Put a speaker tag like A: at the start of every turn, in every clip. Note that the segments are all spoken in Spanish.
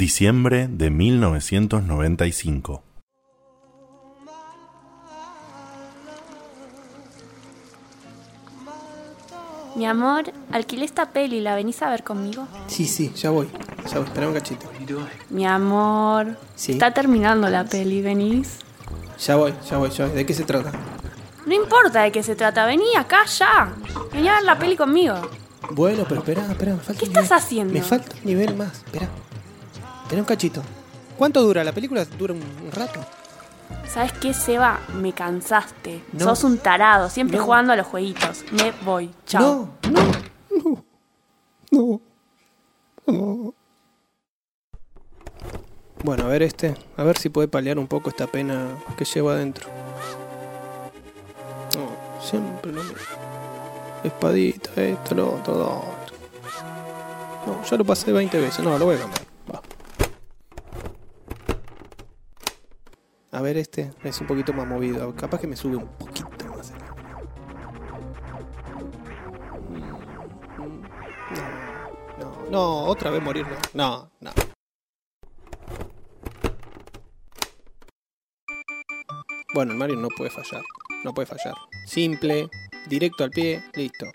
A: Diciembre de 1995.
B: Mi amor, alquilé esta peli, ¿la venís a ver conmigo?
C: Sí, sí, ya voy. Ya voy, espera un cachito.
B: Mi amor,
C: Sí.
B: está terminando la peli, ¿venís?
C: Ya voy, ya voy, ya voy. ¿De qué se trata?
B: No importa de qué se trata, vení acá ya. Vení a ver la peli conmigo.
C: Bueno, pero espera, espera, me falta
B: ¿Qué
C: un nivel.
B: estás haciendo?
C: Me falta un nivel más, espera. Espera un cachito. ¿Cuánto dura? La película dura un, un rato.
B: ¿Sabes qué, Seba? Me cansaste.
C: No.
B: Sos un tarado, siempre
C: No.
B: jugando a los jueguitos. Me voy, chao.
C: No, no, no, no. Bueno, a ver este. A ver si puede paliar un poco esta pena que llevo adentro. No, siempre lo mismo. Espadita, esto, lo otro, lo otro. No, ya lo pasé 20 veces. No, lo voy a cambiar. Va. A ver este. Es un poquito más movido. Capaz que me sube un poquito más. acá. No, no, otra vez morir, no. No, no. Bueno, el Mario no puede fallar. No puede fallar. Simple, directo al pie, listo.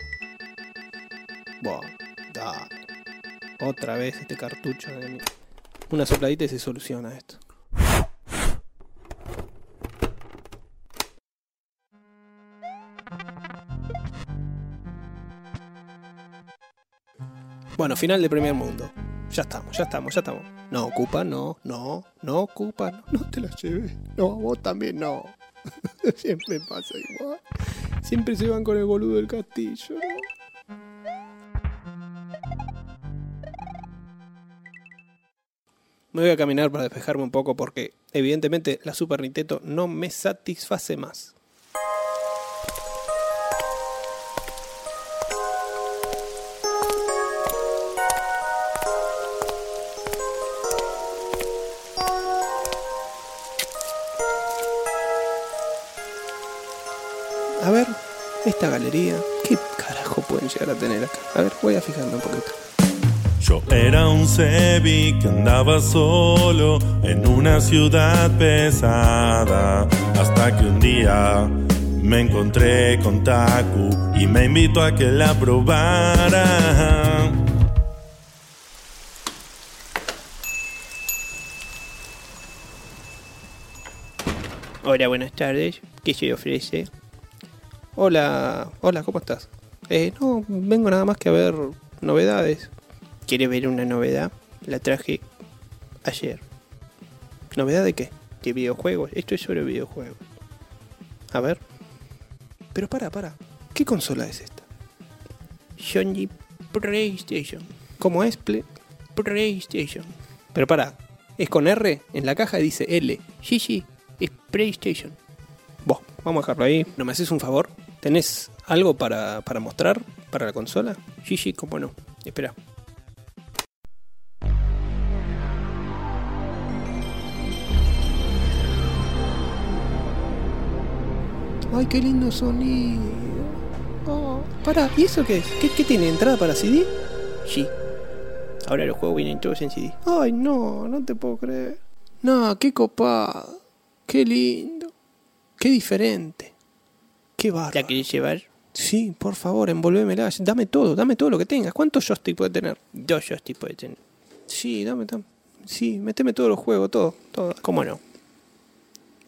C: Bueno, dale. Otra vez este cartucho de mi- Una sopladita y se soluciona esto. Bueno, final de primer mundo. Ya estamos, ya estamos, ya estamos. No ocupa, no, no, no ocupa, no, no te la lleves. No, a vos también no. Siempre pasa igual. Siempre se van con el boludo del castillo, ¿no? Me voy a caminar para despejarme un poco porque, evidentemente, la Super Nintendo no me satisface más. A ver, esta galería, ¿qué carajo pueden llegar a tener acá? A ver, voy a fijarme un poquito.
A: Yo era un Sebi que andaba solo en una ciudad pesada. Hasta que un día me encontré con Taku y me invitó a que la probara.
C: Hola, buenas tardes. ¿Qué se le ofrece? Hola, hola, ¿cómo estás? Eh, no, vengo nada más que a ver novedades. ¿Quiere ver una novedad? La traje ayer. ¿Novedad de qué? De videojuegos. Esto es sobre videojuegos. A ver. Pero para, para. ¿Qué consola es esta? Sony PlayStation. ¿Cómo es? Play- PlayStation. Pero para, ¿es con R? En la caja dice L. Sí, sí, es PlayStation. Vos, vamos a dejarlo ahí. ¿No me haces un favor? ¿Tenés algo para, para mostrar para la consola? Sí, sí, cómo no. Espera. ¡Ay, qué lindo sonido! Oh, para, ¿y eso qué es? ¿Qué, qué tiene? ¿Entrada para CD? Sí. Ahora los juegos vienen todos en CD. ¡Ay, no! No te puedo creer. No, qué copado. Qué lindo. Qué diferente. Qué bárbaro.
D: ¿La querés llevar?
C: Sí, por favor, envolvémela. Dame todo, dame todo lo que tengas. ¿Cuántos joystick puede tener?
D: Dos joystick puede tener.
C: Sí, dame, dame. Sí, meteme todos los juegos, todo, todo.
D: ¿Cómo no?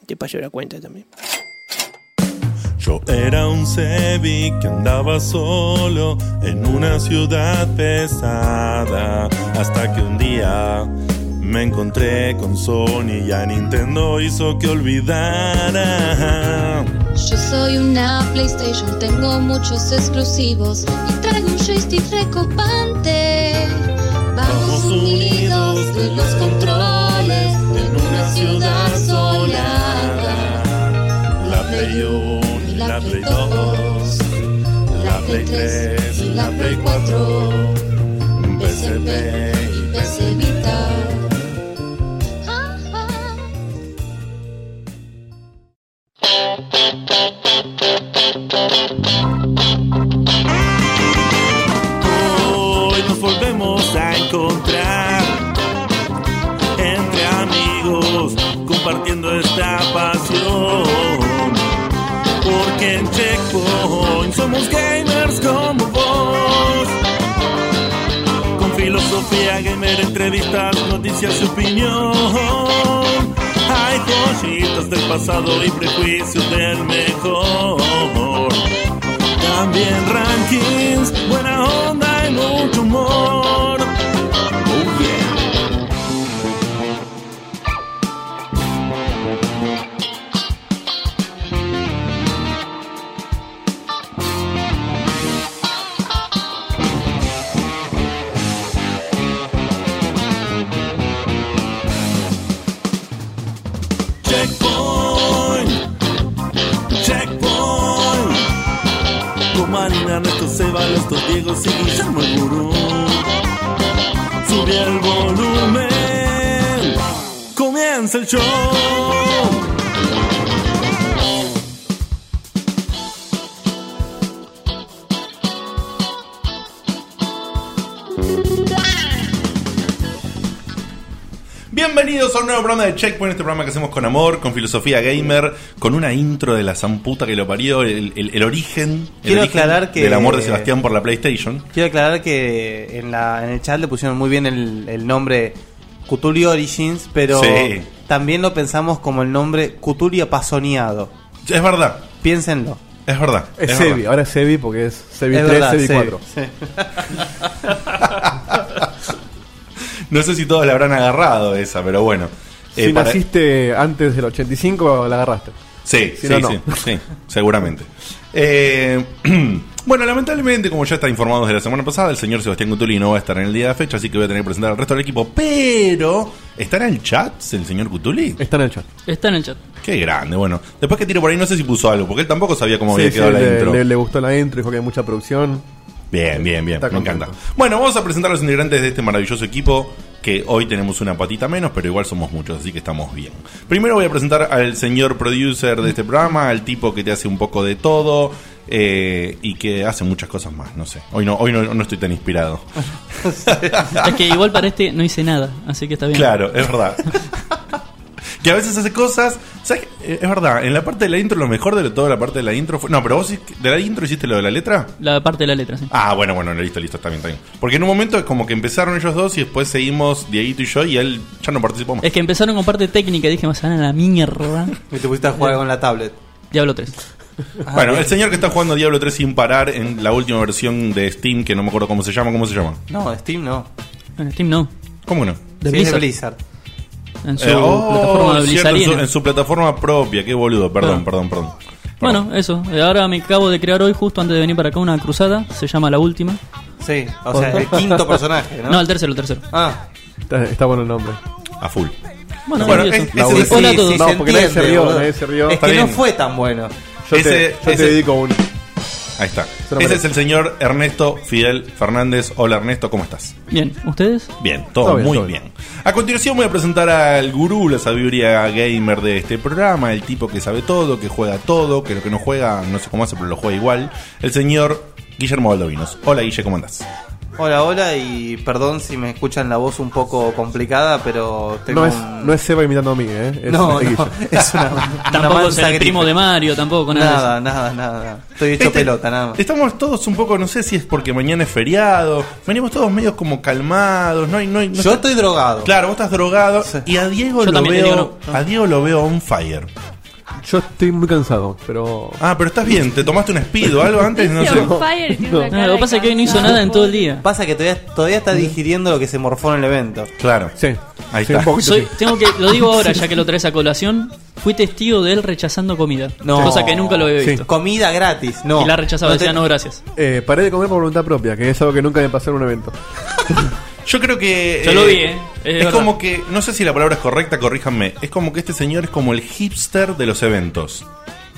D: Te paso la cuenta también.
A: Yo era un Sebi que andaba solo en una ciudad pesada. Hasta que un día me encontré con Sony y a Nintendo hizo que olvidara.
E: Yo soy una PlayStation, tengo muchos exclusivos y traigo un joystick recopante. Vamos unidos de los controles en una ciudad soleada.
A: La Play 1 y la Play 2, la Play 3 y la Play 4,
E: PSP y PS Vita. Ah, ah.
A: Hoy nos volvemos a encontrar Revistas, noticias y opinión. Hay joyitas del pasado y prejuicios del mejor. También rankings, buena onda y mucho humor. Oh yeah. Checkpoint. Checkpoint. Con Marina, Ernesto Seba, los dos Diego y Guillermo el gurú. Sube el volumen. Comienza el show.
F: Bienvenidos a un nuevo programa de Checkpoint, este programa que hacemos con amor, con filosofía gamer, con una intro de la zamputa que lo parió, el, el- el origen, el
G: Quiero
F: origen
G: aclarar que-
F: del amor de Sebastián por la PlayStation.
G: Quiero aclarar que en, la, en el chat le pusieron muy bien el, el nombre Cutuli Origins, pero
F: Sí.
G: también lo pensamos como el nombre Cutuli apasoneado.
F: Es verdad,
G: Piénsenlo.
F: es verdad.
H: Es
F: verdad.
H: Sebi, ahora es Sebi porque es Sebi
G: Es
H: 3,
G: verdad,
H: Sebi
G: sí,
H: 4.
G: sí.
F: No sé si todos la habrán agarrado esa, pero bueno. Eh,
H: si
F: para-
H: naciste antes del 85, la agarraste.
F: Sí,
H: Si
F: sí,
H: no, no.
F: sí, sí, seguramente. Eh, bueno, lamentablemente, como ya está informados de la semana pasada, el señor Sebastián Cutuli no va a estar en el día de la fecha, así que voy a tener que presentar al resto del equipo. Pero, ¿está en el chat el señor Cutuli?
H: Está en el chat.
I: Está en el chat.
F: Qué grande, bueno. Después que tiro por ahí, no sé si puso algo, porque él tampoco sabía cómo había
H: Sí,
F: quedado
H: sí,
F: la
H: le,
F: intro.
H: le- le gustó la intro, dijo que hay mucha producción.
F: Bien, bien, bien.
H: Está
F: me
H: contento.
F: encanta. Bueno, vamos a presentar a los integrantes de este maravilloso equipo. Que hoy tenemos una patita menos, pero igual somos muchos, así que estamos bien. Primero voy a presentar al señor producer de este programa, al tipo que te hace un poco de todo eh, y que hace muchas cosas más. No sé, hoy no, hoy no, no estoy tan inspirado.
I: Es que igual para este no hice nada, así que está bien.
F: Claro, es verdad. que a veces hace cosas. ¿sabes qué? Eh, Es verdad, en la parte de la intro, lo mejor de toda la parte de la intro fue. No, pero vos de la intro hiciste lo de la letra.
I: La parte de la letra, sí.
F: Ah, bueno, bueno, listo, listo, está bien, está bien. Porque en un momento es como que empezaron ellos dos y después seguimos Dieguito y yo y él ya no participó más.
I: Es que empezaron con parte técnica y dije, más a la mierda.
G: Y te pusiste a jugar con Ah, la tablet.
I: Diablo 3.
F: bueno, el señor que está jugando Diablo 3 sin parar en la última versión de Steam, que no me acuerdo cómo se llama, ¿cómo se llama?
G: No, Steam no.
I: En Steam no.
F: ¿Cómo que no?
I: De
G: Sí, es de
I: Blizzard.
G: Blizzard.
I: En su
F: Eh, oh, cierto,
I: plataforma de
F: en, su,
I: Blizzardiana.
F: en su plataforma propia, qué boludo, perdón,
I: Ah.
F: perdón, perdón.
I: Bueno, eso. Eh, Ahora me acabo de crear hoy, justo antes de venir para acá, una cruzada. Se llama La Última.
G: Sí, o sea, el quinto personaje, ¿no?
I: No, el tercero, el tercero.
G: Ah,
H: Está, está bueno el nombre.
F: a full.
I: Bueno,
F: Bueno,
I: sí,
F: es-
I: eso.
F: La
G: sí,
F: última.
I: Hola a
G: sí,
I: todos.
G: sí,
H: No, porque nadie se rió,
G: boludo.
H: nadie se rió.
G: Es
F: Está
G: que no
F: bien.
G: fue tan bueno.
H: Yo,
F: Ese-
H: te, yo te
F: ese-
H: dedico un.
F: Ahí está.
H: lo
F: Ese
H: merece.
F: es el señor Ernesto Fidel Fernández. Hola Ernesto, ¿cómo estás?
I: Bien, ¿ustedes?
F: Bien, todo
H: Todo bien,
F: muy
H: todo
F: bien.
H: bien.
F: A continuación voy a presentar al gurú, la sabiduría gamer de este programa, el tipo que sabe todo, que juega todo, que lo que no juega, no sé cómo hace, pero lo juega igual, el señor Guillermo Baldovinos. Hola Guille, ¿cómo andás?
G: Hola, hola, y perdón si me escuchan la voz un poco complicada, pero tengo
H: No es,
G: un-
H: no es Seba imitando a mí, ¿eh? Es
G: no,
H: Guille.
G: no, es una, una
I: Tampoco es
G: mansa
I: el
G: gripe.
I: primo de Mario, tampoco nada. de eso.
G: Nada, nada, nada. Estoy hecho
F: Este-
G: pelota, nada más.
F: Estamos todos un poco, no sé si es porque mañana es feriado, venimos todos medios como calmados, no hay, no hay- no
G: Yo
F: está-
G: estoy drogado.
F: Claro, vos estás drogado
G: Sí.
F: y a Diego
I: Yo
F: lo
I: también,
F: veo,
I: Diego no.
F: a Diego lo veo on fire.
H: Yo estoy muy cansado, pero.
F: Ah, pero estás bien, te tomaste un speed o algo antes, no sé.
I: No, lo que pasa es que hoy no hizo nada en todo el día.
G: Pasa que todavía, todavía está digiriendo lo que se morfó en el evento.
F: Claro.
H: Sí,
F: Ahí
H: sí,
F: está.
H: un poquito.
I: Soy-
H: sí.
I: tengo que, lo digo ahora, ya que lo traes a colación. Fui testigo de él rechazando comida.
G: No.
I: Cosa que nunca lo había
H: Sí.
I: visto.
G: Comida gratis, no.
I: Y la rechazaba,
G: te-
I: decía no, gracias.
H: Eh, paré de comer por voluntad propia, que es algo que nunca me pasó en un evento.
F: Yo creo que.
I: Yo lo vi, ¿eh? Es
F: Es,
I: verdad.
F: como que. No sé si la palabra es correcta, corríjanme. Es como que este señor es como el hipster de los eventos.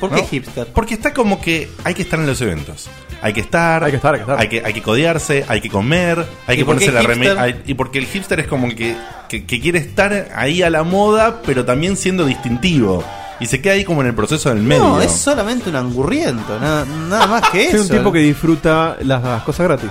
G: ¿Por
F: ¿no?
G: qué hipster?
F: Porque está como que hay que estar en los eventos. Hay que estar.
H: Hay que estar, hay que estar.
F: Hay que, hay que codearse, hay que comer, hay
G: ¿Y
F: que
G: por qué
F: ponerse la
G: hipster?
F: remera. Y porque el hipster es como que, que, que quiere estar ahí a la moda, pero también siendo distintivo. Y se queda ahí como en el proceso del medio.
G: No, es solamente un angurriento, nada, nada más que eso.
H: Soy un tipo que disfruta las, las cosas gratis.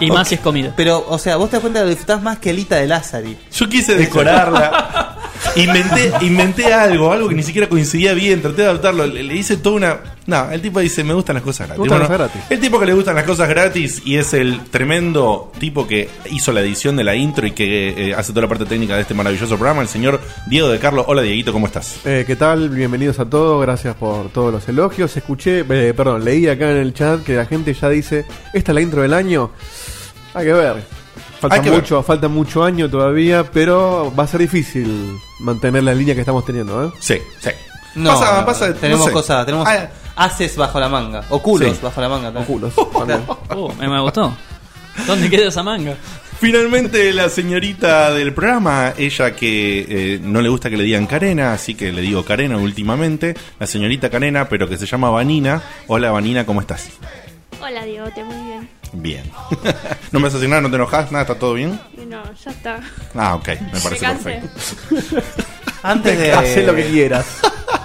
I: Y más si es comida.
G: Pero, o sea, vos te das cuenta que lo disfrutás más que Elita de Lázari.
F: Yo quise decorarla. Inventé, inventé algo, algo que ni siquiera coincidía bien, traté de adaptarlo. Le, le hice toda una. No, el tipo dice: Me gustan las cosas gratis.
H: Me gustan las
F: Bueno,
H: gratis.
F: El tipo que le gustan las cosas gratis y es el tremendo tipo que hizo la edición de la intro y que eh, hace toda la parte técnica de este maravilloso programa, el señor Diego de Carlos. Hola, Dieguito, ¿cómo estás?
H: Eh, ¿Qué tal? Bienvenidos a todos, gracias por todos los elogios. Escuché, eh, perdón, leí acá en el chat que la gente ya dice, esta es la intro del año. Hay que ver. Falta
F: Hay que ver.
H: mucho, falta mucho año todavía, pero va a ser difícil mantener la línea que estamos teniendo, ¿eh?
F: Sí, sí.
G: No,
F: Pasa-
G: no,
F: pasa- no
G: tenemos
F: sé.
G: cosas, tenemos
F: Ah,
G: haces bajo la manga, o culos
F: Sí.
G: bajo la manga. también.
H: O culos. también.
I: Oh, me, me gustó. ¿Dónde queda esa manga?
F: Finalmente la señorita del programa, ella que eh, no le gusta que le digan Carena, así que le digo Carena últimamente, la señorita Carena, pero que se llama Vanina. Hola Vanina, ¿cómo estás?
J: Hola, Diego, te muy bien.
F: Bien. no me vas a decir nada, no te enojas, nada, está todo bien.
J: No, ya está.
F: Ah, ok, me
B: Me
F: parece
B: cansé.
F: perfecto.
G: Antes de
H: Hacé lo que quieras.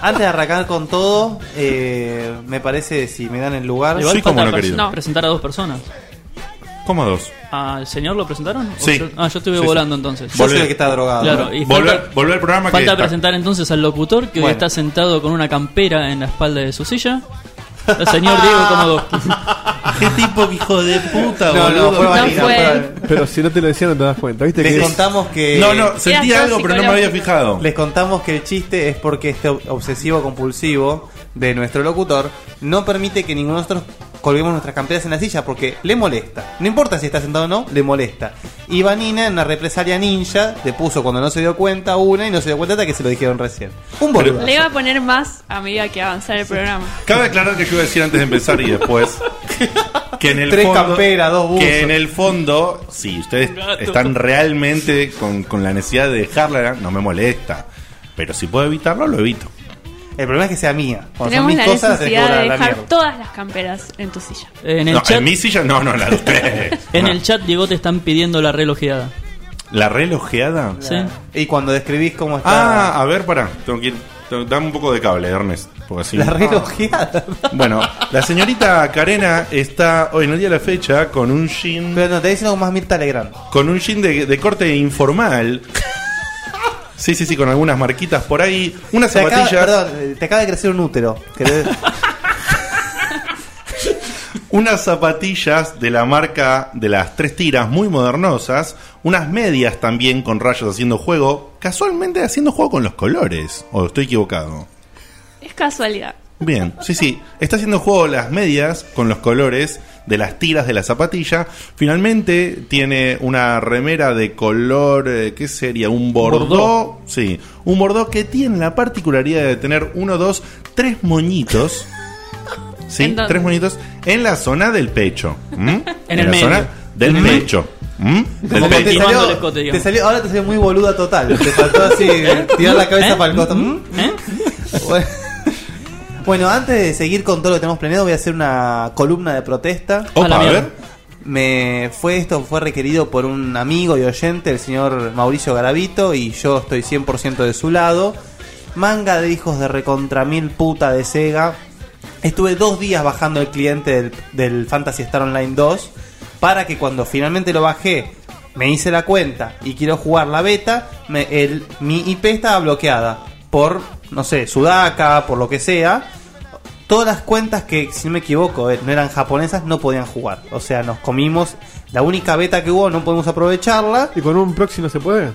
G: Antes de arrancar con todo, eh, me parece si me dan el lugar.
F: Igual- Sí, cómo
I: falta
F: no,
I: pres-
F: querido.
B: No.
I: presentar a dos personas.
F: ¿Cómo dos?
I: ¿Al señor lo presentaron? ¿O
F: Sí.
I: yo- ah, yo estuve
F: Sí, sí.
I: volando entonces.
G: Yo soy
F: Volver.
G: el que está drogado.
I: Claro,
G: ¿no?
I: y
F: Volver,
I: falta-
F: volver al programa que
I: Falta
F: está-
I: presentar entonces al locutor que hoy
G: Bueno.
I: está sentado con una campera en la espalda de su silla. El señor Diego Komodowski.
F: ¿Qué tipo de hijo de puta,
G: No, no,
F: boludo?
G: fue Vanina,
B: fue.
G: fue Vanina.
H: Pero si no te lo decía no te das cuenta, ¿viste?
G: Les
H: que es-
G: contamos que
F: No, no, sentí
B: Era
F: algo, pero no me había fijado.
G: les contamos que el chiste es porque este ob- obsesivo compulsivo de nuestro locutor no permite que ninguno de nosotros colguemos nuestras camperas en la silla porque le molesta. No importa si está sentado o no, le molesta. Y Vanina en la represalia ninja le puso cuando no se dio cuenta una y no se dio cuenta hasta que se lo dijeron recién. Un boludo.
B: Le iba a poner más a medida que avanzara el programa.
F: Cabe aclarar que yo iba a decir antes de empezar y después. Que en el
G: Tres
F: fondo,
G: camperas, dos buzos.
F: Que en el fondo, si ustedes están realmente con, con la necesidad de dejarla, no me molesta. Pero si puedo evitarlo, lo evito.
G: El problema es que sea mía. Cuando
B: Tenemos
G: son
B: la
G: mis cosas, tenés que
B: necesidad
G: volar
B: de
G: a la
B: dejar
G: mierda.
B: todas las camperas en tu silla.
I: En el
F: no,
I: chat,
F: en mi silla, no, no, la de ustedes.
I: en
F: No.
I: el chat, Diego, te están pidiendo la relojeada.
F: ¿La relojeada?
I: ¿Sí?
G: Y cuando describís cómo está
F: Ah, a ver, pará. Tengo que ir. tengo- dame un poco de cable, Ernest. Porque así.
G: la relojeada.
F: Bueno, la señorita Karena está hoy en el día de la fecha con un jean.
G: Pero no, te diciendo más Mirta Legrand.
F: Con un jean de, de corte informal. Sí, sí, sí, con algunas marquitas por ahí. Unas
G: Te acaba,
F: zapatillas.
G: perdón, eh, te acaba de crecer un útero. ¿Querés?
F: Unas zapatillas de la marca de las tres tiras, muy modernosas. Unas medias también con rayos haciendo juego. Casualmente haciendo juego con los colores. O estoy equivocado.
B: Es casualidad.
F: Bien, sí, sí. Está haciendo juego las medias con los colores de las tiras de la zapatilla. Finalmente tiene una remera de color, eh, ¿qué sería? Un bordó.
I: Bordó.
F: Sí, un bordó que tiene la particularidad de tener uno, dos, tres moñitos. ¿Sí?
B: ¿En dónde?
F: Tres moñitos en la zona del pecho. ¿m? En,
I: el
F: la
I: medio.
F: zona del pecho. ¿m? Del
G: Como que te
F: pecho.
I: Tomando el
G: salió,
I: escote,
G: te
I: digamos.
G: salió- ahora te salió muy boluda total. Te faltó así tirar la cabeza
I: ¿Eh?
G: para el costo. ¿Mm?
I: ¿Eh?
G: Bueno. Bueno, antes de seguir con todo lo que tenemos planeado, voy a hacer una columna de protesta.
F: Opa,
I: A la
F: a
I: mierda.
F: ver.
G: Me fue esto fue requerido por un amigo y oyente, el señor Mauricio Garavito, y yo estoy 100% de su lado. Manga de hijos de recontra mil puta de Sega. Estuve dos días bajando el cliente del, del Fantasy Star Online 2 para que cuando finalmente lo bajé, me hice la cuenta y quiero jugar la beta, me- el, mi IP estaba bloqueada por, no sé, Sudaca, por lo que sea todas las cuentas que, si no me equivoco, eh, no eran japonesas, no podían jugar. O sea, nos comimos la única beta que hubo, no podemos aprovecharla.
H: ¿Y con un proxy no se puede?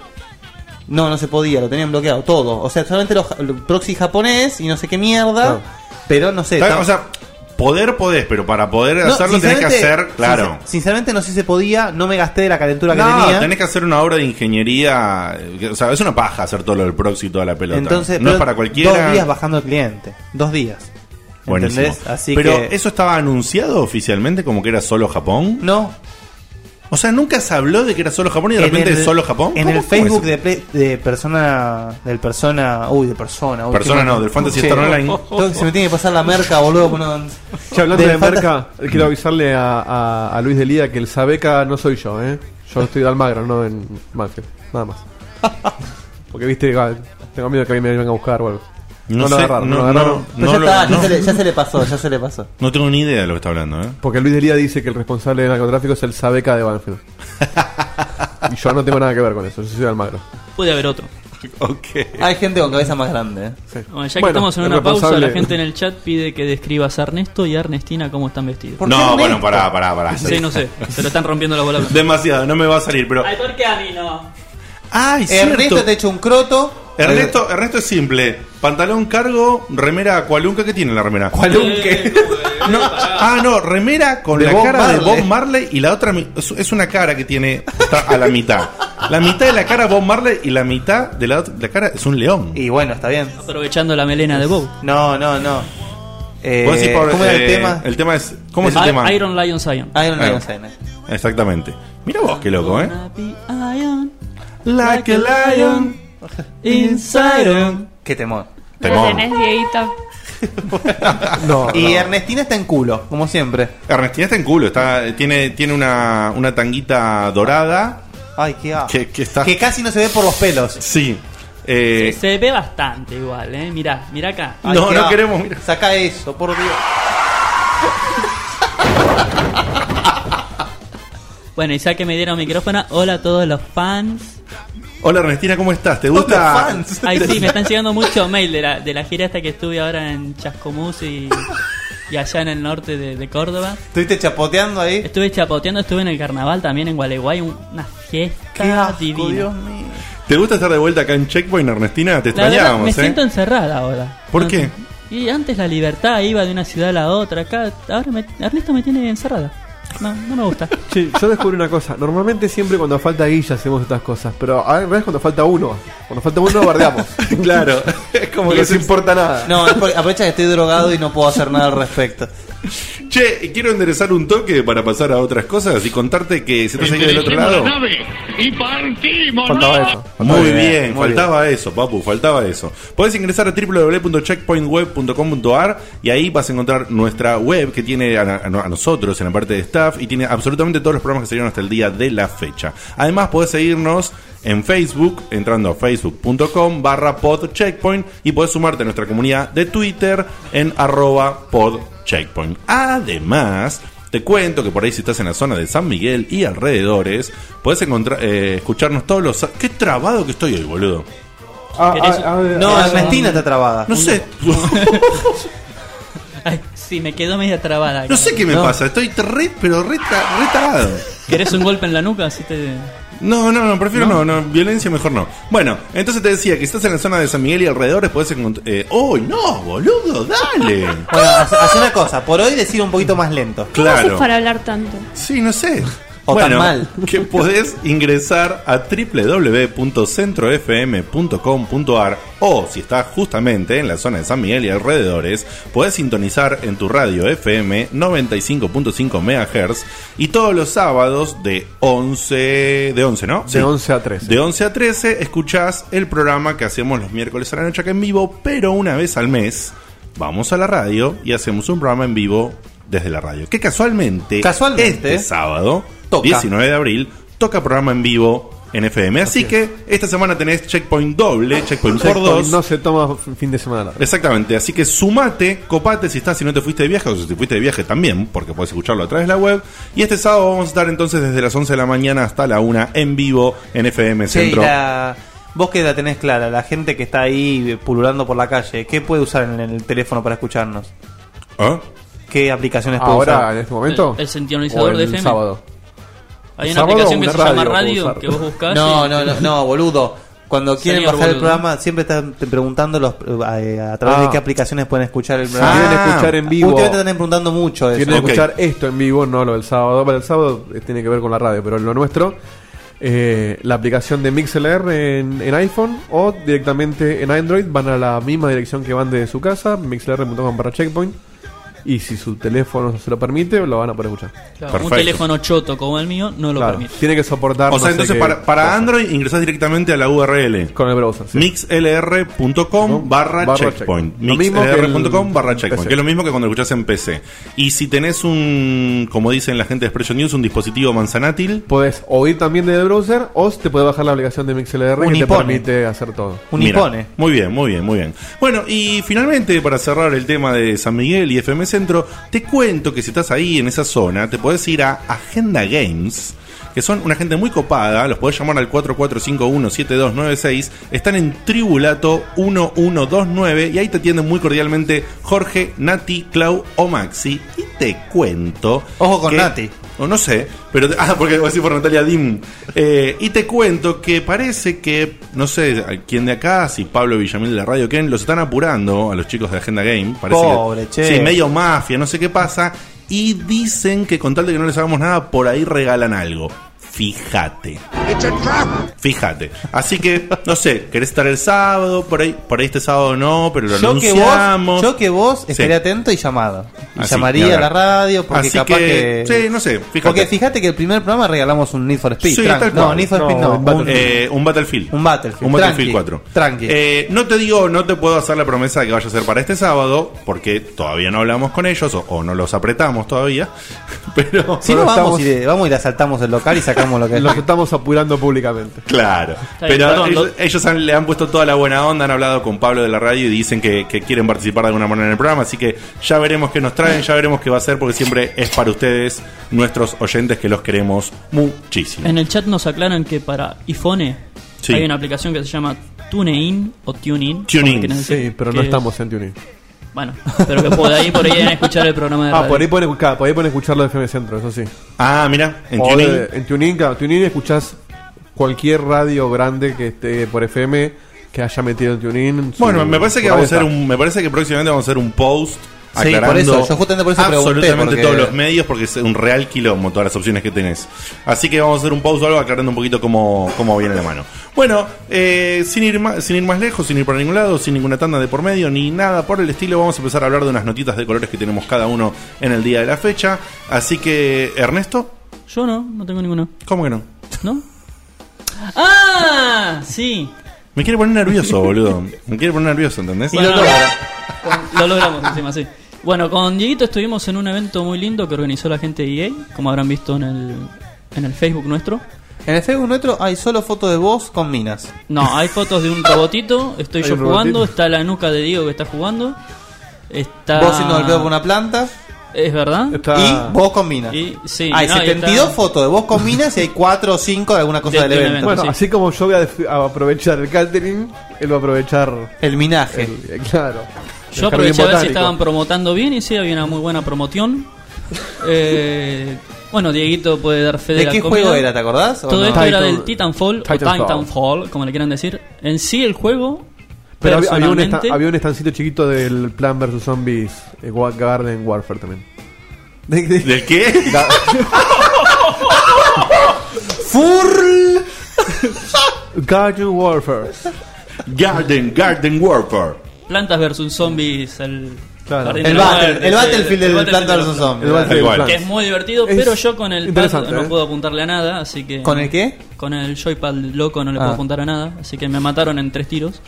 G: No, no se podía, lo tenían bloqueado todo. O sea, solamente los, ja- los proxy japonés y no sé qué mierda.
H: Claro.
G: Pero no sé.
F: Está-
G: tam-
F: O sea, poder podés, pero para poder
G: no,
F: hacerlo tenés que
G: sinceramente-
F: hacer, claro.
G: sincer- sinceramente, no sé si se podía, no me gasté de la calentura que
F: No,
G: tenía.
F: tenés que hacer una obra de ingeniería. eh, O sea, es una paja hacer todo lo del proxy y toda la pelota.
G: Entonces,
F: no es
G: pero
F: para cualquiera.
G: Dos días bajando el cliente. Dos días.
F: Buenísimo.
G: ¿Entendés? Así
F: pero
G: que.
F: eso estaba anunciado oficialmente como que era solo Japón.
G: No,
F: O sea, nunca se habló de que era solo Japón y de repente
G: en
F: es solo Japón.
G: En
F: ¿Cómo-
G: el
F: cómo
G: Facebook
F: es?
G: de, Play- de persona. Del persona. Uy, de persona. uy,
F: Persona
G: qué
F: no,
G: mal.
F: del Fantasy
G: Sí.
F: Star Online.
G: Entonces se me tiene que pasar la merca, boludo. bueno,
H: Ya hablando de
G: del Fantas-
H: marca, quiero avisarle a, a- a Luis de Lía que el Sabeca no soy yo, ¿eh? Yo estoy de Almagro, no en Manfield, nada más. Porque viste, ah, tengo miedo que a mí me vengan a buscar o algo.
F: No,
H: No lo
F: sé,
H: agarraron,
F: no,
H: no lo
F: no,
H: agarraron.
F: no
G: Pero
F: lo-
G: ya, está,
F: no.
G: Ya, se le, ya se le pasó, ya se le pasó.
F: No tengo ni idea de lo que está hablando, ¿eh?
H: Porque Luis de Lía dice que el responsable del narcotráfico es el Sabeca de Banfield. y yo no tengo nada que ver con eso, yo soy de Almagro.
I: Puede haber otro.
F: Ok.
G: Hay gente con cabeza más grande. ¿eh?
I: Bueno, ya que
H: Bueno,
I: estamos en
H: es
I: una pausa, la
H: responsable.
I: gente en el chat pide que describas a Ernesto y a Ernestina cómo están vestidos.
G: ¿Por qué
F: No,
G: no
F: bueno,
G: me-
F: pará, pará, pará.
I: Sí, no sé, se lo están rompiendo la bola.
F: Demasiado, no me va a salir, pero.
I: ¿Por qué a mí no?
F: ¡Ay,
G: Ernesto
F: cierto!
G: te echa un croto.
F: Ernesto, Ernesto es simple. Pantalón cargo, remera cualunca. ¿Qué tiene la remera?
G: Cualunque.
F: No, ah, no, remera con
G: De
F: la
G: Bob
F: cara de
G: Marley.
F: Bob Marley y la otra mi- es es una cara que tiene está a la mitad. La mitad de la cara Bob Marley y la mitad de la, ot- la cara es un león.
G: Y bueno, está bien.
I: Aprovechando la melena de Bob.
G: No, no, no. Eh,
F: Vos decís, Pablo,
G: ¿Cómo era el
F: eh,
G: tema?
F: El tema es. ¿Cómo es el
I: I-
F: tema?
I: Iron Lion Zion.
G: Iron
F: Ah.
G: Lion Sign, eh.
F: Exactamente. Mira vos, qué loco, ¿eh?
I: Iron,
F: Like a lion.
I: inside on.
G: Qué temor.
B: La
F: Temón.
B: tenés, Dieguito.
H: No, no.
G: Y Ernestina está en culo, como siempre.
F: Ernestina está en culo. Está, tiene tiene una, una tanguita dorada
G: Ay, qué asco.
F: que, que está.
G: Que casi no se ve por los pelos.
F: Sí. Eh,
I: Se ve bastante igual, eh. Mirá, mirá acá.
G: Ay,
F: No,
G: qué
F: no
G: asco.
F: queremos, mira.
G: Saca eso, por Dios.
I: Bueno, y ya que me dieron micrófono, hola a todos los fans.
F: Hola Ernestina, ¿cómo estás? ¿Te gusta?
G: Los fans.
I: Ay, sí, me están llegando mucho mail de la, de la gira hasta que estuve ahora en Chascomús y, y allá en el norte de, de Córdoba.
G: Estuviste chapoteando ahí.
I: Estuve chapoteando, estuve en el carnaval también en Gualeguay, un- una
G: Qué
I: fiesta
G: asco,
I: divina.
G: Dios mío.
F: ¿Te gusta estar de vuelta acá en Checkpoint, Ernestina? Te
I: La verdad,
F: extrañábamos,
I: me
F: ¿eh?
I: siento encerrada ahora.
F: ¿Por
I: No-
F: qué?
I: Y antes la libertad iba de una ciudad a la otra. Acá, ahora me, Ernesto me tiene encerrada. No, no me gusta.
H: Che, yo descubrí una cosa. Normalmente siempre cuando falta Guilla hacemos estas cosas, pero a veces cuando falta uno. Cuando falta uno bardeamos.
F: Claro, es como
H: Porque
F: que
H: no se importa nada.
G: No, es porque- aprovecha que estoy drogado y no puedo hacer nada al respecto.
F: Che, quiero enderezar un toque para pasar a otras cosas y contarte que se te ha ido del otro lado.
H: Faltaba eso.
F: Muy bien,
G: muy
F: faltaba eso, papu, faltaba eso. Podés ingresar a www.checkpointweb.com.ar y ahí vas a encontrar nuestra web que tiene a, a- a nosotros en la parte de staff y tiene absolutamente todos los programas que salieron hasta el día de la fecha. Además, podés seguirnos en Facebook, entrando a facebook.com barra podcheckpoint y podés sumarte a nuestra comunidad de Twitter en arroba podcheckpoint. Además... Te cuento que por ahí si estás en la zona de San Miguel y alrededores, podés encontrar, eh, escucharnos todos los... Qué trabado que estoy hoy, boludo.
H: Ah,
I: ¿Querés un-
H: ah, ah,
G: No,
H: ah,
G: Ernestina está trabada.
F: No sé,
I: Ay, sí, me quedo media trabada. acá.
F: no sé qué me pasa, estoy re, pero re, tra- re trabado.
I: ¿Querés un golpe en la nuca? Así te...
F: No, no, no, prefiero no, no, violencia mejor no. Bueno, entonces te decía que si estás en la zona de San Miguel y alrededores, podés encontrar... ¡Uy, no, boludo, dale!
G: Bueno, haz haz una cosa. Por hoy decir un poquito más lento.
B: ¿Cómo haces
F: Claro.
B: para hablar tanto?
F: Sí, no sé.
G: O tan mal.
F: Que podés ingresar a www.centrofm.com.ar o si estás justamente en la zona de San Miguel y alrededores, podés sintonizar en tu radio FM 95.5 MHz y todos los sábados de 11 de 11, ¿no?
H: De 11 a 13.
F: De 11 a 13 escuchás el programa que hacemos los miércoles a la noche acá en vivo, pero una vez al mes vamos a la radio y hacemos un programa en vivo desde la radio. Que casualmente,
G: Casualmente.
F: este sábado,
G: Toca.
F: 19 de abril, toca programa en vivo en FM. Así que esta semana tenés checkpoint doble, checkpoint por
H: Checkpoint
F: dos.
H: No se toma f- fin de semana largo.
F: Exactamente, así que sumate, copate si estás, si no te fuiste de viaje o si te fuiste de viaje también, porque podés escucharlo a través de la web. Y este sábado vamos a estar entonces desde las 11 de la mañana hasta la 1 en vivo en FM
G: Che, y
F: Centro.
G: la- Vos que la tenés clara, la gente que está ahí pululando por la calle, ¿qué puede usar en el teléfono para escucharnos?
F: ¿Ah?
G: ¿Qué aplicaciones puede
H: Ahora, en
G: usar?
H: este momento.
I: El- el sintonizador
H: o el
I: de FM.
H: sábado.
I: Hay una
H: Sábado
I: aplicación que
H: una
I: se llama
H: radio puedo
I: Radio
H: usar.
I: que vos buscás.
G: No,
I: y-
G: no, no, no, boludo. Cuando quieren
I: Señor
G: bajar el
I: boludo.
G: programa, siempre están te preguntando los, eh, a través
H: Ah.
G: de qué aplicaciones pueden escuchar el
H: Si
G: programa. Ah,
H: quieren escuchar en vivo.
G: Últimamente están preguntando mucho
H: Si
G: eso.
H: quieren
F: Ok.
H: escuchar esto en vivo, no lo del sábado. Para el sábado eh, tiene que ver con la radio, pero lo nuestro. eh, la aplicación de MixLR en, en iPhone o directamente en Android van a la misma dirección que van desde su casa, mixlr.com para checkpoint. Y si su teléfono se lo permite, lo van a poder escuchar.
I: Claro, un
F: Perfecto.
I: teléfono choto como el mío no lo
H: Claro,
I: permite.
H: tiene que soportar.
F: O sea,
H: no sé
F: entonces
H: qué
F: para, para
H: cosa.
F: Android ingresás directamente a la URL.
H: Con el browser. sí.
F: mixlr.com barra
H: Barra
F: checkpoint
H: checkpoint. Lo mismo que el-
F: mixlr.com barra checkpoint
H: PC.
F: que es lo mismo que cuando lo escuchás en PC y si tenés un como dicen la gente de Expression News un dispositivo manzanátil
H: Podés oír también desde el browser o te puede bajar la aplicación de MixLR que te
G: Unipone.
H: permite hacer todo.
F: Mira,
G: Unipone.
F: muy bien, muy bien, muy bien. Bueno, y finalmente, para cerrar el tema de San Miguel y FM Centro, te cuento que si estás ahí en esa zona, te podés ir a Agenda Games, que son una gente muy copada, los podés llamar al 4451-7296, están en Tribulato 1129 y ahí te atienden muy cordialmente Jorge, Nati, Clau o Maxi. Y te cuento...
G: Ojo con
F: que-
G: Nati.
F: o no sé, pero. Ah, porque voy a decir por Natalia Dim. Eh, y te cuento que parece que, no sé, a quién de acá, si Pablo Villamil de la Radio Ken, los están apurando a los chicos de Agenda Game. Parece que-
G: Pobre, che.
F: Sí, medio mafia, no sé qué pasa. Y dicen que con tal de que no les hagamos nada, por ahí regalan algo. Fíjate. Fíjate. Así que, no sé, querés estar el sábado, por ahí, por ahí este sábado no, pero lo
G: Yo que,
F: anunciamos.
G: vos, yo que vos
F: Sí.
G: estaría atento y llamado. Y
F: Así, ni
G: llamaría a la
F: hablar.
G: radio porque
F: Así
G: capaz
F: que-
G: que...
F: sí, no sé, fíjate.
G: Porque fíjate que el primer programa regalamos un Need for Speed.
F: Sí,
G: tranqui.
F: tal cual.
G: no, Need for
H: No,
G: Speed no.
H: un
G: Un,
F: Eh, un Battlefield.
G: un Battlefield.
F: Un Battlefield
G: tranqui,
F: 4.
G: Tranqui.
F: Eh, no te digo, no te puedo hacer la promesa de que vaya a ser para este sábado, porque todavía no hablamos con ellos o, o no los apretamos todavía. Pero.
G: si no,
H: pero
G: vamos,
H: estamos-
G: y le- vamos y le asaltamos el local y sacamos lo que es.
H: Los estamos apurando públicamente.
F: Claro,
I: bien,
F: pero
I: perdón,
F: ellos,
I: lo-
F: ellos han- le han puesto toda la buena onda, han hablado con Pablo de la radio y dicen que, que quieren participar de alguna manera en el programa, así que ya veremos qué nos traen, ya veremos qué va a ser, porque siempre es para ustedes, nuestros oyentes, que los queremos muchísimo.
I: En el chat nos aclaran que para iPhone
F: Sí.
I: hay una aplicación que se llama TuneIn o
F: TuneIn,
I: TuneIn. como quieran decir,
H: Sí, pero
I: que
H: no
I: es-
H: estamos en TuneIn.
I: Bueno, pero que por ahí por ahí deben escuchar el programa de
H: Ah,
I: radio.
H: por ahí pueden escuchar, por ahí pueden escucharlo de FM Centro, eso sí.
F: Ah, mira, en
H: O
F: Tuning.
H: de- en TuneIn, claro, TuneIn escuchás cualquier radio grande que esté por FM que haya metido en TuneIn. su-
F: Bueno, me parece que
H: por
F: vamos a
H: ahí
F: hacer
H: está.
F: un, me parece que próximamente vamos a hacer un post
G: Sí,
F: aclarando
G: por eso, yo justamente por eso pregunté,
F: absolutamente
G: porque-
F: todos los medios porque es un real quilombo todas las opciones que tenés. Así que vamos a hacer un post o algo aclarando un poquito cómo, cómo viene la mano. Bueno, eh, sin ir más, sin ir más lejos, sin ir para ningún lado, sin ninguna tanda de por medio ni nada por el estilo, vamos a empezar a hablar de unas notitas de colores que tenemos cada uno en el día de la fecha. Así que Ernesto,
I: Yo no, no tengo ninguno.
F: ¿cómo que no?
I: ¿No? ¡Ah! Sí.
F: Me quiere poner nervioso, boludo. Me quiere poner nervioso, ¿entendés?
I: Bueno, con- lo logramos encima, sí. Bueno, con Dieguito estuvimos en un evento muy lindo que organizó la gente de EA, como habrán visto en el, en el Facebook nuestro.
G: En el Facebook nuestro hay solo fotos de vos con minas.
I: No, hay fotos de un robotito, estoy
H: Hay
I: yo
H: un
I: jugando,
H: robotito.
I: está la nuca de Diego que está jugando. Está...
G: Vos siendo golpeado por una planta
I: Es verdad.
H: Está-
G: y vos con minas. Ah,
I: Y- sí,
G: hay
I: no, y
G: 72
I: está-
G: fotos de vos con minas y hay 4 o 5 de alguna cosa
I: Del- del
G: del evento.
I: este evento.
H: Bueno,
I: sí.
H: así como yo voy a, def- a aprovechar el catering, él va a aprovechar.
G: El minaje.
H: el- eh, claro.
I: Yo
H: el
I: aproveché
H: jardín
I: a ver si
H: botánico.
I: estaban promotando bien y sí, había una muy buena promoción. Eh, bueno, Dieguito puede dar fe de,
G: ¿De
I: la
G: qué
I: comida.
G: juego era, te acordás? o
I: Todo
G: no?
I: esto era
H: Titan-
I: del Titanfall,
H: Titanfall.
I: o Titanfall, como le quieran decir. En sí, el juego.
H: Pero había- había un,
I: personalmente,
H: esta- había un estancito chiquito del Plan vs. Zombies eh, Wa- Garden Warfare también.
G: De- de-
F: ¿Del qué?
G: Furl.
H: Garden Warfare.
F: Garden, Garden Warfare.
I: Plantas versus Zombies. El,
H: Claro.
I: Jardín
G: El,
I: de la
G: battle,
I: Muerte,
G: el Battlefield del
I: Battlefield
G: Planta
I: de la
G: vs. Zombies.
H: El Battlefield
F: igual.
H: Plan.
I: Que es muy divertido,
H: Es
I: pero yo con el pad
H: interesante,
I: no
H: ¿eh?
I: puedo apuntarle a nada, así que.
G: ¿Con el qué?
I: Eh, Con el joypad loco no le
G: Ah.
I: puedo apuntar a nada, así que me mataron en tres tiros.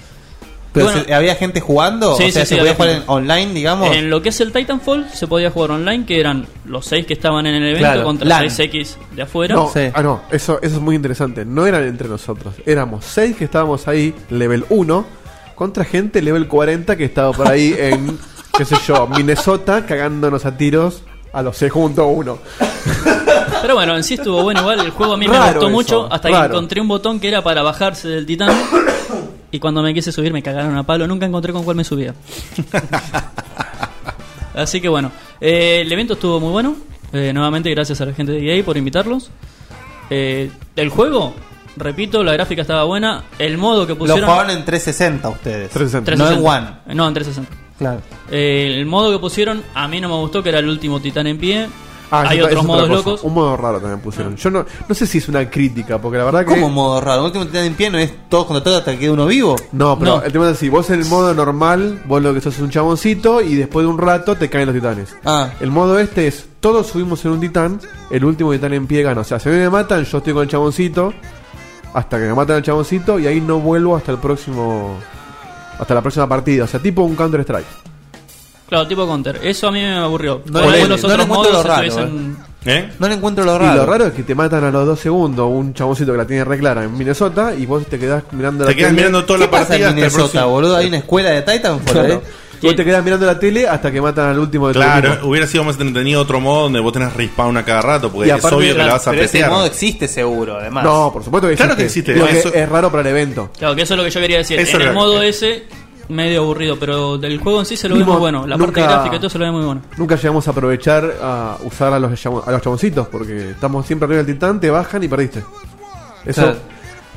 G: Pero
I: Bueno.
G: se- había gente jugando,
I: Sí, sí,
G: o sea, se
I: sí,
G: podía
I: había
G: jugar en-
I: gente.
G: online, digamos.
I: En lo que es el Titanfall se podía jugar online, que eran los seis que estaban en el evento
G: Claro,
I: contra
G: LAN.
I: 6X de afuera.
H: No,
G: Sí.
H: ah, no, eso, eso es muy interesante. No eran entre nosotros. Éramos seis que estábamos ahí, level 1, contra gente level 40 que estaba por ahí en, qué sé yo, Minnesota, cagándonos a tiros a los seis junto a uno.
I: Pero bueno, en sí estuvo bueno igual. El juego a mí me
H: Raro
I: gustó
H: eso,
I: mucho hasta que
H: raro.
I: encontré un botón que era para bajarse del titán. Y cuando me quise subir me cagaron a palo. Nunca encontré con cuál me subía. Así que bueno, eh, el evento estuvo muy bueno. Eh, nuevamente gracias a la gente de EA por invitarlos. Eh, el juego, repito, la gráfica estaba buena. El modo que
G: Lo
I: pusieron...
G: jugaron en 360 ustedes.
H: 360.
G: No en
I: 360.
G: One.
I: No, en 360.
G: Claro.
I: Eh, el modo que pusieron a mí no me gustó, que era el último titán en pie.
H: Ah,
I: Hay
H: eso- eso
I: otros
H: es otra
I: modos
H: cosa.
I: locos.
H: Un modo raro también pusieron. Yo no, no sé si es una crítica, porque la verdad que.
G: Ah. ¿Cómo modo raro? El último titán en pie no es todos contra todos hasta que quede uno vivo.
H: No, pero
I: No.
H: el tema es así: vos en el modo normal, vos lo que sos es un chaboncito y después de un rato te caen los titanes.
G: Ah.
H: El modo este es: todos subimos en un titán, el último titán en pie gana. O sea, si a mí me matan, yo estoy con el chaboncito, hasta que me matan al chaboncito y ahí no vuelvo hasta el próximo. Hasta la próxima partida. O sea, tipo un Counter-Strike.
I: Claro, tipo counter. Eso a mí me aburrió.
G: No
I: Por
G: le-
I: ahí los
G: no le
I: otros
G: encuentro
I: modos
G: lo raro,
I: estuviesen-
F: ¿Eh?
G: No le encuentro lo
H: Y
G: raro.
H: lo raro es que te matan a los dos segundos un chaboncito que la tiene re clara en Minnesota y vos te quedás mirando
F: Te
H: la
F: quedas
H: tele.
F: mirando toda
G: ¿Qué
F: la
G: pasa
F: partida
G: en
F: hasta el
G: Minnesota,
F: próximo.
G: boludo? Hay una escuela de Titanfall, ¿eh?
H: Vos te quedás mirando la tele hasta que matan al último de tu
F: Claro,
H: equipo.
F: hubiera sido más entretenido otro modo donde vos tenés respawn a cada rato, porque
H: Y
F: es
H: aparte,
F: obvio que la vas a
G: Pero ese
F: petear.
G: modo existe seguro, además.
H: No, por supuesto que
F: Claro que existe, Ah,
H: Lo que
F: eso-
H: es raro para el evento.
I: Claro, que eso es lo que yo quería decir.
F: Eso
I: en
F: era-
I: el modo ese, medio aburrido, pero del juego en sí se lo ve
H: Mismo,
I: muy bueno. La parte
H: nunca-
I: gráfica y todo se lo ve muy bueno.
H: Nunca llegamos a aprovechar a usar a los, llamo- a los chaboncitos, porque estamos siempre arriba del titán, te bajan y perdiste. Eso.
G: Claro.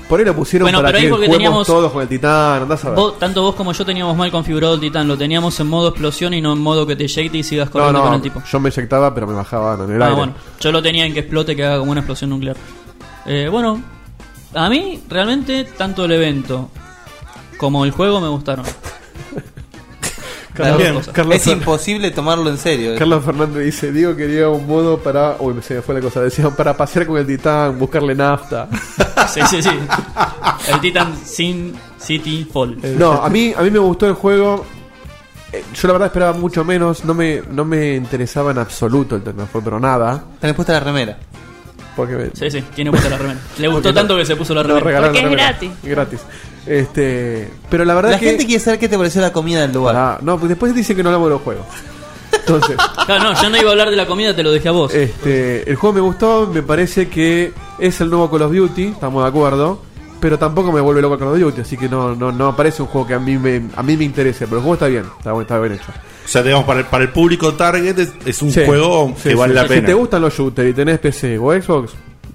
H: Por ahí lo pusieron
I: Bueno,
H: para
I: pero ahí
H: que
I: porque
H: juguemos
I: teníamos-
H: todos con el titán, andás a ver.
I: Vos- tanto vos como yo teníamos mal configurado el titán. Lo teníamos en modo explosión y no en modo que te eyecte y sigas
H: No,
I: corriendo con
H: no,
I: el tipo.
H: yo me eyectaba, pero me bajaban en el
I: Ah,
H: aire.
I: bueno. Yo lo tenía en que explote, que haga como una explosión nuclear. Eh, bueno, a mí realmente tanto el evento como el juego me gustaron. Las dos
G: Bien,
I: cosas.
H: Carlos,
G: es imposible tomarlo en serio. eh.
H: Carlos Fernández dice, digo quería un modo para... Uy, se me fue la cosa. Decían, para pasear con el titán, buscarle nafta.
I: Sí, sí, sí. El Titan Sin City Fall.
H: No, a mí, a mí me gustó el juego. Eh, Yo la verdad esperaba mucho menos. No me, no me interesaba en absoluto el Titanfall, pero nada.
G: Tenés puesta la remera.
H: Porque me-
I: Sí, sí, tiene puesta la remera. Le gustó
H: Porque
I: tanto
H: no-
I: que se puso la
H: nos
I: remera.
H: regalaron
B: Porque
H: la
B: es
H: remera.
B: gratis.
H: Gratis. Este, pero la verdad
G: La
H: es que...
G: gente quiere saber qué te pareció la comida del lugar.
H: Pará, no, pues después dice que no hablamos de los juegos. Entonces...
I: Claro, no, yo no iba a hablar de la comida, te lo dejé a vos.
H: Este, el juego me gustó, me parece que es el nuevo Call of Duty, estamos de acuerdo. Pero tampoco me vuelve loco Call of Duty, así que no, no, no parece un juego que a mí me, a mí me interese. Pero el juego está bien, está, bu- está bien hecho.
F: O sea, digamos, para el, para el público target es, es un
H: Sí,
F: juego
H: sí,
F: que vale
H: sí.
F: la
H: Si
F: pena.
H: te gustan los shooters y tenés PC o Xbox,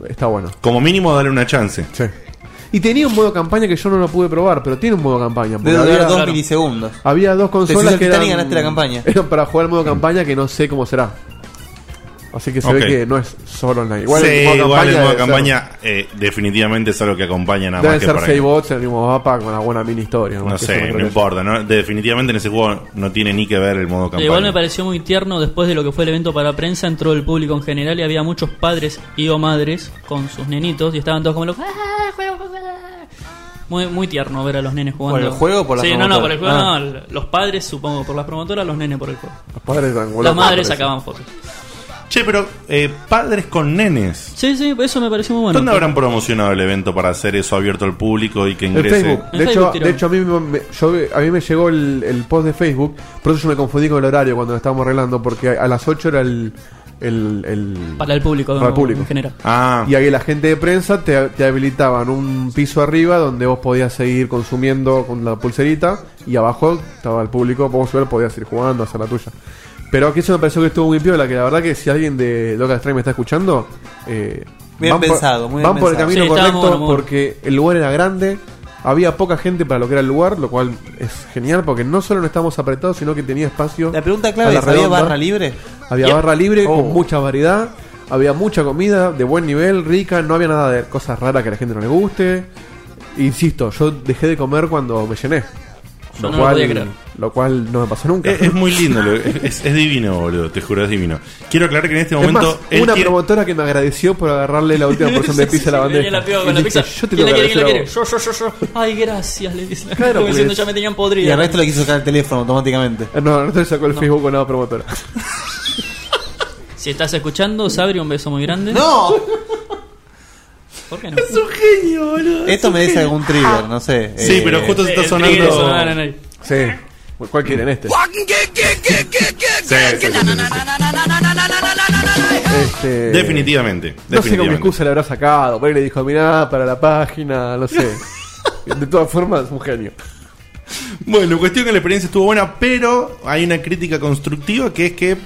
H: está bueno.
F: Como mínimo, darle una chance.
H: Y tenía un modo campaña que yo no lo pude probar, pero tiene un modo campaña. porque
G: Debe durar
H: había,
G: dos
I: claro.
G: milisegundos.
H: había dos
G: hiciste
H: consolas
G: el
H: que
G: Titanic
H: eran,
G: y ganaste la campaña.
H: eran para jugar el modo campaña que no sé cómo será. Así que se
F: Ok.
H: ve que no es solo online.
F: Igual, el modo campaña,
H: debe ser-
F: eh, definitivamente es algo que acompaña nada
H: Deben
F: más que
H: ser
F: para
H: 6
F: que-
H: bots en el mismo mapa con una buena mini historia.
F: No
H: más que eso
F: sé,
H: creo
F: no
H: que-
F: importa. ¿no? Definitivamente en ese juego no tiene ni que ver el modo campaña.
I: Igual me pareció muy tierno después de lo que fue el evento para prensa, entró el público en general y había muchos padres y o madres con sus nenitos y estaban todos como los... "Ah, juego, juego, ah". Muy, muy tierno ver a los nenes jugando.
G: ¿Por el juego o por la
I: Sí, no, no,
G: promotora?
I: por el juego
G: Ah.
I: no, Los padres, supongo, por las promotoras, los nenes por el juego.
H: Los padres están como
I: las
H: locos,
I: madres
H: parece.
I: sacaban fotos.
F: Che, pero eh, padres con nenes.
I: Sí, sí, eso me pareció muy bueno.
F: ¿Dónde habrán promocionado el evento para hacer eso abierto al público y que
H: En
F: ingrese?
H: Facebook.
I: En
H: De hecho,
I: Facebook tiró.
H: de hecho a, mí me, me- yo, a mí me llegó el, el post de Facebook. Por eso yo me confundí con el horario cuando lo estábamos arreglando. Porque a, a las 8 era el. el, el-
I: Para el público,
H: Para el
I: en-
H: público.
I: en general.
F: Ah,
H: Y ahí la gente de prensa te, te habilitaban un piso arriba donde vos podías seguir consumiendo con la pulserita. Y abajo estaba el público. Vos subir, podías ir jugando, hacer la tuya. Pero que eso me pareció que estuvo muy piola. Que la verdad que si alguien de Local Strike me está escuchando. eh,
G: Bien
H: por-
G: pensado, muy bien
H: Van por el
G: pensado.
H: camino
I: Sí, estaba
H: correcto
I: muy bueno, muy bueno.
H: porque el lugar era grande, había poca gente para lo que era el lugar, lo cual es genial porque no solo no estábamos apretados, sino que tenía espacio.
G: La pregunta
H: a
G: clave
H: la
G: es, ¿había
H: redonda.
G: barra libre?
H: Había
I: Yep.
H: barra libre
G: Oh.
H: con mucha variedad, había mucha comida de buen nivel, rica, no había nada de cosas raras que a la gente no le guste. Insisto, yo dejé de comer cuando me llené.
I: Yo no lo podía creer.
H: lo cual no me pasó nunca.
F: Eh, es, es muy lindo. lo- es, es divino, boludo. Te juro, es divino. Quiero aclarar que en este
H: Es más,
F: momento. él
H: una
F: tiene-
H: promotora que me agradeció por agarrarle la última porción de
I: Sí,
H: pizza
I: sí,
H: a la
I: sí,
H: bandeja.
I: venía la piba con
H: Y
I: la
H: dije,
I: pizza.
H: Yo te
I: ¿Quién la
H: tengo que
I: quiere? ¿Quién la
H: agradecer a
I: quiere?
H: vos.
I: Yo, yo, yo, yo. Ay, gracias, le dice la
H: Claro,
I: gente, como
H: pues.
I: diciendo, ya me tenían podrida.
G: Y el resto le quiso sacar el teléfono automáticamente.
H: No, no te sacó el Facebook con nada promotora.
I: Si estás escuchando, Sabri, un beso muy grande.
G: ¡No!
I: ¿Por qué no?
G: Esto me dice algún trigger, no sé. eh,
F: Sí, pero
H: eh,
F: justo se está
I: Ah. El trigger
F: sonando.
I: sonaba en la nariz.
H: Sí. ¿Cuál quieren este?
F: Sí, sí, sí, sí, sí.
H: Este,
F: Definitivamente.
H: No sé con qué
F: definitivamente.
H: excusa le habrá sacado. Por ahí le dijo, mirá, para la página, no sé. De todas formas, un genio.
F: Bueno, cuestión que la experiencia estuvo buena, pero hay una crítica constructiva que es que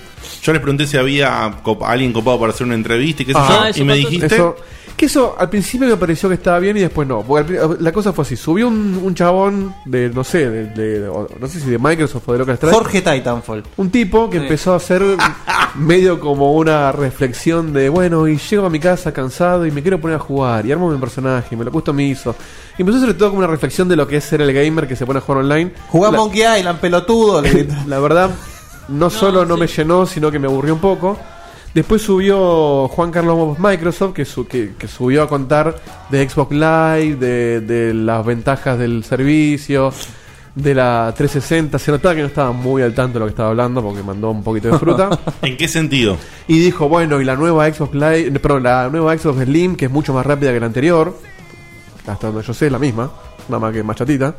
F: yo les pregunté si había cop- alguien copado para hacer una entrevista y qué sé
H: Ah,
F: yo,
I: eso
F: y me
I: pasó.
F: dijiste,
H: Eso, que eso al principio me pareció que estaba bien y después no. Porque al pri- la cosa fue así: subió un, un chabón de, no sé, de, de- o- no sé si de Microsoft o de Local Strike.
G: Jorge Titanfall.
H: Un tipo que empezó a hacer medio como una reflexión de, bueno, y llego a mi casa cansado y me quiero poner a jugar y armo mi personaje, y me lo customizo. Y empezó sobre todo como una reflexión de lo que es ser el gamer que se pone a jugar online.
G: Jugá
H: La-
G: Monkey Island, pelotudo. le gritó.
H: La verdad, no, solo no me llenó, sino que me aburrió un poco. Después subió Juan Carlos Microsoft, que, su- que, que subió a contar de Xbox Live, de, de las ventajas del servicio, de la 360. Se notaba que no estaba muy al tanto de lo que estaba hablando porque mandó un poquito de fruta.
F: ¿en qué sentido?
H: y dijo, bueno, y la nueva Xbox Live, no, perdón, la nueva Xbox Slim, que es mucho más rápida que la anterior. Hasta donde yo sé, es la misma, nada más que más chatita.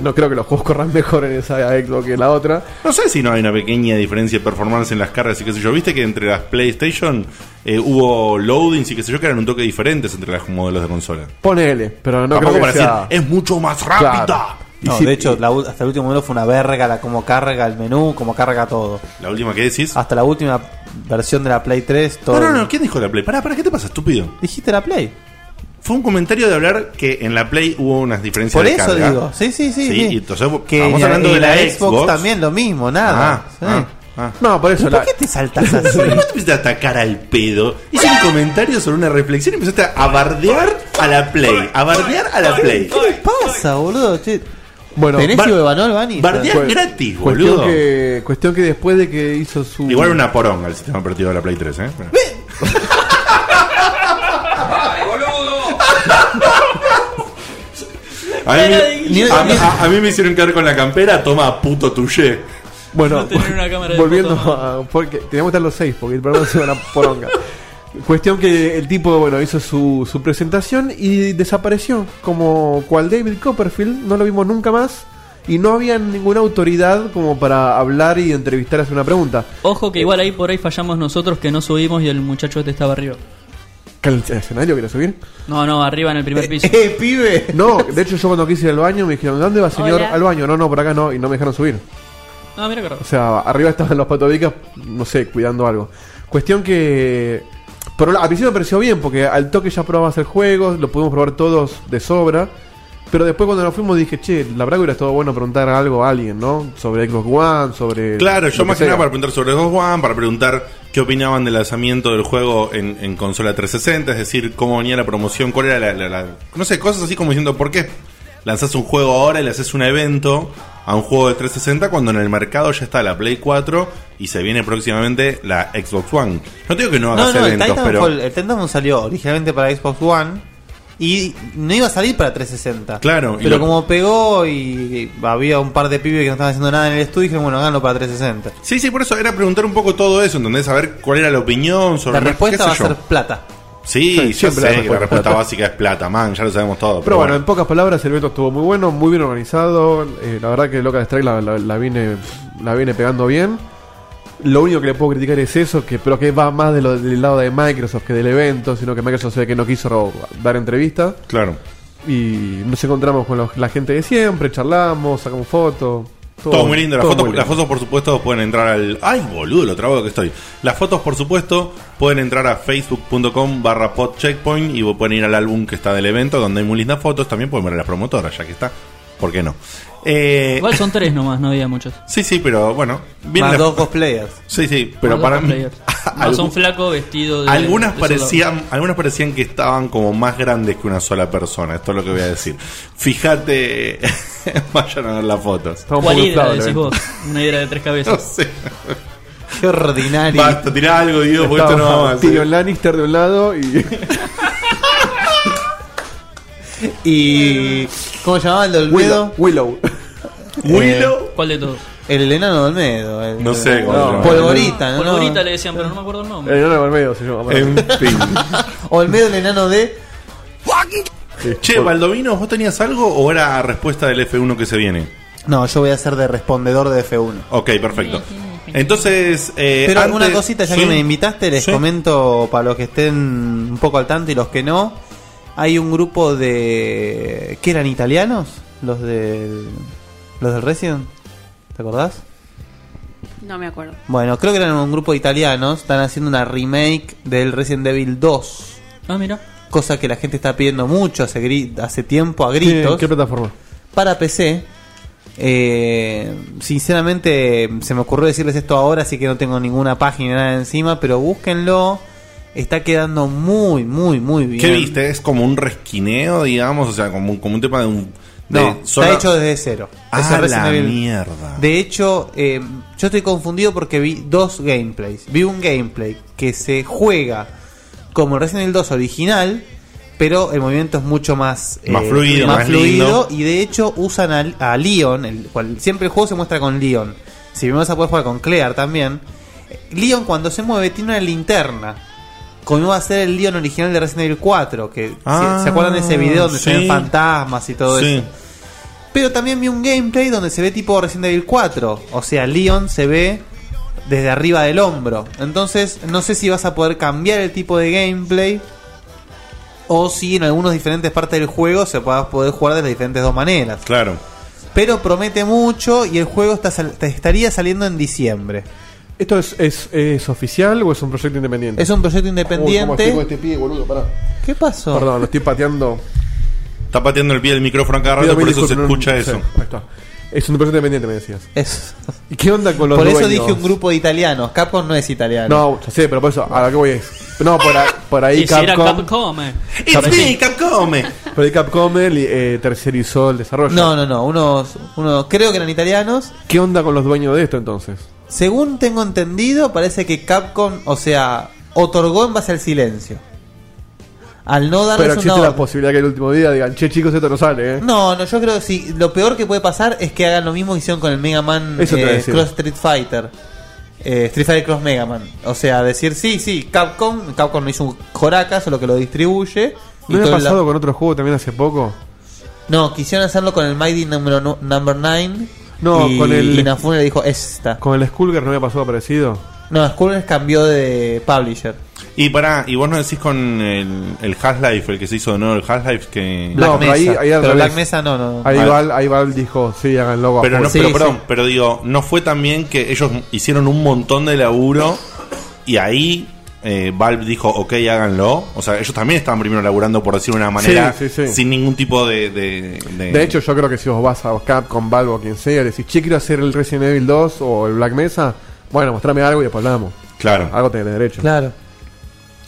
H: No creo que los juegos corran mejor en esa Xbox que en la otra.
F: No sé si no hay una pequeña diferencia de performance en las cargas y qué sé yo. Viste que entre las PlayStation eh, hubo loadings y qué sé yo que eran un toque diferentes entre los modelos de consola.
H: Ponele, pero no
F: Tampoco
H: creo que
F: para
H: sea...
F: decir, es mucho más rápida.
H: Claro. Y
G: No,
H: sí,
G: de hecho, la u- hasta el último modelo fue una verga, la, como carga el menú, como carga todo.
F: La última que decís.
G: Hasta la última versión de la Play 3, todo.
F: no, no, no, ¿quién dijo la Play? Pará, pará, ¿qué te pasa, estúpido?
G: Dijiste la Play.
F: Fue un comentario de hablar que en la Play hubo unas diferencias
G: Por
F: de
G: eso
F: carga.
G: digo. Sí, sí, sí.
F: Sí,
G: sí.
F: y entonces
G: que
F: estamos
G: en-
F: hablando
G: en
F: de la Xbox.
G: también lo mismo, nada.
F: Ah,
G: Sí.
F: ah, ah.
H: No, por eso...
G: ¿Por
H: La...
G: qué te saltas así?
F: ¿Por qué te empezaste a atacar al pedo? Hice un comentario sobre una reflexión y empezaste a bardear a la Play. A bardear a la Play.
G: ¿Qué pasa, boludo? Che,
H: Bueno,
G: ¿Tenés
F: bar-
G: Ivanol, Vani?
F: Bardear
H: Pues,
F: gratis,
H: cuestión
F: boludo.
H: que, cuestión que después de que hizo su...
F: Igual era una poronga el sistema operativo de la Play 3, ¿eh? A mí, me- a, mí- a- a mí me hicieron caer con la campera, toma puto tuye.
H: Bueno,
I: No tener una cámara de
H: volviendo
I: fotos.
H: a. Porque teníamos que estar los seis, porque el programa se va a la poronga. Cuestión que el tipo, bueno, hizo su, su presentación y desapareció. Como cual David Copperfield, no lo vimos nunca más. Y no había ninguna autoridad como para hablar y entrevistar hacer una pregunta.
I: Ojo que igual ahí por ahí fallamos nosotros que no subimos y el muchacho este estaba arriba.
H: ¿Que ¿El escenario quiere subir?
I: No, no, arriba en el primer piso.
G: ¡Eh, pibe!
H: No, de hecho yo cuando quise ir al baño me dijeron, ¿dónde va señor?
B: Hola.
H: Al baño. No, no, por acá no. Y no me dejaron subir.
I: No, mira que raro.
H: O sea, arriba estaban los patobicas, no sé, cuidando algo. Cuestión que. Pero al principio me pareció bien, porque al toque ya probabas el juego, lo pudimos probar todos de sobra. Pero después cuando nos fuimos dije, che, la verdad que hubiera estado bueno preguntar algo a alguien, ¿no? Sobre Xbox One, sobre.
F: Claro,
H: lo
F: yo
H: que
F: más que nada
H: sea.
F: para preguntar sobre Xbox One, para preguntar qué opinaban del lanzamiento del juego en, en consola 360, es decir, cómo venía la promoción, cuál era la, la- la- No sé, cosas así como diciendo, ¿por qué lanzás un juego ahora y le haces un evento a un juego de 360 cuando en el mercado ya está la Play 4 y se viene próximamente la Xbox One? No digo que no
G: No,
F: hagas
G: no, el
F: eventos,
G: Titanfall,
F: pero...
G: el Titanfall salió originalmente para Xbox One y no iba a salir para 360.
F: Claro, y
G: Pero
F: lo-
G: como pegó y había un par de pibes que no estaban haciendo nada en el estudio, dijeron, bueno, háganlo para 360.
F: Sí, sí, por eso era preguntar un poco todo eso, ¿entendés? Saber cuál era la opinión sobre
G: La
F: qué
G: respuesta
F: sé
G: va a
F: yo.
G: ser plata.
F: Sí,
H: Sí,
F: ya
H: siempre
F: sé que
H: la respuesta
F: la
H: es
F: respuesta
H: plata.
F: básica es plata, man, ya lo sabemos todo.
H: Pero, bueno, en pocas palabras, el evento estuvo muy bueno, muy bien organizado. eh, la verdad que Local Strike la, la, la vine, la vine pegando bien. Lo único que le puedo criticar es eso, que pero que va más de lo- del lado de Microsoft que del evento, sino que Microsoft se ve que no quiso ro- dar entrevista.
F: Claro.
H: Y nos encontramos con los- la gente de siempre, charlamos, sacamos fotos.
F: Todo, muy lindo. Las
H: todo
F: fotos,
H: muy
F: las
H: lindo.
F: fotos, por supuesto, pueden entrar al. ¡Ay, boludo! Lo trabado que estoy. Las fotos, por supuesto, pueden entrar a facebook.com barra podcheckpoint y vos pueden ir al álbum que está del evento, donde hay muy lindas fotos. También pueden ver a la promotora, ya que está. ¿Por qué no? Eh,
I: Igual son tres nomás, no había muchos.
F: sí, sí, pero bueno. vienen
G: Más
F: las-
G: dos cosplayers.
F: Sí, sí, pero
I: Los
F: para
I: dos
F: mí.
I: players. No, son flaco vestido de.
F: Algunas
I: de
F: parecían, algunas parecían que estaban como más grandes que una sola persona. Esto es lo que voy a decir. Fíjate, vayan a ver las fotos.
I: soldado.
H: Estaba un poco
I: ¿Cuál hidra
H: inflado el
I: decís
H: evento.
I: vos? Una hidra de tres
F: ¿eh? No
I: cabezas.
F: sé.
G: Qué ordinario.
F: Basta, tirá algo, Dios, porque esto no va
H: Estaba
F: más.
H: Tyrion Lannister de un lado y
G: Y. ¿Cómo se llamaba el Eh, de Olmedo?
H: Willow. Willow.
F: Eh, Willow.
I: ¿Cuál de todos?
G: El enano de Olmedo. el-
F: No sé cómo se llama.
G: Polvorita, ¿no? Eh,
I: Polvorita le decían, pero no me acuerdo el
H: El
I: nombre.
H: enano vermelho se llama.
F: En fin.
G: Olmedo, el enano de.
F: Che, Baldovino, ¿vos tenías algo o era respuesta del F1 que se viene?
G: No, yo voy a ser de respondedor de F1.
F: Ok, perfecto. Entonces, eh,
G: Pero
F: antes-
G: alguna cosita, ya
F: Sí.
G: que me invitaste, les
F: Sí.
G: comento para los que estén un poco al tanto y los que no. Hay un grupo de. ¿Qué eran italianos? Los del. Los del Resident. ¿Te acordás?
B: No me acuerdo.
G: Bueno, creo que eran un grupo de italianos. Están haciendo una remake del Resident Evil 2.
I: Ah, mira.
G: Cosa que la gente está pidiendo mucho hace, gri- hace tiempo a
H: ¿Qué,
G: gritos.
H: ¿Qué plataforma?
G: para PC. Eh, sinceramente, se me ocurrió decirles esto ahora, así que no tengo ninguna página nada encima, pero búsquenlo. Está quedando muy, muy, muy bien.
F: ¿Qué viste? ¿Es como un resquineo, digamos? O sea, como, un- como un tema de un. De
G: No,
F: solo-
G: está hecho desde cero. Es
F: Ah,
G: el Resident
F: la
G: Evil.
F: mierda.
G: De hecho, eh, yo estoy confundido porque vi dos gameplays. Vi un gameplay que se juega como el Resident Evil 2 original, pero el movimiento es mucho más,
F: Más fluido, más lindo.
G: Y de hecho usan al- a, Leon, el cual- siempre el juego se muestra con Leon. Si bien vas a poder jugar con Claire también. eh, Leon cuando se mueve tiene una linterna. Como iba a ser el Leon original de Resident Evil 4, que si-
F: Ah,
G: se acuerdan de ese video donde se
F: sí.
G: ven fantasmas y todo
F: Sí.
G: eso. Pero también vi un gameplay donde se ve tipo Resident Evil 4. O sea, Leon se ve desde arriba del hombro. Entonces, no sé si vas a poder cambiar el tipo de gameplay. O si en algunas diferentes partes del juego se va a poder jugar de las diferentes dos maneras.
F: Claro.
G: Pero promete mucho y el juego está sal- estaría saliendo en diciembre.
H: ¿Esto es, es, es oficial o es un proyecto independiente?
G: Es un proyecto
K: Uy, ¿cómo
G: independiente.
K: explico este pibe, boludo? Pará.
G: ¿Qué pasó?
H: Perdón, lo estoy pateando.
F: Está pateando el pie del micrófono cada rato,
H: Pido
F: por
H: mil
F: eso se
H: disculpas,
F: escucha
H: no-
F: eso.
H: sí, ahí está. Es un proyecto independiente, me decías.
G: Es-
H: ¿Y qué onda con los
G: por eso
H: dueños?
G: dije un grupo de italianos. Capcom no es italiano.
H: No, ya sé, pero por eso, a lo que voy es. No, por, a- por ahí
I: Y si era
H: Capcom.
I: Capcom, eh.
F: ¡It's me, Capcom!
H: Por ahí Capcom li- eh, tercerizó el desarrollo.
G: No, no, no. Unos, unos, creo que eran italianos.
H: ¿Qué onda con los dueños de esto entonces?
G: Según tengo entendido, parece que Capcom, o sea, otorgó en base al silencio. Al no darles
H: Pero
G: una
H: existe la
G: orden.
H: posibilidad que el último día digan, che chicos, esto no sale, ¿eh?
G: No, no, yo creo que sí. Lo peor que puede pasar es que hagan lo mismo que hicieron con el Mega Man
H: Eso te iba a
G: eh,
H: decir.
G: Cross Street Fighter. Eh, Street Fighter Cross Mega Man. O sea, decir, sí, sí, Capcom. Capcom no hizo un joraca, solo que lo distribuye. Y
H: ¿No había
G: todo el-
H: pasado con otro juego también hace poco?
G: No, quisieron hacerlo con el Mighty número nu- Number 9.
H: No,
G: y,
H: con el-
G: Y Inafune le dijo, esta.
H: ¿Con el Skullger no había pasado parecido?
G: No, Skullers cambió de publisher.
F: Y pará, y vos no decís con el, el Half-Life, el que se hizo de nuevo el Half-Life, que.
G: Black
H: No, pero ahí-
G: Mesa.
H: ahí al
G: Pero
H: revés.
G: Black Mesa no, no. no.
H: Ahí
F: Ah.
H: Val, ahí Val dijo, sí, háganlo. a
F: Pero no,
H: full.
G: Sí,
F: pero perdón,
G: sí.
F: pero digo, no fue también que ellos hicieron un montón de laburo y ahí eh, Valve dijo, ok, háganlo. O sea, ellos también estaban primero laburando, por decir de una manera,
H: Sí, sí, sí.
F: sin ningún tipo de. de- de-
H: Eh. De hecho, yo creo que si vos vas a Capcom, Valve o quien sea y decís, che, quiero hacer el Resident Evil 2 o el Black Mesa, bueno, mostrame algo y después hablamos.
F: claro.
H: Algo tenés derecho.
G: Claro.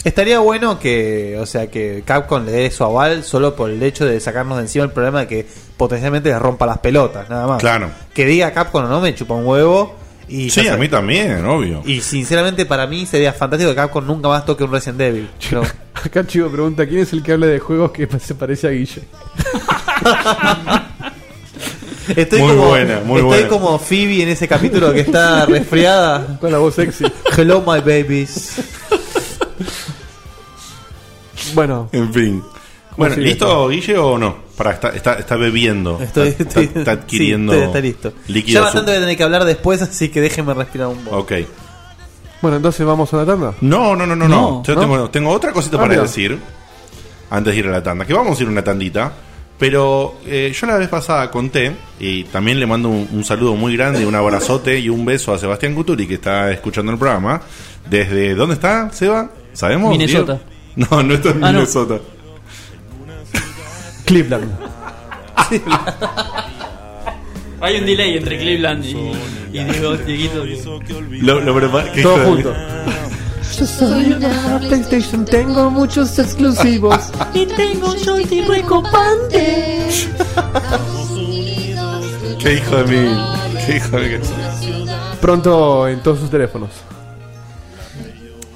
G: Estaría bueno que, o sea, que Capcom le dé su aval solo por el hecho de sacarnos de encima el problema de que potencialmente les rompa las pelotas, nada más.
F: Claro.
G: Que diga Capcom o no, me chupa un huevo. Y
F: Sí,
G: ya
F: a
G: está.
F: mí también, obvio.
G: Y sinceramente para mí sería fantástico que Capcom nunca más toque un Resident Evil. No.
H: Acá Chivo pregunta, ¿quién es el que habla de juegos que se parece a Guille?
G: Estoy
F: Muy
G: como,
F: buena, muy
G: Estoy
F: buena.
G: como Phoebe en ese capítulo que está resfriada.
H: Con la voz sexy.
G: Hello my babies.
H: bueno,
F: En fin. Bueno,
H: sigue
F: ¿listo, Guille, o no? Para, está, está, está bebiendo.
G: Estoy,
F: está, está-
G: estoy-
F: está adquiriendo.
G: sí, estoy- está listo.
F: Líquido
G: ya bastante
F: azul.
G: voy a tener que hablar después, así que déjenme respirar un poco.
F: Ok.
H: bueno, entonces vamos a la tanda.
F: No, no, no, no, no.
I: No,
F: Yo
H: ¿no?
F: Tengo, tengo otra cosita
H: Ah,
F: para
H: mira.
F: decir antes de ir a la tanda. Que vamos a ir a una tandita. Pero eh, yo la vez pasada conté, y también le mando un, un saludo muy grande, un abrazote y un beso a Sebastián Cuturi, que está escuchando el programa. ¿Desde dónde está, Seba? ¿Sabemos?
I: Minnesota.
F: Diego? No, no está en
I: Ah, no.
F: Minnesota.
H: Cleveland.
I: Hay un delay entre Cleveland y, y Diego, Dieguito.
F: Lo, lo prepar- ¿qué
H: Todo
F: hijo de-
H: junto.
E: Yo soy una PlayStation,
H: tengo muchos exclusivos.
E: y tengo un joystick recopante. Estados Unidos,
F: ¿Qué hijo de mí? ¿Qué hijo de mí?
E: una ciudad
H: Pronto en todos sus teléfonos.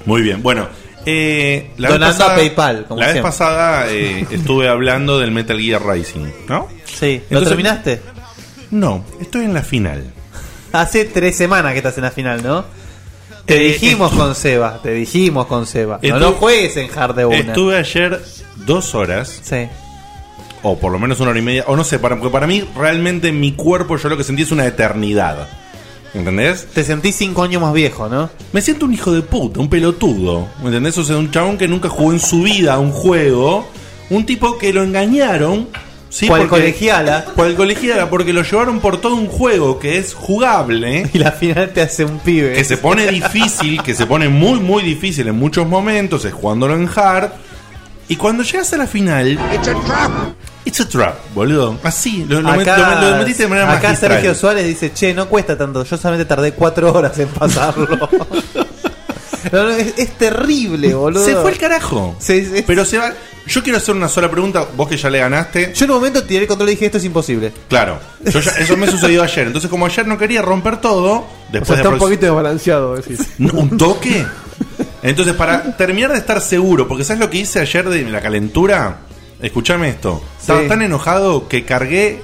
F: Muy bien, bueno. eh, la vez
G: Donando a PayPal, como
F: la vez
G: siempre.
F: pasada eh, estuve hablando del Metal Gear Rising, ¿no?
G: Sí, ¿lo
F: Entonces-
G: terminaste?
F: No, estoy en la final.
G: Hace tres semanas que estás en la final, ¿no? Te
F: Eh,
G: dijimos con Seba, te dijimos con Seba. No
F: Estuve-
G: lo juegues en hard de una.
F: Estuve ayer dos horas,
G: Sí.
F: o por lo menos una hora y media, o no sé, para, porque para mí realmente mi cuerpo yo lo que sentí es una eternidad. ¿Entendés?
G: Te sentís cinco años más viejo, ¿no?
F: Me siento un hijo de puta, un pelotudo. ¿Me entendés? O sea, un chabón que nunca jugó en su vida a un juego. Un tipo que lo engañaron. ¿sí?
G: Cual
F: Porque-
G: colegiala.
F: Cual colegiala, porque lo llevaron por todo un juego que es jugable.
G: Y la final te hace un pibe.
F: que se pone difícil, que se pone muy, muy difícil en muchos momentos, es jugándolo en hard. Y cuando llegas a la final. It's a trap. It's a trap, boludo. Así, lo, lo met-
G: Acá,
F: lo- lo metiste de manera
G: acá
F: magistral.
G: Sergio Suárez dice, che, no cuesta tanto, yo solamente tardé cuatro horas en pasarlo. No, no, es, es terrible, boludo.
F: Se fue el carajo.
G: Sí, sí.
F: Pero se va. Yo quiero hacer una sola pregunta, vos que ya le ganaste.
G: Yo en un momento tiré el control y dije, esto es imposible.
F: Claro, yo ya- eso me sucedió ayer. Entonces, como ayer no quería romper todo,
H: O
F: después
H: sea,
F: de
H: está un
F: aproxi-
H: poquito desbalanceado, decís.
F: No, ¿Un toque? Entonces, para terminar de estar seguro, porque ¿sabes lo que hice ayer de la calentura? Escuchame esto. Estaba
G: Sí.
F: tan enojado que cargué,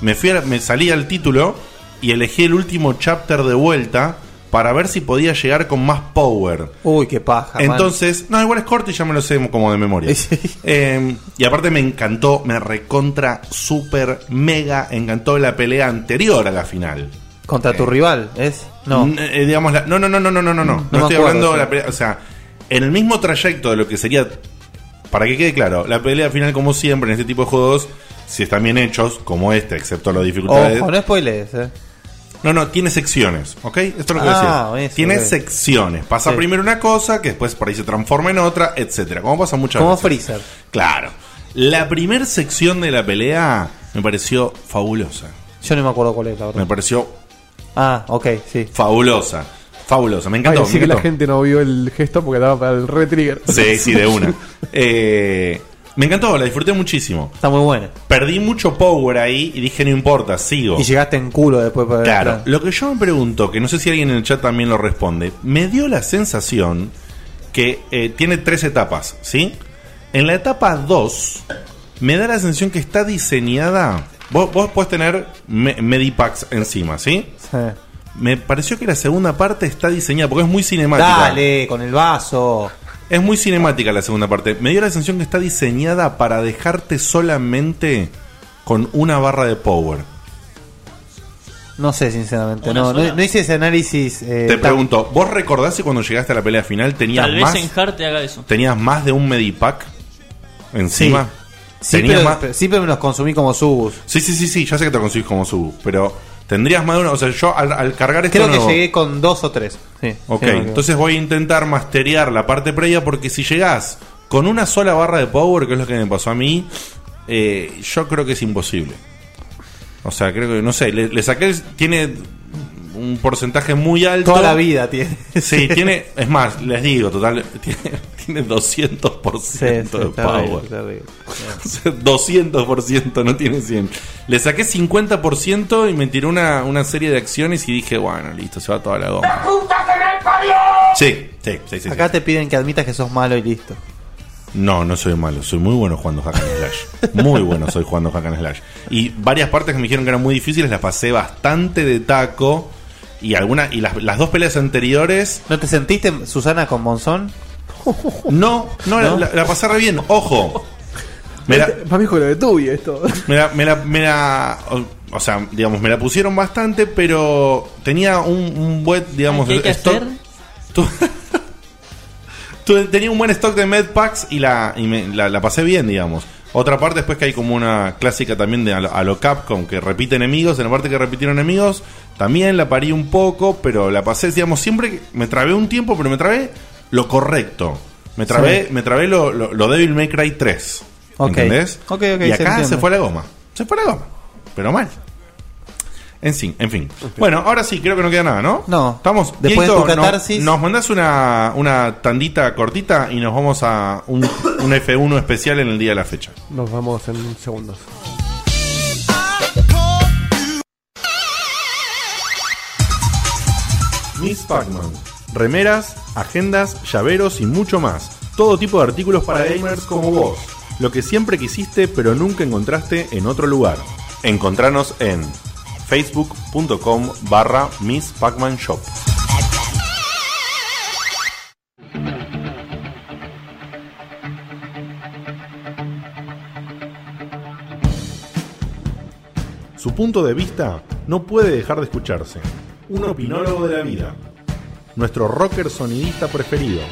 F: me, fui a- me salí al título y elegí el último chapter de vuelta para ver si podía llegar con más power.
G: Uy, qué paja. man.
F: Entonces, no, igual es corto y ya me lo sé como de memoria.
G: Sí.
F: Eh, y aparte me encantó, me recontra, super, mega, encantó la pelea anterior a la final. Eh,
G: Contra tu rival, ¿es? No.
F: N- eh, digamos, la- no, no, no, no, no, no, no. No,
G: me
F: estoy
G: acuerdo,
F: hablando
G: sí.
F: de la pelea. O sea, en el mismo trayecto de lo que sería. Para que quede claro, la pelea final, como siempre, en este tipo de juegos, si están bien hechos, como este, excepto las dificultades.
G: Ojo, no spoilers, ¿eh?
F: No, no, tiene secciones, ¿ok? Esto es lo que
G: Ah,
F: decía.
G: eso,
F: tiene
G: ok.
F: secciones. Pasa
G: Sí.
F: primero una cosa, que después por ahí se transforma en otra, etcétera. Como pasa muchas
G: Como
F: veces.
G: Freezer.
F: Claro. La primer sección de la pelea me pareció fabulosa.
G: Yo no me acuerdo cuál es la
F: Me
G: verdad.
F: pareció
G: Ah, ok, sí.
F: fabulosa. Fabulosa. Me encantó.
H: así
F: me
H: que la
F: encantó.
H: gente no vio el gesto porque daba para el retrigger.
F: Sí, sí, de una. Eh, me encantó, la disfruté muchísimo.
G: Está muy buena.
F: Perdí mucho power ahí y dije, no importa, sigo.
G: Y llegaste en culo después para
F: Claro, lo que yo me pregunto, que no sé si alguien en el chat también lo responde, me dio la sensación que eh, tiene tres etapas, ¿sí? En la etapa 2, me da la sensación que está diseñada. Vos, vos podés tener me- medipacks encima, ¿sí?
G: Sí.
F: Me pareció que la segunda parte está diseñada, porque es muy cinemática.
G: Dale, con el vaso.
F: Es muy cinemática la segunda parte. Me dio la sensación que está diseñada para dejarte solamente con una barra de power.
G: No sé, sinceramente.
I: ¿Una
G: No,
I: sola?
G: no, no hice ese análisis. eh,
F: Te
G: tan-
F: pregunto, ¿vos recordás si cuando llegaste a la pelea final tenías
I: Tal
F: más?
I: vez en Hart te haga eso.
F: ¿Tenías más de un Medipack encima?
G: Sí
F: ¿Tenías
G: pero,
F: más?
G: pero- sí, pero me los consumí como subus.
F: Sí, sí, sí, sí, ya sé que te lo conseguís como sub, pero tendrías más de uno. O sea, yo al, al cargar esto
G: Creo
F: nuevo-
G: que llegué con dos o tres. Sí,
F: Ok,
G: sí, no, no.
F: entonces voy a intentar masterear la parte previa porque si llegás con una sola barra de power, que es lo que me pasó a mí, eh, yo creo que es imposible. O sea, creo que, no sé, le, le saqué, el- tiene un porcentaje muy alto.
G: Toda la vida tiene.
F: Sí, tiene, es más, les digo, total, tiene, tiene 200%
G: Sí, sí,
F: de
G: terrible,
F: power.
G: terrible.
F: O sea, 200%, no tiene 100. Le saqué 50% y me tiró una, una serie de acciones y dije, bueno, listo, se va toda la goma. Sí, sí, sí, sí.
G: Acá te piden que admitas que sos malo y listo.
F: No, no soy malo, soy muy bueno jugando Hack and Slash. Muy bueno soy jugando Hack and Slash. Y varias partes que me dijeron que eran muy difíciles las pasé bastante de taco. Y algunas, y las, las dos peleas anteriores
G: ¿No te sentiste, Susana, con Monzón?
F: No, no, la-
G: ¿No?
F: La, la pasé re bien. Ojo. Me la,
H: Para mí es lo de Tubi esto.
F: me la- me la- me la- o, o sea, digamos, me la pusieron bastante, pero tenía un, un buen, digamos,
I: ¿Qué hay que
F: stock-
I: hacer?
F: tu- tu- tenía un buen stock de medpacks y la y me- la, la pasé bien, digamos. Otra parte después que hay como una clásica también de a lo, a lo Capcom que repite enemigos, en la parte que repitieron enemigos, también la parí un poco, pero la pasé, digamos, siempre que- me trabé un tiempo, pero me trabé lo correcto. Me trabé, me trabé lo, lo, lo Devil May Cry 3.
G: Ok.
F: ¿Entendés?
G: Ok, ok,
F: y
G: se
F: acá se
G: entiende.
F: fue a la goma. Se fue a la goma. Pero mal. En fin, en fin. Bueno, ahora sí, creo que no queda nada, ¿no?
G: No.
F: Estamos.
G: Después de
F: Dieguito,
G: tu
F: no-
G: catarsis-
F: nos mandás una, una tandita cortita y nos vamos a un, un F1 especial en el día de la fecha.
H: Nos vamos en segundos.
F: Miss Pacman. Remeras, agendas, llaveros y mucho más. Todo tipo de artículos para gamers como vos. Lo que siempre quisiste pero nunca encontraste en otro lugar. Encontranos en facebook.com barra Miss Pacman Shop. Su punto de vista no puede dejar de escucharse. Un opinólogo de la vida. Nuestro rocker sonidista preferido,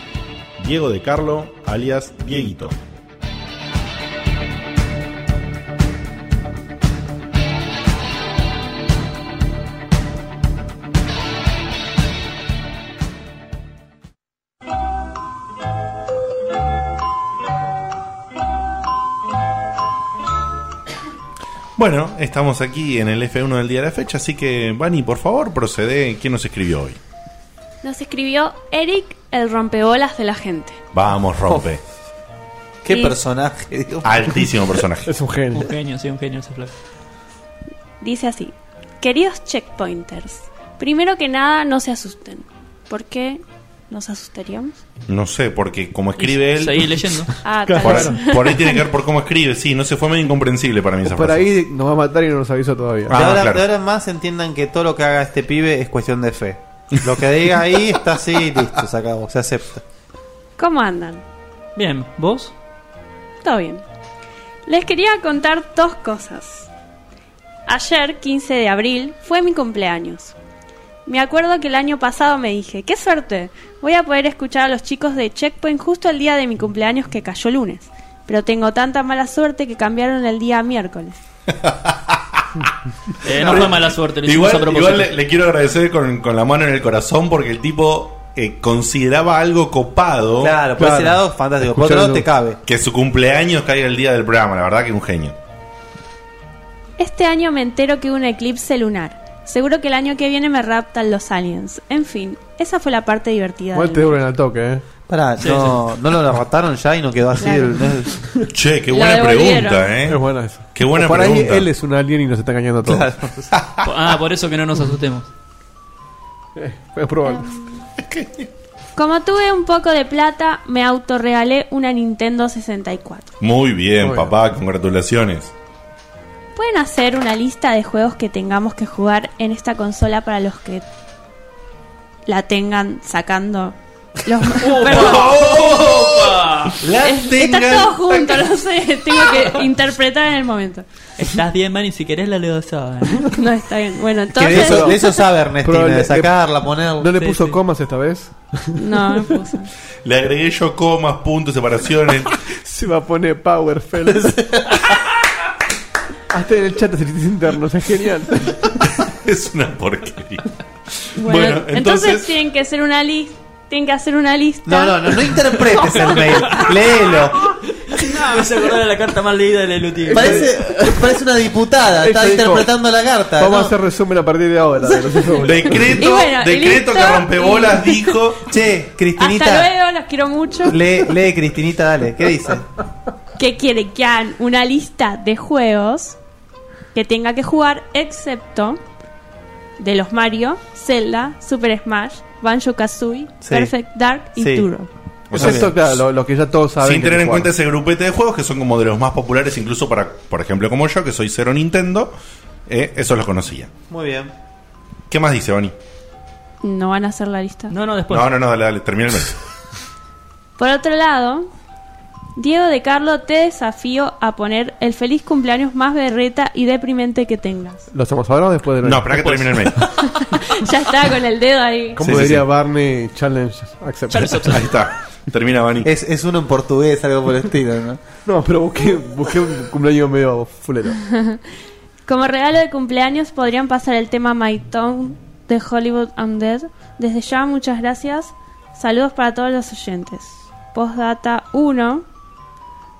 F: Diego de Carlo, alias Dieguito. Bueno, estamos aquí en el F1 del día de la fecha, así que, Vani, por favor, procede. ¿Quién nos escribió hoy?
B: Nos escribió Eric, el rompebolas de la gente.
F: Vamos, rompe.
G: Qué
B: Sí.
G: personaje, Dios.
F: Altísimo personaje.
H: Es un genio.
I: Un genio, sí, un genio ese flaco.
B: Dice así, queridos checkpointers, primero que nada no se asusten. ¿Por qué nos asustaríamos?
F: No sé, porque como escribe él.
I: Seguí leyendo.
B: Ah, tal
F: Por,
B: vez.
F: por ahí tiene que ver por cómo escribe, sí, no sé, fue medio incomprensible para mí esa
H: Por
F: frase.
H: ahí nos va a matar y no nos avisó todavía.
F: Ah,
G: de, ahora,
F: claro.
G: de ahora en más entiendan que todo lo que haga este pibe es cuestión de fe. Lo que diga ahí está así, listo, se acabó, se acepta.
B: ¿Cómo andan?
I: Bien, ¿vos?
B: Todo bien. Les quería contar dos cosas. Ayer, 15 de abril, fue mi cumpleaños. Me acuerdo que el año pasado me dije, qué suerte, voy a poder escuchar a los chicos de Checkpoint justo el día de mi cumpleaños que cayó lunes. Pero tengo tanta mala suerte que cambiaron el día a miércoles.
I: Eh, no fue mala suerte, lo hicimos
F: Igual,
I: a propósito.
F: igual le, le quiero agradecer con, con la mano en el corazón porque el tipo eh, consideraba algo copado
G: Claro, por
H: claro.
G: ese lado, fantástico. Por otro lado, te cabe.
F: que su cumpleaños caiga el día del programa. La verdad que un genio.
B: Este año me entero que hubo un eclipse lunar. Seguro que el año que viene me raptan los aliens. En fin, esa fue la parte divertida.
H: Igual
B: del
H: te
B: mes.
H: duran al toque, ¿eh?
G: Pará, no, ¿no lo derrotaron ya y no quedó así?
B: Claro.
G: el- no es-
F: Che, qué
B: Lo
F: buena
B: devolvieron.
F: pregunta, ¿eh?
H: Es buena esa.
F: Qué buena
H: O por ahí
F: pregunta.
H: él es un alien y nos está engañando a todos.
I: Po- Ah, por eso que no nos asustemos.
G: Eh,
H: Es probable.
B: Como tuve un poco de plata, me autorregalé una Nintendo 64.
F: Muy bien,
H: Muy
F: papá, congratulaciones.
B: Pueden hacer una lista de juegos que tengamos que jugar en esta consola para los que la tengan sacando. Los... Perdón, es- está todo junto, no sé. Tengo que interpretar en el momento.
I: Estás bien, man, y si querés la leo eh. ¿sabes?
B: No está bien. Bueno,
G: que de,
B: entonces.
G: eso, de eso sabe Ernestina,
H: Probable-
G: de sacarla, ponerla.
H: ¿No le
I: Sí,
H: puso
I: sí.
H: comas esta vez?
B: No, no puse.
F: Le agregué yo comas, puntos, separaciones.
H: Se va a poner Power fellas. Hasta en el chat se internos, es genial.
F: es una porquería.
B: Bueno,
F: Bueno,
B: entonces...
F: entonces-
B: tienen que hacer una lista. Tienen que hacer una lista.
G: No, no, no, no interpretes el mail. Léelo.
I: No, me se acordar de la carta más leída de la Lutier.
G: Parece, parece una diputada,
H: Ella
G: está
H: dijo,
G: interpretando la carta.
H: Vamos
G: ¿no?
H: a hacer resumen a partir de ahora. de los esos-
F: Decreto,
B: Y bueno, y
F: decreto que
B: listo.
F: rompebolas dijo.
G: Che,
B: Hasta
G: Cristinita.
B: luego, los quiero mucho.
G: Lee, lee, Cristinita, dale. ¿Qué dice?
B: que quiere que hagan una lista de juegos que tenga que jugar, excepto de los Mario, Zelda, Super Smash, Banjo Kazooie,
G: Sí.
B: Perfect Dark y
G: Sí.
B: Turbo.
F: O sea,
H: Excepto, claro, lo, lo que ya todos saben.
F: sin
H: que
F: tener en
H: jugar.
F: cuenta ese grupete de juegos que son como de los más populares, incluso para, por ejemplo, como yo, que soy cero Nintendo. eh, eso los conocía.
G: Muy bien.
F: ¿Qué más dice, Bani?
B: No van a hacer la lista.
I: No, no, después.
F: No, no, no, dale, dale, termina el mes.
B: Por otro lado, Diego de Carlo, te desafío a poner el feliz cumpleaños más berreta y deprimente que tengas.
H: ¿Lo hacemos ahora o después de la-
F: No, espera que termine el mes.
B: ya está con el dedo ahí.
H: ¿Cómo
F: Sí, sí,
H: diría
F: sí.
H: Barney Challenge Accept?
F: Ahí está, termina Bani.
G: Es, es uno en portugués, algo por el estilo, ¿no?
H: No, pero busqué, busqué un cumpleaños medio fulero.
B: Como regalo de cumpleaños podrían pasar el tema My Town de Hollywood Undead. Desde ya, muchas gracias. Saludos para todos los oyentes. Postdata 1.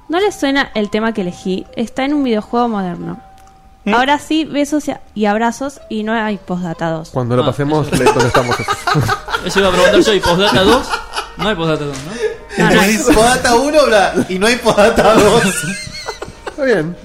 B: ¿No les suena el tema que elegí? Está en un videojuego moderno. Ahora sí, besos y- y abrazos y no hay postdata 2.
H: Cuando lo
I: Ah,
H: pasemos, le contestamos.
I: Eso iba a preguntar yo, ¿y postdata 2? No hay postdata 2, ¿no?
B: No, no.
G: Dice Podata 1 bla, y no hay podata 2.
H: Está bien.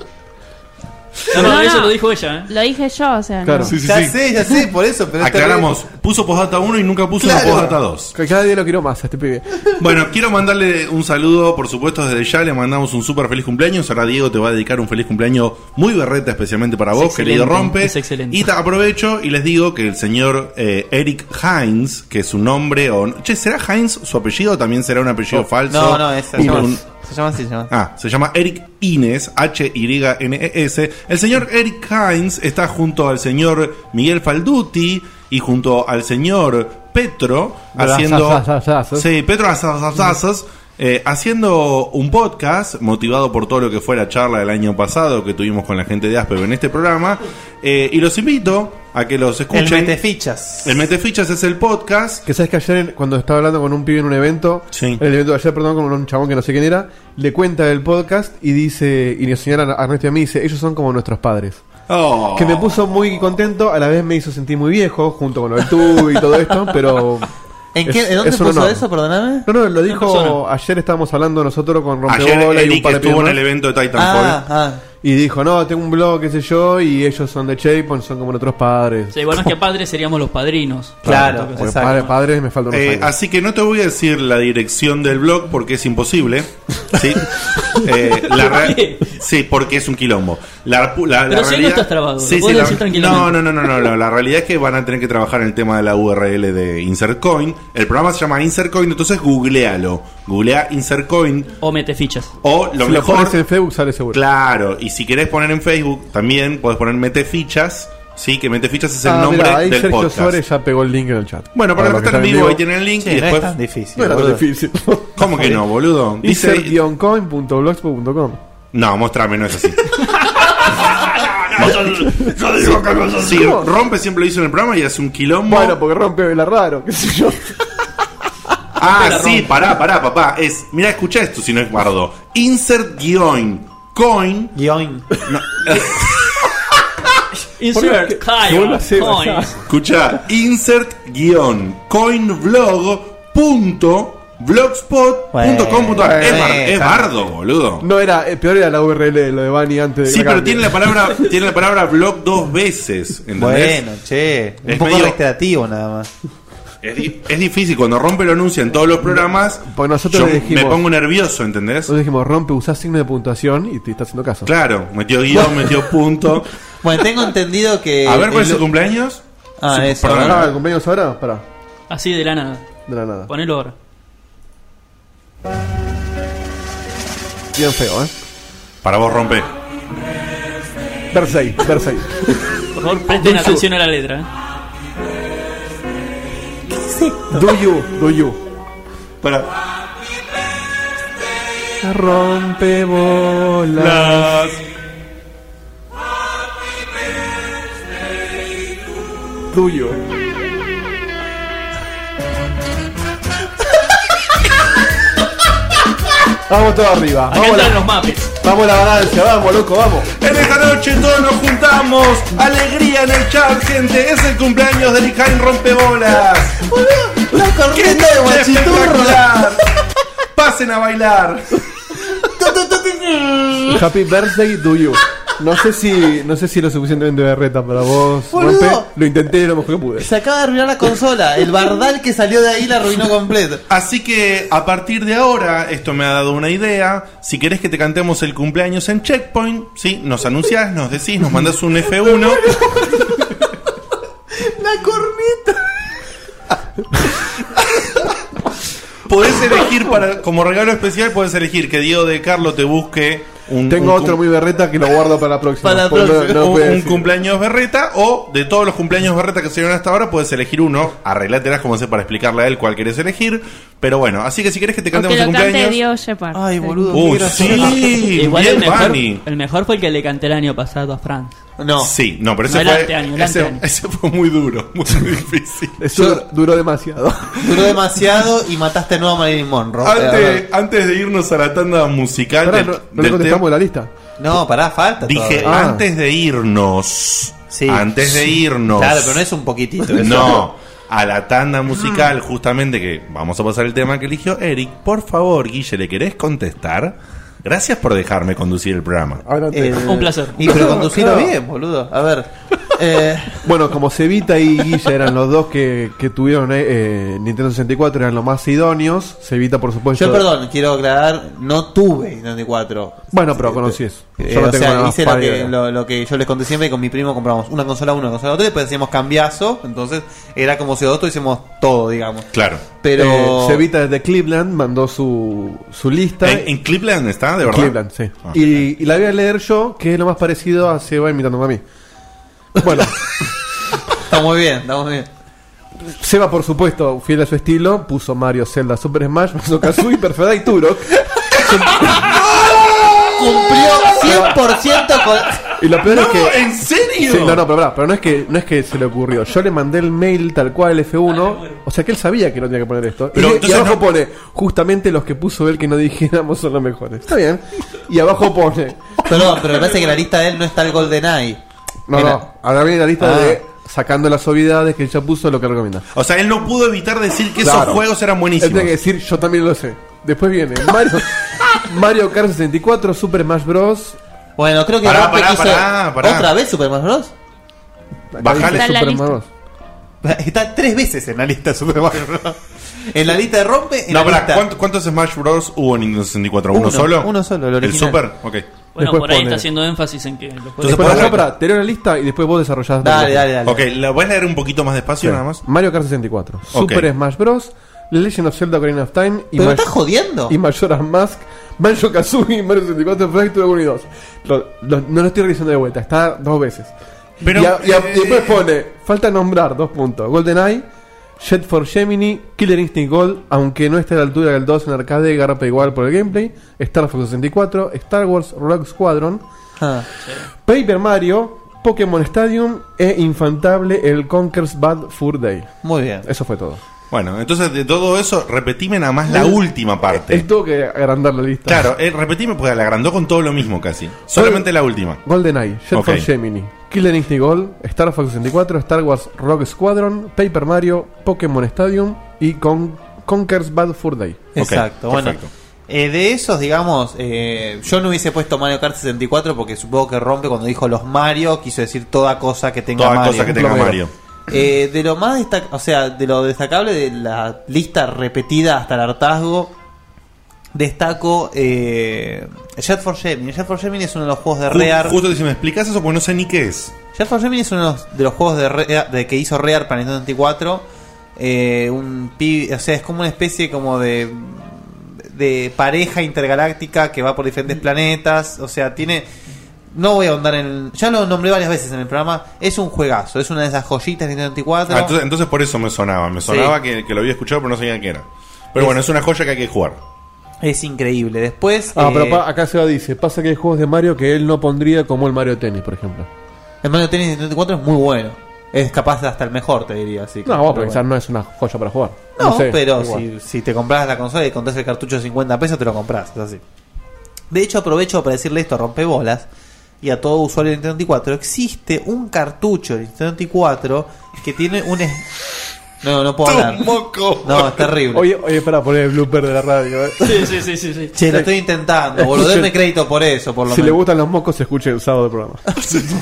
I: No, no,
B: No,
I: eso
B: no.
I: lo dijo ella, ¿eh?
B: Lo dije yo, o sea, no.
H: Claro.
F: Sí, sí,
G: ya
F: sí.
G: sé, ya sé, por eso. Pero este-
F: Aclaramos, puso postdata 1 y nunca puso una
G: Claro.
F: postdata 2.
H: Que Cada día lo quiero más a este pibe.
F: Bueno, quiero mandarle un saludo, por supuesto, desde ya. Le mandamos un súper feliz cumpleaños. Ahora Diego te va a dedicar un feliz cumpleaños muy berreta, especialmente para
I: Es
F: vos, querido
I: excelente,
F: Rompe.
I: es excelente.
F: Y te aprovecho y les digo que el señor eh, Eric Heinz, que es su nombre. O... Che, ¿será Heinz su apellido o también será un apellido falso?
G: Oh, No, no, es, se,
F: Un-
G: llama,
F: un-
G: se llama así, se llama.
F: Ah, se llama Eric Ines, H-Y-N-E-S. E El señor Eric Hines está junto al señor Miguel Falduti y junto al señor Petro haciendo.
H: Asasasasas.
F: Sí, Petro Asasasasas, eh, haciendo un podcast motivado por todo lo que fue la charla del año pasado que tuvimos con la gente de Aspev en este programa. Eh, y los invito a que los
G: el
F: escuchen.
G: mete fichas.
F: El Metefichas es el podcast.
H: Que sabes que ayer, cuando estaba hablando con un pibe en un evento,
F: Sí.
H: en el evento de ayer, perdón, con un chabón que no sé quién era, le cuenta del podcast y dice, y le señala a Ernesto y a mí, dice, ellos son como nuestros padres.
F: Oh.
H: Que me puso muy contento, a la vez me hizo sentir muy viejo, junto con lo del tú y todo esto, pero.
G: ¿En,
H: es-
G: qué, ¿En dónde
H: es un
G: puso
H: honor.
G: eso? Perdóname.
H: No, no, lo
I: persona.
H: dijo, ayer estábamos hablando nosotros con
F: Ayer
H: Rompebola y un
F: Eric
H: par de
F: estuvo en
H: pibes
F: el
H: más,
F: evento de Titanfall.
G: Ah, ah.
H: Y dijo, no, tengo un blog, qué sé yo, y ellos son de Chapon, son como nuestros padres.
I: O sea, igual más que padres seríamos los padrinos.
G: Claro,
H: Porque
G: exacto.
H: padres, padres me faltan unos
F: Eh,
H: años.
F: así que no te voy a decir la dirección del blog porque es imposible. Sí, Eh, la re- sí, porque es un quilombo. La, pu- la- la
I: Pero si no
F: realidad-
I: estás trabado, lo
F: Sí, sí,
I: podés
F: la-
I: decir tranquilamente.
F: no, no, no, no, no, no, La realidad es que van a tener que trabajar en el tema de la URL de InsertCoin. El programa se llama InsertCoin, entonces googlealo. Googlea InsertCoin
I: O mete fichas.
F: o lo
H: si lo
F: mejor.
H: pones en Facebook sale seguro.
F: Claro, y si querés poner en Facebook, también podés poner Mete Fichas. Sí, que Mete Fichas es el
H: Ah,
F: nombre
H: mirá, ahí
F: del
H: Sergio
F: podcast.
H: Suárez ya pegó el link en el chat.
F: Bueno, para los que
H: los
F: están en
H: están
F: vivo, ahí tienen el link
G: Sí,
F: y
G: no es
F: después.
G: tan difícil.
H: No era tan
G: boludo.
H: difícil.
F: ¿Cómo que no, boludo? Dice.
H: Insert-coin.blogspot.com.
F: No, mostrame, no es así. Sí, rompe siempre lo hizo en el programa y hace un quilombo.
H: Bueno, porque rompe la raro, qué sé yo.
F: ah, sí, pará, pará, papá. Es, mira, escucha esto si no es guardo. Insert guión coin.
G: Guión.
I: Insert
H: Si vos lo haces,
I: coins.
F: Escucha, insert guión coinblog.blogspot.com. Es, bar-
G: eh,
F: es bardo, boludo.
H: No era, eh, peor era la URL de lo de Bani antes de
F: Sí,
H: que
F: pero
H: cambie.
F: tiene la palabra, tiene la palabra blog dos veces, ¿entendés?
G: Bueno, che. Un
F: Es
G: poco
F: medio-
G: reiterativo nada más.
F: Es, di- es difícil, cuando rompe lo anuncia en todos los programas,
H: Porque nosotros
F: yo
H: le dijimos-
F: me pongo nervioso, ¿entendés?
H: Entonces dijimos, rompe, usás signo de puntuación y te está haciendo caso.
F: Claro, metió guión, metió punto.
G: Bueno, tengo entendido que.
F: A ver, ¿cuál es
G: el-
F: su cumpleaños?
G: Ah,
F: su-
G: eso.
F: perdón.
G: a
H: Ah,
G: ver.
H: ¿el cumpleaños ahora? Pará,
I: Así de la nada.
H: de la nada.
I: Ponelo ahora.
H: Bien feo, ¿eh?
F: Para vos rompe.
H: Versailles, Versailles.
I: Por favor, presten atención a la letra. ¿eh?
H: do you, do you.
F: Para
H: Rompe bola.
F: las...
H: Do you. Vamos todos arriba.
I: Acá
H: Vamos
I: entran
H: la,
I: los mapes.
H: vamos la balanza, vamos, loco, vamos.
F: En esta noche todos nos juntamos. Alegría en el chat, gente. Es el cumpleaños de Lijain Rompebolas.
G: La
F: ¡Qué
G: corneta de
F: noche
G: guachiturra.
F: espectacular! Pasen a bailar.
H: Happy birthday, do you. No sé si, no sé si lo suficientemente berreta para vos.
G: Boludo.
H: Rompe, lo intenté lo mejor que pude.
G: Se acaba de arruinar la consola. El bardal que salió de ahí la arruinó completo.
F: Así que a partir de ahora, esto me ha dado una idea. Si querés que te cantemos el cumpleaños en Checkpoint, sí, nos anunciás, nos decís, nos mandás un F1.
G: La corneta.
F: Podés elegir para, como regalo especial, podés elegir que Diego de Carlo te busque un,
H: Tengo
F: un
H: otro
F: cum-
H: muy berreta que lo guardo para la próxima.
G: Para la
H: porque
G: próxima.
H: No, no
F: un-
H: puede
F: un
H: decir.
F: cumpleaños berreta o de todos los cumpleaños berreta que se dieron hasta ahora puedes elegir uno, arreglátelas como sé para explicarle a él cuál querés elegir, pero bueno, así que si querés que te
B: O que
F: cantemos el
B: lo cante
F: cumpleaños,
B: Diego Shepard.
G: Ay, boludo. qué
F: Uy,
G: gracioso.
F: Uh, sí,
I: Igual el
F: bien
I: mejor,
F: Bani.
I: el mejor fue el que le canté el año pasado a Frank.
G: No.
F: Sí, no, pero ese
I: No, el
F: fue,
I: anteaño, el
F: ese-
I: anteaño.
F: ese fue muy duro, muy difícil.
H: Eso
G: Yo-
H: duró demasiado.
G: Duró demasiado y mataste nuevo a Marilyn Monroe.
F: Antes, antes de irnos a la tanda musical
H: Pará,
F: del-
H: no, no
F: del
H: le contestamos
F: tema,
H: la lista.
G: No, pará, falta.
F: dije
G: todavía.
H: Ah.
F: antes de irnos,
G: Sí.
F: antes de
G: Sí.
F: irnos,
G: Claro, pero no es un poquitito. es
F: no, a la tanda musical justamente que vamos a pasar el tema que eligió Eric. Por favor, Guille, ¿le querés contestar? Gracias por dejarme conducir el programa.
H: Adelante.
G: Eh,
I: Un placer.
G: Y pero conducirlo
H: Claro.
G: bien, boludo. A ver. Eh,
H: Bueno, como Cevita y Guilla eran los dos que, que tuvieron eh, eh, Nintendo 64, eran los más idóneos. Cevita, por supuesto.
G: yo, perdón, quiero aclarar, no tuve 94.
H: Bueno, pero conocí eso. Yo
G: Eh,
H: no
G: o
H: tengo nada
G: sea,
H: más
G: hice lo
H: pálida
G: que,
H: idea.
G: lo, lo que yo les conté siempre, con mi primo compramos una consola uno, una consola otra, y después hacíamos cambiazo, entonces era como si nosotros hicimos todo, digamos.
F: Claro.
G: Pero...
H: Eh, Cevita desde Cleveland mandó su, su lista.
F: ¿En, en Cleveland está, de verdad?
H: Cleveland, sí.
F: Ah.
H: Y, y la voy a leer yo, que es lo más parecido a Se va imitando a mí. Bueno,
G: Está muy bien, está muy bien.
H: Seba, por supuesto, fiel a su estilo, puso Mario, Zelda, Super Smash, puso Kazooie, Perfect Dark y Turok.
G: Cumplió 100% con...
H: Y lo peor es
F: No,
H: que.
F: ¿en serio?
H: Sí, no, no, pero, pará, pero no, es que, no es que se le ocurrió. Yo le mandé el mail tal cual el F1. o sea que él sabía que no tenía que poner esto.
F: Ah, Pero
H: y, y
F: entonces
H: abajo
F: no-
H: pone, justamente los que puso él que no dijéramos son los mejores. Está bien. Y abajo pone.
G: Perdón, pero me parece que la lista de él no está el GoldenEye.
H: No,
G: Mira.
H: no. Ahora viene la lista
G: Ah.
H: de sacando las obviedades que él ya puso lo que recomienda.
F: O sea, él no pudo evitar decir que
H: Claro.
F: esos juegos eran
H: Él
F: buenísimos.
H: tiene que decir, yo también lo sé. Después viene Mario, Mario Kart 64, Super Smash Bros.
G: Bueno, creo que
F: Pará,
G: Rompe
F: pará,
G: quiso-
F: pará, Ah, pará.
G: otra vez Super Smash Bros.
H: Acá
F: Bajale.
H: dice
B: Está en la
H: Super
B: lista.
H: Smash Bros.
G: Está tres veces en la lista Super Mario Bros. En la lista de rompe, en
F: No,
G: la
F: pará,
G: lista-
F: ¿cuánto- ¿cuántos Smash Bros. hubo en Nintendo 64? ¿Uno,
G: Uno,
F: solo?
G: uno solo, el
F: ¿El
G: original.
F: Super? Ok.
I: Bueno,
H: Después
I: por ahí
H: pone-
I: está haciendo énfasis en que los juegos-
F: Entonces,
H: Pero
F: por
H: no,
F: ahí-
H: pará, te leo la lista y después vos desarrollás.
G: Dale, dale, dale.
F: Ok, ¿la voy a leer un poquito más despacio nada más?
H: Mario Kart 64, Super Smash Bros., Legend of Zelda Ocarina of Time y,
G: ¿Pero
H: May-
G: estás jodiendo?
H: y Majora's Mask, Banjo Kazooie, Mario 64, Flight Tour 1 y 2. Lo- lo- no lo estoy revisando de vuelta, está dos veces.
F: Pero,
H: y, a- y a-
F: eh,
H: y después pone, falta nombrar dos puntos: GoldenEye, Jet for Gemini, Killer Instinct Gold, aunque no esté a la altura del 2 en arcade, garpa igual por el gameplay, Star Fox 64, Star Wars Rogue Squadron,
G: Ah.
H: Paper Mario, Pokémon Stadium e Infantable el Conker's Bad Fur Day.
G: Muy bien.
H: Eso fue todo.
F: Bueno, entonces de todo eso, repetime nada más la última parte.
H: Él tuvo que agrandar la lista.
F: Claro, eh, repetime porque la agrandó con todo lo mismo casi. Solamente la última.
H: GoldenEye, Jet
F: Ok.
H: for Gemini, Killer Instinct Gold, Star Fox 64, Star Wars Rogue Squadron, Paper Mario, Pokémon Stadium y con Conker's Bad Fur Day.
G: Exacto, bueno.
F: perfecto.
G: eh, de esos, digamos, eh, yo no hubiese puesto Mario Kart 64 porque supongo que rompe cuando dijo los Mario, quiso decir toda cosa que tenga
F: Toda
G: Mario.
F: cosa que tenga
H: Plomero.
F: Mario.
G: Eh, de lo más destac- o sea, de lo destacable de la lista repetida hasta el hartazgo, destaco eh, Jet for Gemini. Jet for Gemini es uno de los juegos de
F: Ju-
G: Rare.
F: Justo si me explicas eso porque no sé ni qué es.
G: Jet for Gemini es uno de los, de los juegos de, Rare- de que hizo Rare para Nintendo 64. Eh, un pi- o sea, es como una especie como de de pareja intergaláctica que va por
F: Mm.
G: diferentes planetas, o sea, tiene no voy a ahondar en ya lo nombré varias veces en el programa, es un juegazo, es una de esas joyitas de Nintendo 64.
F: Ah, entonces, entonces por eso me sonaba. Me sonaba que, que lo había escuchado pero no sabía qué era. Pero bueno, es una joya que hay que jugar.
G: Es increíble. Después
H: Ah,
G: eh,
H: pero pa- acá se dice, pasa que hay juegos de Mario que él no pondría como el Mario Tennis, por ejemplo.
G: el Mario Tennis de 94 es muy bueno. Es capaz de hasta el mejor, te diría. Así que-
H: No, vos
G: pero
H: pensar, no
G: bueno.
H: es una joya para jugar.
G: No,
H: sé,
G: pero
H: igual.
G: si, si te compras la consola y contás el cartucho de 50 pesos, te lo compras. Es así. De hecho, aprovecho para decirle esto a rompebolas y a todo usuario de Nintendo 64. Existe un cartucho de Nintendo 64 que tiene un. es- No, no puedo hablar.
F: moco!
G: No, es terrible.
H: Oye, oye, espera, poner el blooper de la radio. eh.
I: Sí, sí, sí, sí, sí.
G: Che, lo estoy intentando, boludo. Denme crédito por eso, por lo
H: Si le
G: menos.
H: gustan los mocos, se escuche el sábado del programa.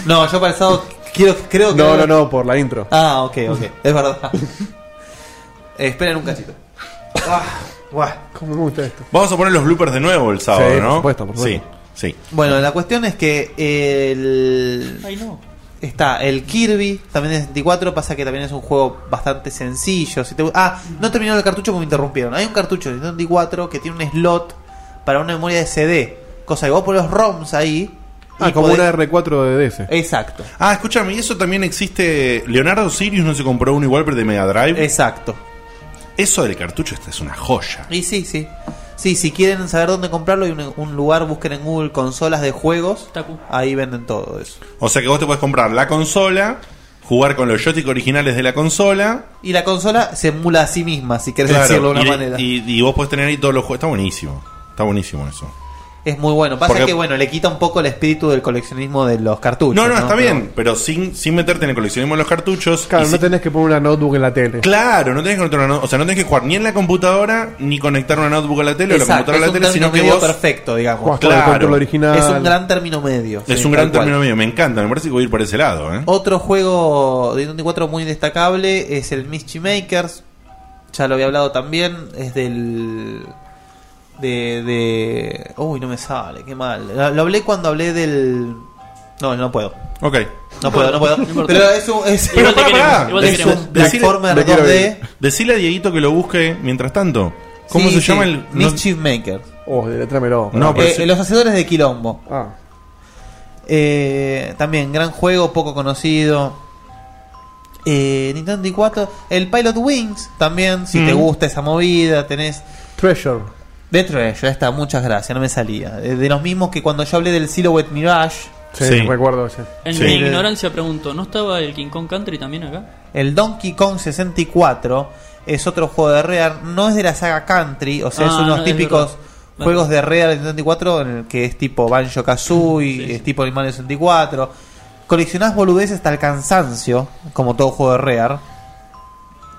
G: No, yo para el sábado quiero, creo que.
H: No, no, no, por la intro.
G: Ah, ok, ok. Es verdad. Eh, esperen un cachito. Ah, buah.
H: ¿Cómo me gusta esto?
F: Vamos a poner los bloopers de nuevo el sábado,
H: Sí, por
F: ¿no?
H: supuesto, por supuesto.
F: Sí, sí.
G: Bueno, la cuestión es que el...
I: Ay, no.
G: Está el Kirby, también es 64, pasa que también es un juego bastante sencillo. Si te... Ah, no terminó el cartucho porque me interrumpieron. Hay un cartucho de 64 que tiene un slot para una memoria de CD. Cosa que vos pones los ROMs ahí.
H: Ah, como
G: podés-
H: una R4 de DS.
G: Exacto,
F: Ah, escúchame, y eso también existe. Leonardo Sirius no se compró uno igual, pero de Mega Drive.
G: exacto.
F: Eso del cartucho esta es una joya.
G: Y sí, sí. Sí, si quieren saber dónde comprarlo, hay un, un lugar, busquen en Google consolas de juegos.
I: Taku.
G: Ahí venden todo eso.
F: O sea que vos te puedes comprar la consola, jugar con los joystick originales de la consola.
G: Y la consola se emula a sí misma, si querés
F: Claro,
G: decirlo de una
F: y,
G: manera.
F: y- y vos podés tener ahí todos los juegos. Está buenísimo. Está buenísimo eso.
G: Es muy bueno. Pasa
F: Porque-
G: que, bueno, le quita un poco el espíritu del coleccionismo de los cartuchos.
F: No, no, está
G: Pero-
F: bien, pero sin, sin meterte en el coleccionismo de los cartuchos.
H: Claro,
F: y
H: no
F: si-
H: tenés que poner una notebook en la tele.
F: Claro, no tenés que controlar- o sea, no tenés que jugar ni en la computadora ni conectar una notebook a la tele o la
G: Exacto, es
F: computadora a
G: un
F: la tele,
G: término
F: sino que
G: medio
F: vos
G: perfecto, digamos.
H: Jugás con el
F: Claro.
H: control original.
G: Es un gran término medio.
F: es
G: sí,
F: un gran
G: tal cual.
F: término medio, me encanta, me parece que voy a ir por ese lado, ¿eh?
G: Otro juego de Nintendo 4 muy destacable es el Mischief Makers. Ya lo había hablado también. Es del. De, de. Uy, no me sale, qué mal. Lo, lo hablé cuando hablé del. No, no puedo.
F: Ok.
G: No puedo, no puedo.
I: importa.
G: Pero es un. Es,
I: Igual te
F: pará,
I: queremos,
F: pará.
I: igual te
G: es
I: queremos.
G: un
F: Decile-
G: platformer
H: me quiero
G: 2D.
F: Decile a Dieguito que lo busque mientras tanto. ¿Cómo
G: Sí,
F: se
G: sí,
F: llama el no-
G: Mischief Maker?
H: Oh, deletrámelo.
F: No, pero
G: Eh,
F: sí.
G: Los hacedores de quilombo.
H: Ah.
G: Eh, también, gran juego, poco conocido. Eh, Nintendo 64. El Pilot Wings, también, si
F: Mm.
G: te gusta esa movida, tenés...
H: Treasure.
G: Dentro de ella está, muchas gracias, no me salía. Eh, de los mismos que cuando yo hablé del Silhouette Mirage,
H: Sí,
F: Sí.
H: recuerdo ese.
I: En
F: Sí.
I: mi ignorancia pregunto, ¿no estaba el King Kong Country también acá?
G: el Donkey Kong 64 es otro juego de Rare, no es de la saga Country, o sea,
I: Ah,
G: es uno de los
I: no, es
G: típicos
I: verdad. Bueno.
G: juegos de Rare de Nintendo 64 en el que es tipo Banjo Kazooie,
I: Sí, sí.
G: es tipo Animal 64. Coleccionás boludeces hasta el cansancio, como todo juego de Rare.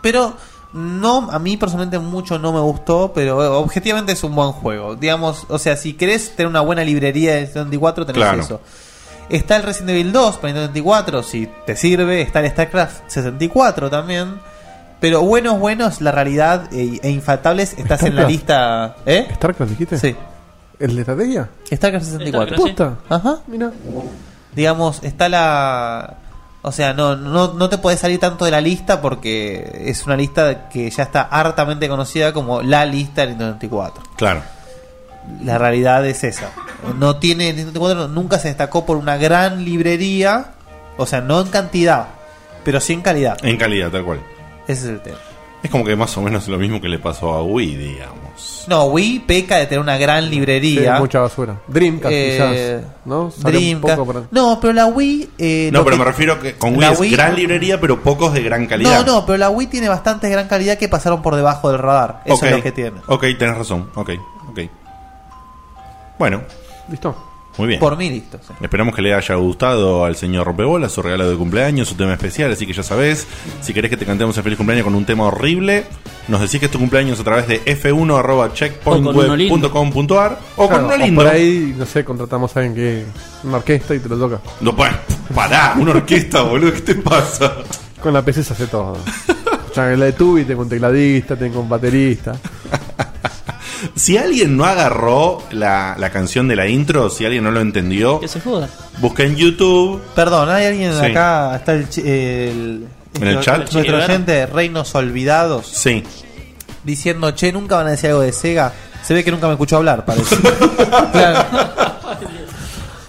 G: Pero no, a mí personalmente mucho no me gustó, pero eh, objetivamente es un buen juego. Digamos, o sea, si querés tener una buena librería de Nintendo 64, tenés
F: Claro.
G: eso. Está el Resident Evil 2 para Nintendo 64, si te sirve. Está el StarCraft 64 también. Pero buenos, buenos, la realidad e, e infaltables estás en la
H: ¿Starcraft?
G: lista. ¿Eh?
H: ¿Starcraft dijiste?
G: Sí.
H: ¿El de estrategia?
G: StarCraft 64.
I: StarCraft, sí.
H: Posta.
G: Ajá.
H: Mira.
G: digamos, está la... O sea, no, no, no te puedes salir tanto de la lista porque es una lista que ya está hartamente conocida como la lista del Nintendo 94.
F: Claro.
G: La realidad es esa. No tiene, Nintendo 94 nunca se destacó por una gran librería, o sea, no en cantidad, pero sí en calidad.
F: En calidad, tal cual.
G: Ese es el tema.
F: Es como que más o menos lo mismo que le pasó a Wii, digamos.
G: No, Wii peca de tener una gran
H: Sí,
G: librería.
H: mucha basura. Dreamcast,
G: Eh,
H: quizás. ¿No? Sale un
G: Dreamcast.
H: poco para-
G: No, pero la Wii... eh,
F: No,
G: lo
F: pero
G: que-
F: me refiero que con Wii
G: la
F: es
G: Wii-
F: gran librería, pero pocos de gran calidad.
G: No, no, pero la Wii tiene bastante gran calidad que pasaron por debajo del radar. Eso
F: Ok.
G: es lo que tiene.
F: Ok, tenés razón. Ok, ok. Bueno,
H: Listo.
F: muy bien.
G: Por mí, listo. sí.
F: Esperamos que le haya gustado al señor Rompebola su regalo de cumpleaños, su tema especial, así que ya sabés, si querés que te cantemos el feliz cumpleaños con un tema horrible, nos decís que es tu cumpleaños a través de f1.checkpointweb.com.ar o con
H: Claro,
F: uno
H: o
F: lindo.
H: Por ahí, no sé, contratamos a alguien que. Una orquesta y te lo toca.
F: No, pa- pará, una orquesta, boludo, ¿qué te pasa?
H: Con la PC se hace todo. Ya en la de Tubi tengo un tecladista, tengo un baterista.
F: Si alguien no agarró la, la canción de la intro, si alguien no lo entendió,
I: Que se joda.
F: busca en YouTube.
G: Perdón, ¿hay alguien
F: Sí.
G: acá? Está el. chi- el
F: ¿En el chat?
G: Nuestro oyente Reinos Olvidados
F: Sí,
G: diciendo, che, nunca van a decir algo de Sega. Se ve que nunca me escuchó hablar, parece. claro.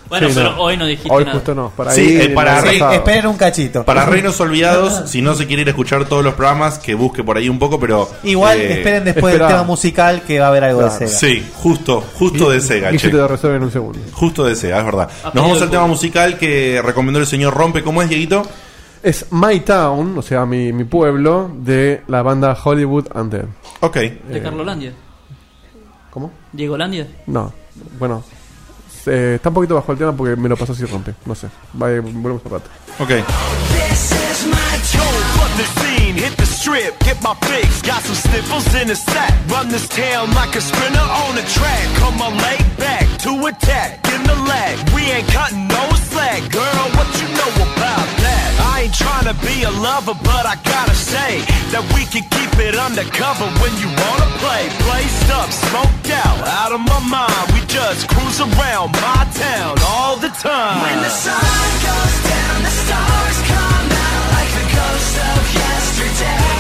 I: Bueno,
H: Sí,
I: pero
H: no.
I: hoy no dijiste
H: Hoy
I: nada.
H: justo no. Para
F: Sí,
H: ahí,
F: eh, para-
H: el
G: Sí,
H: pasado.
G: esperen un Ah. cachito.
F: para Reinos Olvidados, si no se quiere ir a escuchar todos los programas, que busque por ahí un poco, pero...
G: Igual
F: eh,
G: esperen después
H: esperá.
G: del tema musical que va a haber algo
H: Claro.
G: de Sega.
F: Sí, justo, justo de Sega,
H: Y
F: che.
H: se te lo resuelve en un segundo.
F: Justo de Sega, es verdad.
I: pedido
F: Nos vamos
I: Ah, el
F: al tema
I: público.
F: musical que recomendó el señor Rompe. ¿Cómo es, Dieguito?
H: Es My Town, o sea, mi, mi pueblo, de la banda Hollywood Undead. Eh,
F: Ok.
I: De Carlolandia.
H: ¿Cómo?
I: Diego Landia.
H: No, bueno. eh, está un poquito bajo el tema porque me lo pasó así rompe. No sé. Vale, volvemos al rato.
F: Ok.
K: This is my tune.
L: Fuck the scene, hit the strip, get my fix. Got some sniffles in a sack. Run this town like a sprinter on a track. Come on, lay back to attack. In the lag, we ain't cutting no slack. Girl, what you know about that? I ain't tryna be a lover, but I gotta say that we can keep it undercover when you wanna play. Blazed up, smoked out, out of my mind. We just cruise around my town all the time.
K: When the sun goes down, the stars come out like the ghosts of yesterday.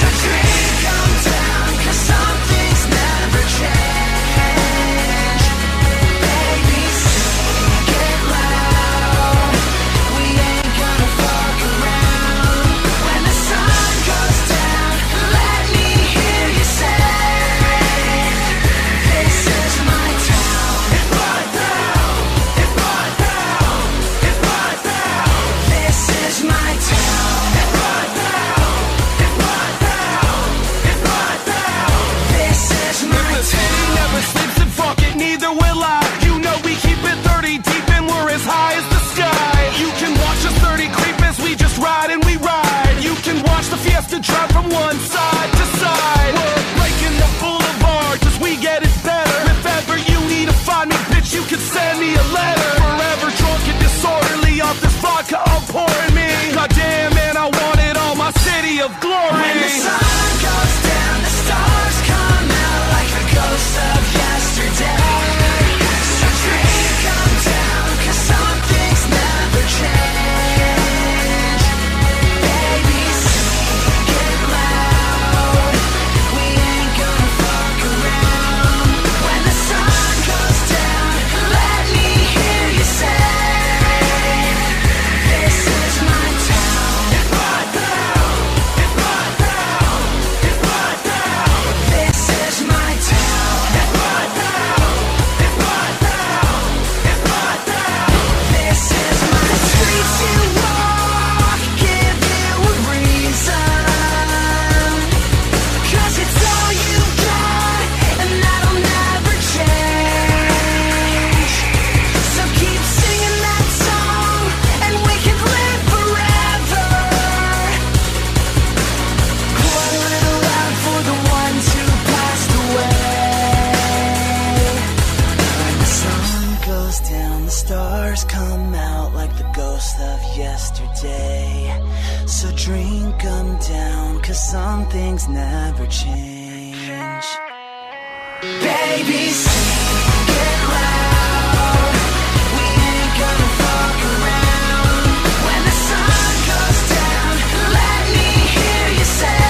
K: So dream come down, cause some things never change. Baby, sing it loud. We ain't gonna fuck around. When the sun goes down, let me hear you say, This is my town. It's my town. It's my town. It's my town. This is my town. It's my town. It's my town. It's my town. This is my
L: The
K: town.
L: city never sleeps and fuck it, neither will I. You know we keep it 30 deep and we're as high as the sky. You can watch us 30 creep as we just ride and we ride. You can watch the fiesta drive from one side to side. We're breaking the boulevard cause we get it better. If ever you need to find me, bitch, you can send me a letter. Forever drunk and disorderly off this vodka I'm pouring me. Goddamn, man, I wanted all my city of glory.
K: When the sun goes down, the stars come out like the ghosts of yesterday. So dream come down, cause some things never change. Baby, sing it loud. yesterday. So drink 'em down, cause some things never change. Baby, sing, get loud. We ain't gonna fuck around. When the sun goes down, let me hear you say,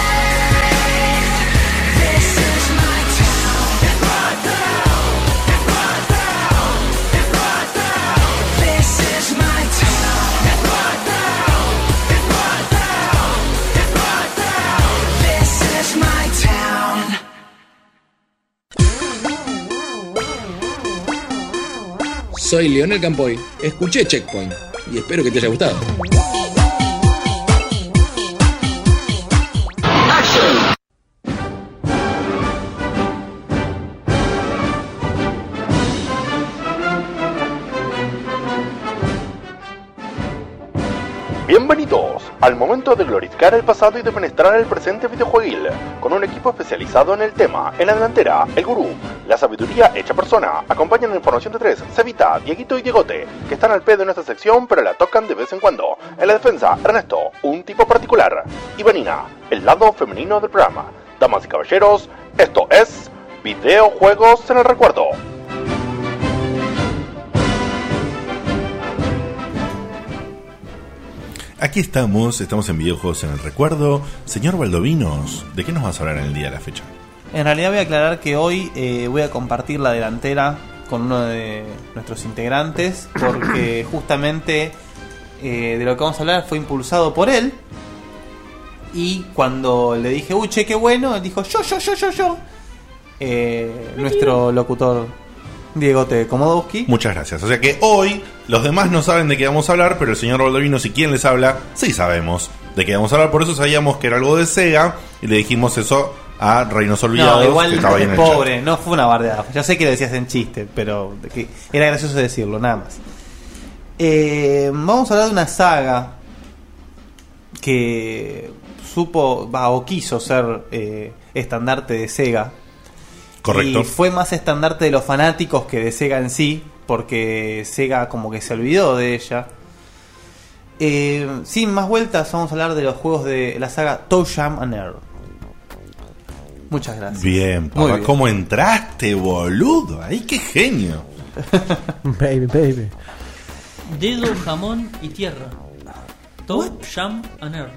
K: This is my town. It's my town. It's my town. It's my town. This is my town. It's my town. It's my town. It's my town. This is my town.
M: Soy Leonel Campoy, escuché Checkpoint y espero que te haya gustado.
F: Bienvenidos al momento de glorificar el pasado y de penetrar el presente videojueguil, con un equipo especializado en el tema, en la delantera, el gurú, la sabiduría hecha persona, acompañan en Información de 3, Cevita, Dieguito y Diegote, que están al pedo en esta sección pero la tocan de vez en cuando, en la defensa, Ernesto, un tipo particular, y Vanina, el lado femenino del programa. Damas y caballeros, esto es Videojuegos en el Recuerdo. Aquí estamos, estamos en Videojuegos en el Recuerdo. Señor Baldovinos, ¿de qué nos vas a hablar en el día de la fecha?
G: En realidad voy a aclarar que hoy eh, voy a compartir la delantera con uno de nuestros integrantes porque justamente eh, de lo que vamos a hablar fue impulsado por él y cuando le dije, uy, che, qué bueno, él dijo, yo, yo, yo, yo, yo. Eh, nuestro locutor Diego T. Komodowski.
F: Muchas gracias. O sea que hoy los demás no saben de qué vamos a hablar, pero el señor Baldovino, si quién les habla, sí sabemos de qué vamos a hablar. Por eso sabíamos que era algo de Sega y le dijimos eso a Reinos Olvidados,
G: No, igual
F: que estaba ahí en el chat.
G: pobre, no fue una bardeada. Ya sé que lo decías en chiste, pero que era gracioso decirlo, nada más. Eh, vamos a hablar de una saga que supo, va, o quiso ser eh, estandarte de Sega.
F: Correcto.
G: Y fue más estandarte de los fanáticos que de Sega en sí, porque Sega como que se olvidó de ella. Eh, sin más vueltas, vamos a hablar de los juegos de la saga Toe Jam and Earl. Muchas gracias.
F: Bien, papá,
G: Muy bien.
F: ¿cómo entraste, boludo? ¡Ay, qué genio!
N: Baby, baby.
I: Dedo, jamón y tierra. Top, jam, and air.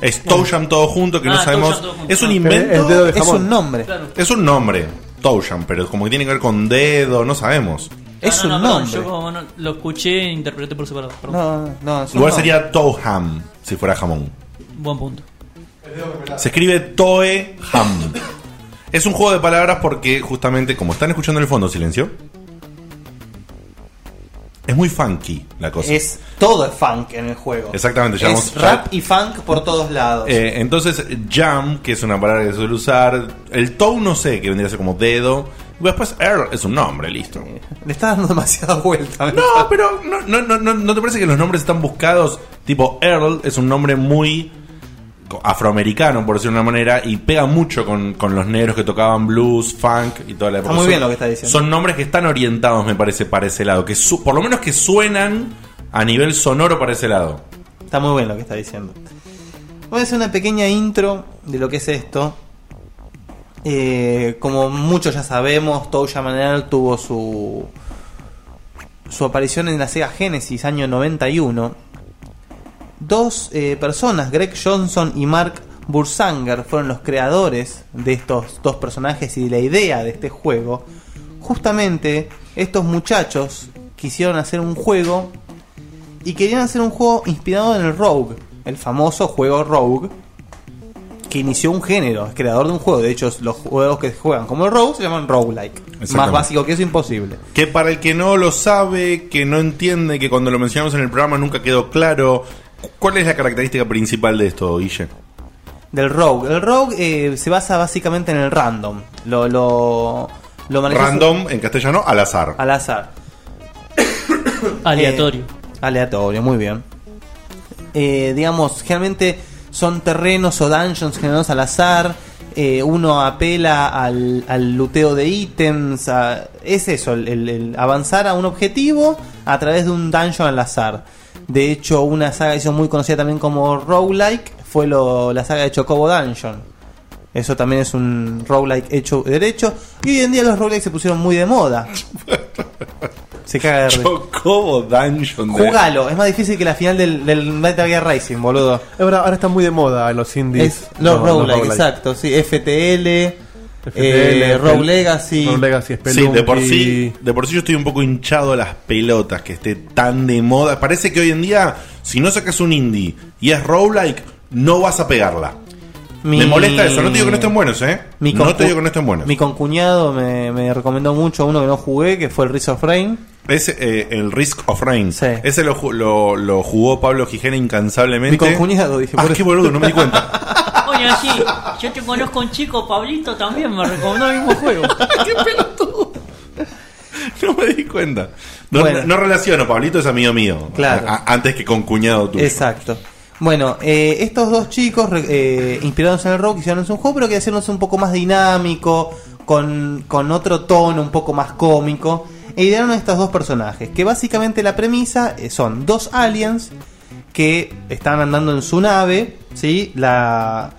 F: Es Toucham todo junto, que
I: Ah,
F: no sabemos.
I: Toucham todo junto.
F: Es un
I: Ah,
F: invento.
I: es dedo de jamón. Es un nombre. Claro.
F: Es un nombre, Toucham, pero como que tiene que ver con dedo, no sabemos.
I: Es
G: un nombre.
I: Yo como no- lo escuché e interpreté por separado. perdón.
G: No, no, es un
F: Igual
G: no.
F: sería Touham si fuera jamón.
I: Buen punto.
F: Se escribe Toe Ham. Es un juego de palabras porque justamente, como están escuchando en el fondo, silencio. Es muy funky la cosa.
G: Es todo es funk en el juego.
F: Exactamente, ya
G: es
F: vamos-
G: rap y funk por todos lados.
F: Eh, entonces, jam, que es una palabra que se suele usar. El toe no sé, que vendría a ser como dedo. Y después, er es un nombre, listo.
G: Le está dando demasiada vuelta.
F: No, pero no, no, no, no, ¿no te parece que los nombres están buscados? Tipo, Earl es un nombre muy afroamericano, por decirlo de una manera, y pega mucho con, con los negros que tocaban blues, funk y toda la época.
G: muy
F: Son-
G: bien lo que está diciendo.
F: Son nombres que están orientados, me parece, para ese lado. que su- Por lo menos que suenan a nivel sonoro para ese lado.
G: Está muy bien lo que está diciendo. Voy a hacer una pequeña intro de lo que es esto. Eh, como muchos ya sabemos, Touya Manel tuvo su su aparición en la Sega Genesis año 91. Dos eh, personas, Greg Johnson y Mark Bursanger, fueron los creadores de estos dos personajes y de la idea de este juego. Justamente estos muchachos quisieron hacer un juego y querían hacer un juego inspirado en el Rogue, el famoso juego Rogue, que inició un género, es creador de un juego. De hecho, los juegos que juegan como el Rogue se llaman Roguelike. Más
F: Exactamente.
G: básico que eso, imposible.
F: Que para el que no lo sabe, que no entiende, que cuando lo mencionamos en el programa nunca quedó claro. cu- ¿Cuál es la característica principal de esto, Guille?
G: Del Rogue. El Rogue eh, se basa básicamente en el random. Lo, lo, lo manejas-
F: Random, en castellano, al azar.
G: Al azar.
I: Aleatorio.
G: Eh, aleatorio, muy bien. Eh, digamos, generalmente son terrenos o dungeons generados al azar. eh, uno apela al, al luteo de ítems, a- es eso, el, el- el avanzar a un objetivo a través de un dungeon al azar. De hecho, una saga que hizo muy conocida también como roguelike fue lo- la saga de Chocobo Dungeon. Eso también es un roguelike hecho derecho. Y hoy en día los roguelikes se pusieron muy de moda. Se caga de risa.
F: Chocobo Dungeon. de-
G: Jugalo, es más difícil que la final del, del Metal Gear Racing, boludo. Es
H: verdad, ahora está muy de moda los indies.
G: Es los
H: No,
G: roguelike,
H: roguelike.
G: exacto, sí, FTL,
H: FTL,
G: eh, Rogue
H: Pel-
G: Legacy.
F: Sí, de por sí, de por sí yo estoy un poco hinchado a las pelotas que esté tan de moda. Parece que hoy en día, si no sacas un indie y es roguelike, no vas a pegarla.
G: Mi-
F: Me molesta eso, no te digo que no estén buenos, ¿eh?
G: Mi
F: no
G: concu-
F: te digo que no estén buenos.
G: Mi concuñado me, me recomendó mucho uno que no jugué, que fue el Rise of Rain.
F: Ese, eh, el Risk of Rain. Ese lo, ju- lo- lo jugó Pablo Gijena incansablemente.
G: Mi concuñado, dije.
F: Ah, qué boludo, no me di cuenta.
I: Oye, sí, yo te conozco un chico, Pablito también me recomendó el mismo juego.
G: Ah,
F: No me di cuenta. No,
G: Bueno.
F: no relaciono, Pablito es amigo mío.
G: Claro.
F: A- a- antes que con cuñado tuyo.
G: Exacto. Bueno, eh, estos dos chicos, re- eh, inspirados en el rock, hicieron un juego, pero que hacernos un poco más dinámico, con, con otro tono un poco más cómico. E idearon a estos dos personajes, que básicamente la premisa eh, son dos aliens que están andando en su nave, ¿sí? La,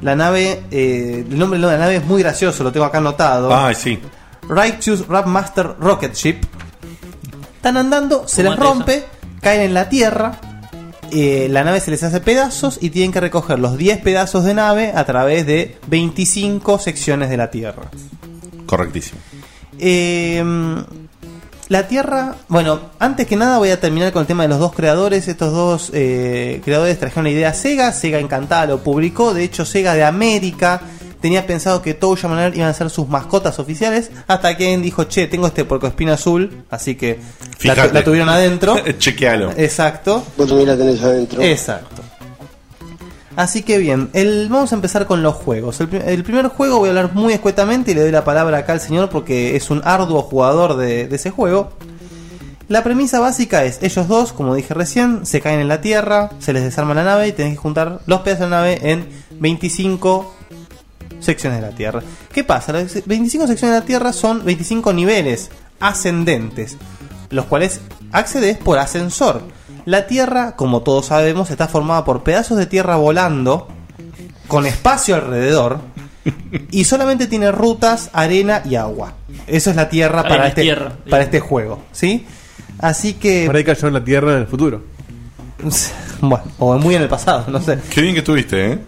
G: la nave, eh, el nombre de la nave es muy gracioso, lo tengo acá anotado.
F: Ay, sí.
G: Righteous Rapmaster Rocket Ship. Están andando, se les
I: Fumate esa.
G: rompe, caen en la tierra, eh, la nave se les hace pedazos y tienen que recoger los 10 pedazos de nave a través de 25 secciones de la tierra.
F: Correctísimo.
G: Eh, la Tierra, bueno, antes que nada voy a terminar con el tema de los dos creadores. Estos dos eh, creadores trajeron la idea a Sega, Sega encantada lo publicó, de hecho Sega de América tenía pensado que Touya Manuel iban a ser sus mascotas oficiales, hasta que alguien dijo, che, tengo este porcoespina azul, así que la, tu-
F: Fíjate.
G: la tuvieron adentro.
F: Chequealo.
G: Exacto. Vos también la tenés adentro. Exacto. Así que bien, el, vamos a empezar con los juegos. El, pri- el primer juego voy a hablar muy escuetamente y le doy la palabra acá al señor porque es un arduo jugador de, de ese juego. La premisa básica es, ellos dos, como dije recién, se caen en la tierra, se les desarma la nave y tenés que juntar los pedazos de la nave en 25 secciones de la Tierra. ¿Qué pasa? Las 25 secciones de la Tierra son 25 niveles ascendentes, los cuales accedes por ascensor. La Tierra, como todos sabemos, está formada por pedazos de tierra volando, con espacio alrededor, y solamente tiene rutas, arena y agua. Eso es la Tierra,
I: Arena
G: para
I: y
G: este,
I: tierra,
G: para este juego, ¿sí? Así que...
H: Por ahí cayó en la Tierra en el futuro.
G: Bueno, o muy en el pasado, no sé.
F: Qué bien que estuviste, ¿eh?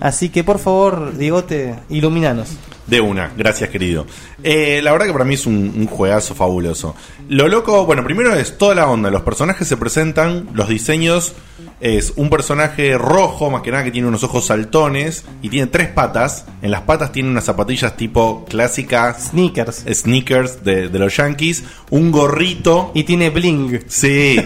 G: Así que por favor, Diegote, iluminanos.
F: De una, gracias querido. Eh, la verdad que para mí es un, un juegazo fabuloso. Lo loco, bueno, primero es toda la onda. Los personajes se presentan, los diseños. Es un personaje rojo, más que nada, que tiene unos ojos saltones y tiene tres patas. En las patas tiene unas zapatillas tipo clásicas.
G: Sneakers.
F: Sneakers de, de los yankees. Un gorrito.
G: Y tiene bling.
F: Sí,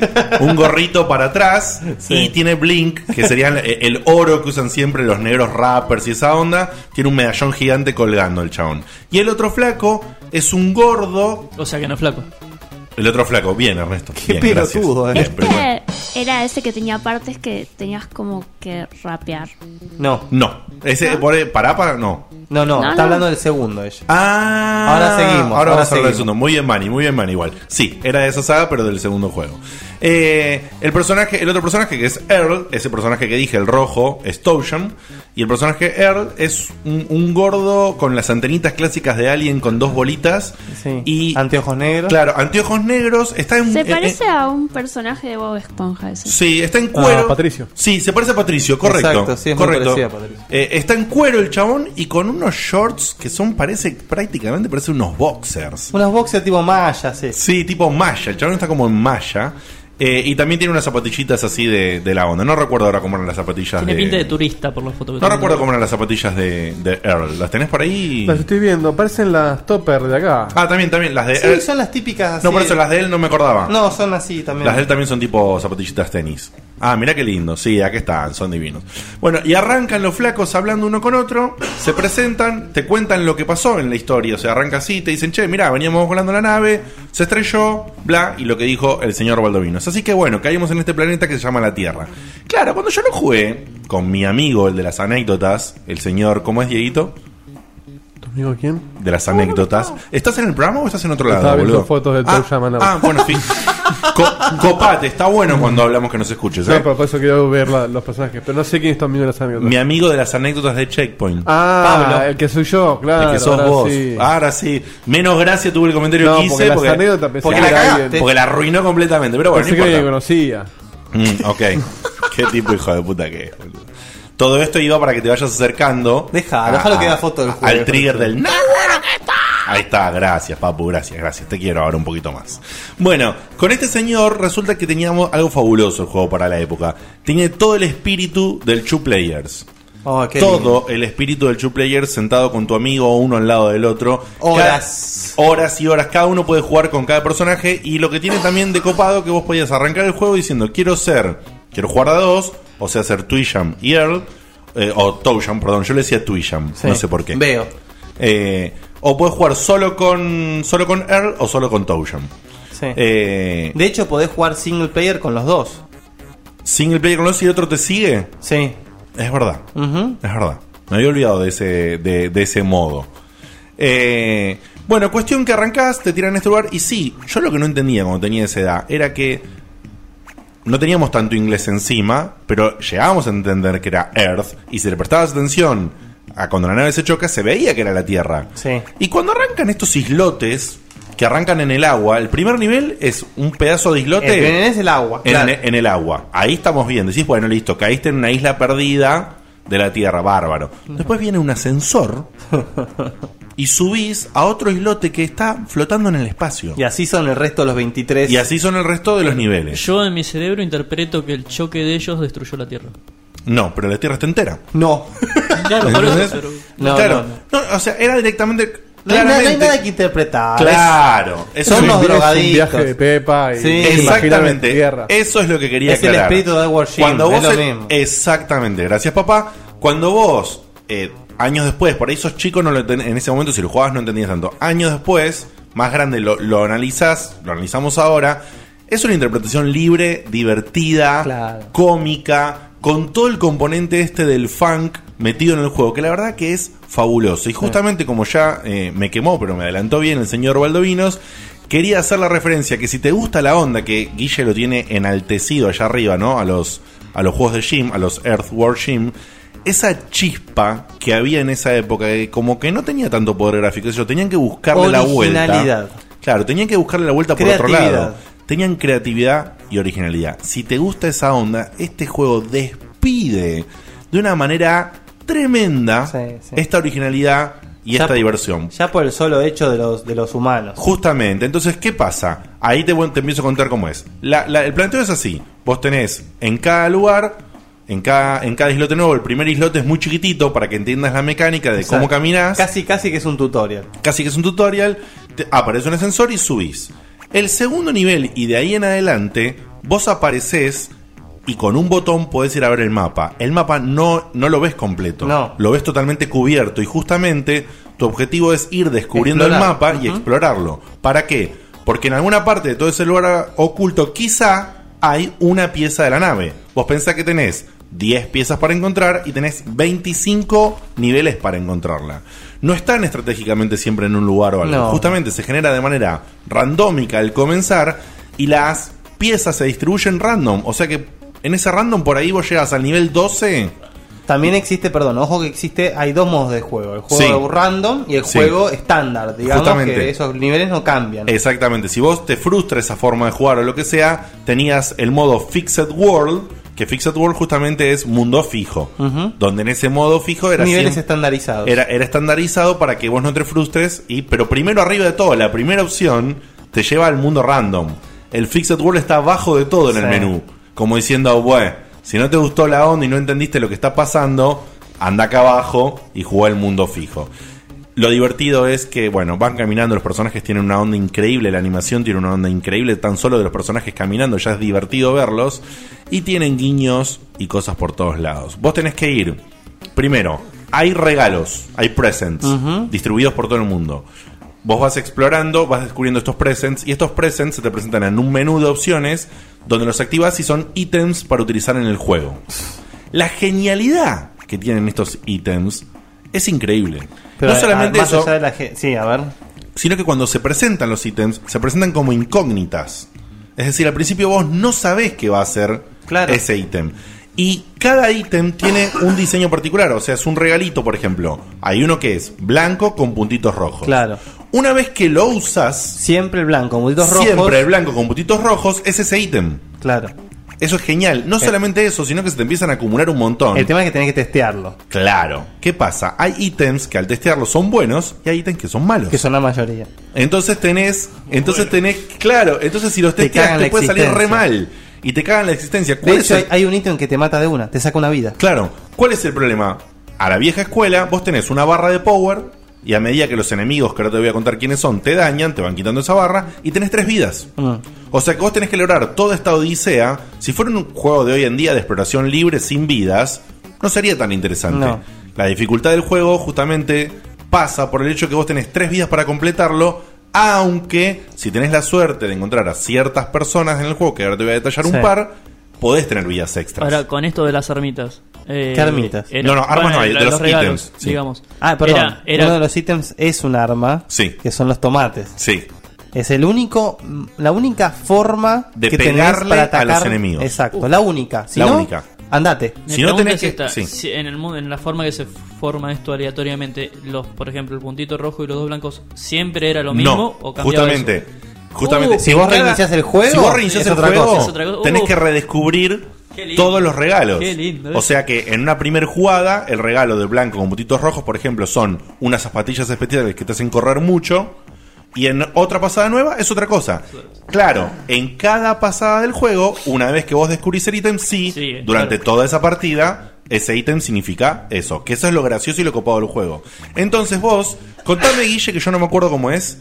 F: un gorrito para atrás. Y tiene blink, que serían el, el oro que usan siempre los negros rappers y esa onda. Tiene un medallón gigante colgando el chabón. Y el otro flaco es un gordo.
I: O sea que no es flaco.
F: El otro flaco, bien Ernesto. Qué
G: pelotudo, eh.
J: Este era ese que tenía partes que tenías como que rapear.
G: No.
F: No. Ese, por- pará, pará, no.
G: No, no,
J: No,
G: está
J: no.
G: hablando del segundo ella.
F: Ah,
G: ahora seguimos.
F: Ahora, vamos a hablar del
G: seguimos.
F: segundo. Muy bien, Manny, muy bien, Manny, igual. Sí, era de esa saga, pero del segundo juego. Eh, el personaje, el otro personaje que es Earl, ese personaje que dije, el rojo, es Toshan. Y el personaje Earl es un, un gordo con las antenitas clásicas de Alien con dos bolitas. Y,
G: anteojos negros.
F: Claro, anteojos negros. Está en,
B: Se
F: en- en-
B: parece a un personaje de Bob Esponja ese.
F: Sí, está en cuero.
B: Ah,
F: Patricio. Sí, se parece a Patricio, correcto.
G: Exacto, sí, es muy
F: correcto.
G: parecido a Patricio.
F: Eh, está en cuero el chabón y con unos shorts que son, parece, prácticamente parece unos boxers.
G: Unos boxers tipo malla, sí.
F: Sí, tipo malla. El chabón está como en malla. Eh, y también tiene unas zapatillitas así de, de la onda. No recuerdo ahora cómo eran las
G: Ah,
F: zapatillas
I: Tiene
F: de.
I: pinta de turista por las fotos que
F: No
I: tengo.
F: recuerdo cómo eran las zapatillas de, de Earl. ¿Las tenés por ahí?
H: Las estoy viendo, parecen las topper de acá.
F: Ah, también, también. Las de
G: Sí,
F: Earl.
G: son las típicas así.
F: No, por eso las de él no me acordaba.
G: No, son así también.
F: Las de él también son tipo zapatillitas tenis. Ah, mirá qué lindo. Sí, aquí están, son divinos. Bueno, y arrancan los flacos hablando uno con otro, se presentan, te cuentan lo que pasó en la historia. O sea, arranca así, te dicen, che, mirá, veníamos volando la nave, se estrelló, bla, y lo que dijo el señor Baldovinos. Así que bueno, caímos en este planeta que se llama la Tierra. Claro, cuando yo lo jugué con mi amigo, el de las anécdotas, el señor, ¿cómo es Dieguito?
H: Digo, ¿quién?
F: de las anécdotas. ¿Estás en el programa o estás en otro
H: Estaba
F: lado,
H: viendo
F: boludo?
H: fotos del
F: ah,
H: Tau Shaman ahora.
F: ah, bueno, sí. Co- copate, está bueno cuando hablamos que nos escuches. ¿eh?
H: No, pero por eso quiero ver la- los personajes. Pero no sé quién es tu amigo de las anécdotas.
F: Mi amigo de las anécdotas de Checkpoint.
H: Ah,
F: Pablo.
H: el que soy yo, claro.
F: El que sos
H: ahora
F: vos.
H: sí.
F: Ahora sí. Menos gracia tuvo el comentario
H: No,
F: que
H: porque
F: hice
H: las
F: porque,
H: anécdotas pensé
F: porque
H: que
F: la
H: era
F: cagaste.
H: alguien.
F: Porque la arruinó completamente. Pero bueno,
H: Pensé
F: no
H: que me
F: importa.
H: conocía.
F: Mm, ok. Qué tipo hijo de puta que es, boludo. Todo esto iba para que te vayas acercando. Deja,
G: déjalo que haga foto del juego.
F: Al trigger del "No, bueno que está". Ahí está, gracias, papu, gracias, gracias. Te quiero ahora un poquito más. Bueno, con este señor resulta que teníamos algo fabuloso el juego para la época. Tiene todo el espíritu del Two Players.
G: Oh, qué
F: todo el espíritu del Two Players sentado con tu amigo, uno al lado del otro.
G: Horas.
F: Cada- horas y horas. Cada uno puede jugar con cada personaje. Y lo que tiene también de copado que vos podías arrancar el juego diciendo: Quiero ser, quiero jugar a dos, o sea, ser Twisham y Earl. eh, o Tousham, perdón, yo le decía Twisham, no sé por qué.
G: Veo.
F: Eh, o puedes jugar solo con solo con Earl o solo con Tousham.
G: Sí.
F: Eh,
G: De hecho, podés jugar single player con los dos.
F: ¿Single player con los y otro te sigue?
G: Sí.
F: Es verdad.
G: ¿Mm?
F: Es verdad. Me había olvidado de ese, de, de ese modo. Eh, bueno, cuestión que arrancás, te tiran en este lugar. Y sí, yo lo que no entendía cuando tenía esa edad era que no teníamos tanto inglés encima, pero llegábamos a entender que era Earth. Y si le prestabas atención a cuando la nave se choca, se veía que era la Tierra.
G: Sí.
F: Y cuando arrancan estos islotes que arrancan en el agua, el primer nivel es un pedazo de islote.
G: El primer es el agua,
F: En,
G: claro.
F: en el agua. Ahí estamos bien. Decís, bueno, listo, caíste en una isla perdida de la Tierra, bárbaro. Después viene un ascensor y subís a otro islote que está flotando en el espacio.
G: Y así son el resto de los 23.
F: Y así son el resto de los niveles.
I: Yo en mi cerebro interpreto que el choque de ellos destruyó la Tierra.
F: No, pero la Tierra está entera.
G: No.
I: Claro, por eso,
F: ¿Entendés?
I: pero-
G: No,
F: claro.
G: no,
F: No, o sea, era directamente.
G: No hay, nada, no hay
F: claramente-
G: nada que interpretar.
F: Claro,
G: Es-
F: eso
G: son
F: es-
G: los
F: es un
G: drogadictos.
F: viaje de
H: Pepa
G: y- Sí.
H: imagínate
F: Exactamente.
H: tierra.
F: Eso es lo que quería
G: Es el
F: aclarar.
G: espíritu de Edward Sheen,
F: Cuando
G: es
F: vos
G: lo
F: el-
G: mismo.
F: Exactamente. Gracias, papá. Cuando vos, eh, años después, por ahí sos chico, no lo enten- en ese momento si lo jugabas no entendías tanto. Años después, más grande, lo, lo analizás, lo analizamos ahora. Es una interpretación libre, divertida, cómica, con todo el componente este del funk metido en el juego, que la verdad que es fabuloso. Y justamente como ya eh, me quemó, pero me adelantó bien el señor Valdovinos, quería hacer la referencia que si te gusta la onda, que Guille lo tiene enaltecido allá arriba, ¿no? A los, a los juegos de Jim, a los Earth War Jim, esa chispa que había en esa época, que como que no tenía tanto poder gráfico, qué sé yo, tenían que buscarle la
G: Originalidad.
F: vuelta. Claro, tenían que buscarle la vuelta por otro
G: Creatividad.
F: lado. Tenían creatividad y originalidad. Si te gusta esa onda, este juego despide de una manera tremenda esta originalidad y
G: Ya
F: esta
G: por-
F: diversión.
G: Ya por el solo hecho de los, de los humanos.
F: Justamente, entonces, ¿qué pasa? Ahí te, voy- te empiezo a contar cómo es. La- la- el planteo es así: vos tenés en cada lugar, en cada, en cada islote nuevo, el primer islote es muy chiquitito para que entiendas la mecánica de
G: Exacto.
F: cómo caminas.
G: Casi, casi que es un tutorial.
F: Casi que es un tutorial, te- aparece un ascensor y subís. El segundo nivel, y de ahí en adelante, vos apareces y con un botón podés ir a ver el mapa. El mapa no, no lo ves completo, lo ves totalmente cubierto y justamente tu objetivo es ir descubriendo el
G: Explorar.
F: mapa y
G: Ujú.
F: explorarlo. ¿Para qué? Porque en alguna parte de todo ese lugar oculto quizá hay una pieza de la nave. Vos pensás que tenés 10 piezas para encontrar y tenés 25 niveles para encontrarla. No están estratégicamente siempre en un lugar o algo.
G: No.
F: Justamente se genera de manera randómica al comenzar y las piezas se distribuyen random. O sea que en ese random por ahí vos llegas al nivel 12.
G: También existe, perdón, ojo que existe, hay dos modos de juego. El juego
F: Sí.
G: random y el
F: Sí.
G: juego estándar. Digamos
F: Justamente.
G: que esos niveles no cambian.
F: Exactamente. Si vos te frustra esa forma de jugar o lo que sea, tenías el modo Fixed World, que Fixed World justamente es mundo fijo.
G: Ujú.
F: Donde en ese modo fijo era
G: Niveles
F: siempre-
G: estandarizados.
F: era, era estandarizado para que vos no te frustres, y, pero primero arriba de todo, la primera opción te lleva al mundo random. El Fixed World está abajo de todo en el
G: Sí.
F: menú. Como diciendo, bueno, si no te gustó la onda y no entendiste lo que está pasando, anda acá abajo y juega el mundo fijo. Lo divertido es que, bueno, van caminando, los personajes tienen una onda increíble, la animación tiene una onda increíble, tan solo de los personajes caminando, ya es divertido verlos, y tienen guiños y cosas por todos lados. Vos tenés que ir, primero, hay regalos, hay presents,
G: Ujú.
F: distribuidos por todo el mundo. Vos vas explorando, vas descubriendo estos presents, y estos presents se te presentan en un menú de opciones, donde los activas y son ítems para utilizar en el juego. La genialidad que tienen estos ítems es increíble.
G: Pero
F: no solamente
G: a- más
F: eso.
G: allá de la ge- sí, a ver.
F: Sino que cuando se presentan los ítems, se presentan como incógnitas. Es decir, al principio vos no sabés qué va a ser ese ítem. Y cada ítem tiene un diseño particular, o sea, es un regalito, por ejemplo. Hay uno que es blanco con puntitos rojos.
G: Claro.
F: Una vez que lo usas.
G: Siempre el blanco con puntitos rojos.
F: Siempre el blanco con puntitos rojos es ese ítem.
G: Claro.
F: Eso es genial. No
G: Eh.
F: solamente eso, sino que se te empiezan a acumular un montón.
G: El tema es que tenés que testearlo.
F: Claro. ¿Qué pasa? Hay ítems que al testearlos son buenos y hay ítems que son malos. Que
G: son la mayoría.
F: Entonces tenés, entonces tenés, claro, entonces si los
G: Te
F: testeas
G: cagan
F: te
G: la
F: puede salir re
G: existencia.
F: mal y te cagan la existencia.
G: De
F: ¿Cuál es
G: hecho,
F: el-
G: hay, hay un ítem que te mata de una, te saca una vida.
F: Claro, ¿cuál es el problema? A la vieja escuela, vos tenés una barra de power y a medida que los enemigos, que ahora te voy a contar quiénes son, te dañan, te van quitando esa barra y tenés tres vidas. O sea que vos tenés que lograr toda esta odisea. Si fuera un juego de hoy en día de exploración libre sin vidas, no sería tan interesante.
G: No.
F: La dificultad del juego justamente pasa por el hecho que vos tenés tres vidas para completarlo. Aunque si tenés la suerte de encontrar a ciertas personas en el juego, que ahora te voy a detallar
I: Sí.
F: un par, podés tener vidas extras.
I: Ahora, con esto de las armitas. eh,
G: ¿Qué armitas?
I: era-
F: No, no, armas no hay,
I: la
F: de los
I: regalos,
F: ítems, sí.
I: Digamos.
G: Ah, perdón.
I: Era- era-
G: Uno de los ítems es un arma. Que son los tomates.
F: Sí.
G: Es el único, mm, la única forma
F: De
G: que tenés
F: pegarle
G: para
F: a
G: atacar.
F: los enemigos.
G: Exacto, la única. Si
F: La
G: no,
F: única.
G: Andate.
I: Mi pregunta es esta, si en el mundo, en la forma que se forma esto aleatoriamente, los, por ejemplo, el puntito rojo y los dos blancos siempre era lo mismo
F: No,
I: o cambiaba
F: justamente.
I: eso?
F: Justamente,
I: Uh, en cada-
F: si vos reiniciás el juego,
I: Es otra cosa.
F: tenés
I: Uh,
F: que redescubrir
I: Qué lindo.
F: todos los regalos.
I: Qué lindo, eh.
F: O sea que en una primera jugada, el regalo de blanco con puntitos rojos, por ejemplo, son unas zapatillas especiales que te hacen correr mucho. Y en otra pasada nueva es otra cosa. Claro, en cada pasada del juego, una vez que vos descubrís el ítem, sí, durante toda esa partida, ese ítem significa eso. Que eso es lo gracioso y lo copado del juego. Entonces vos, contame, Guille, que yo no me acuerdo cómo es.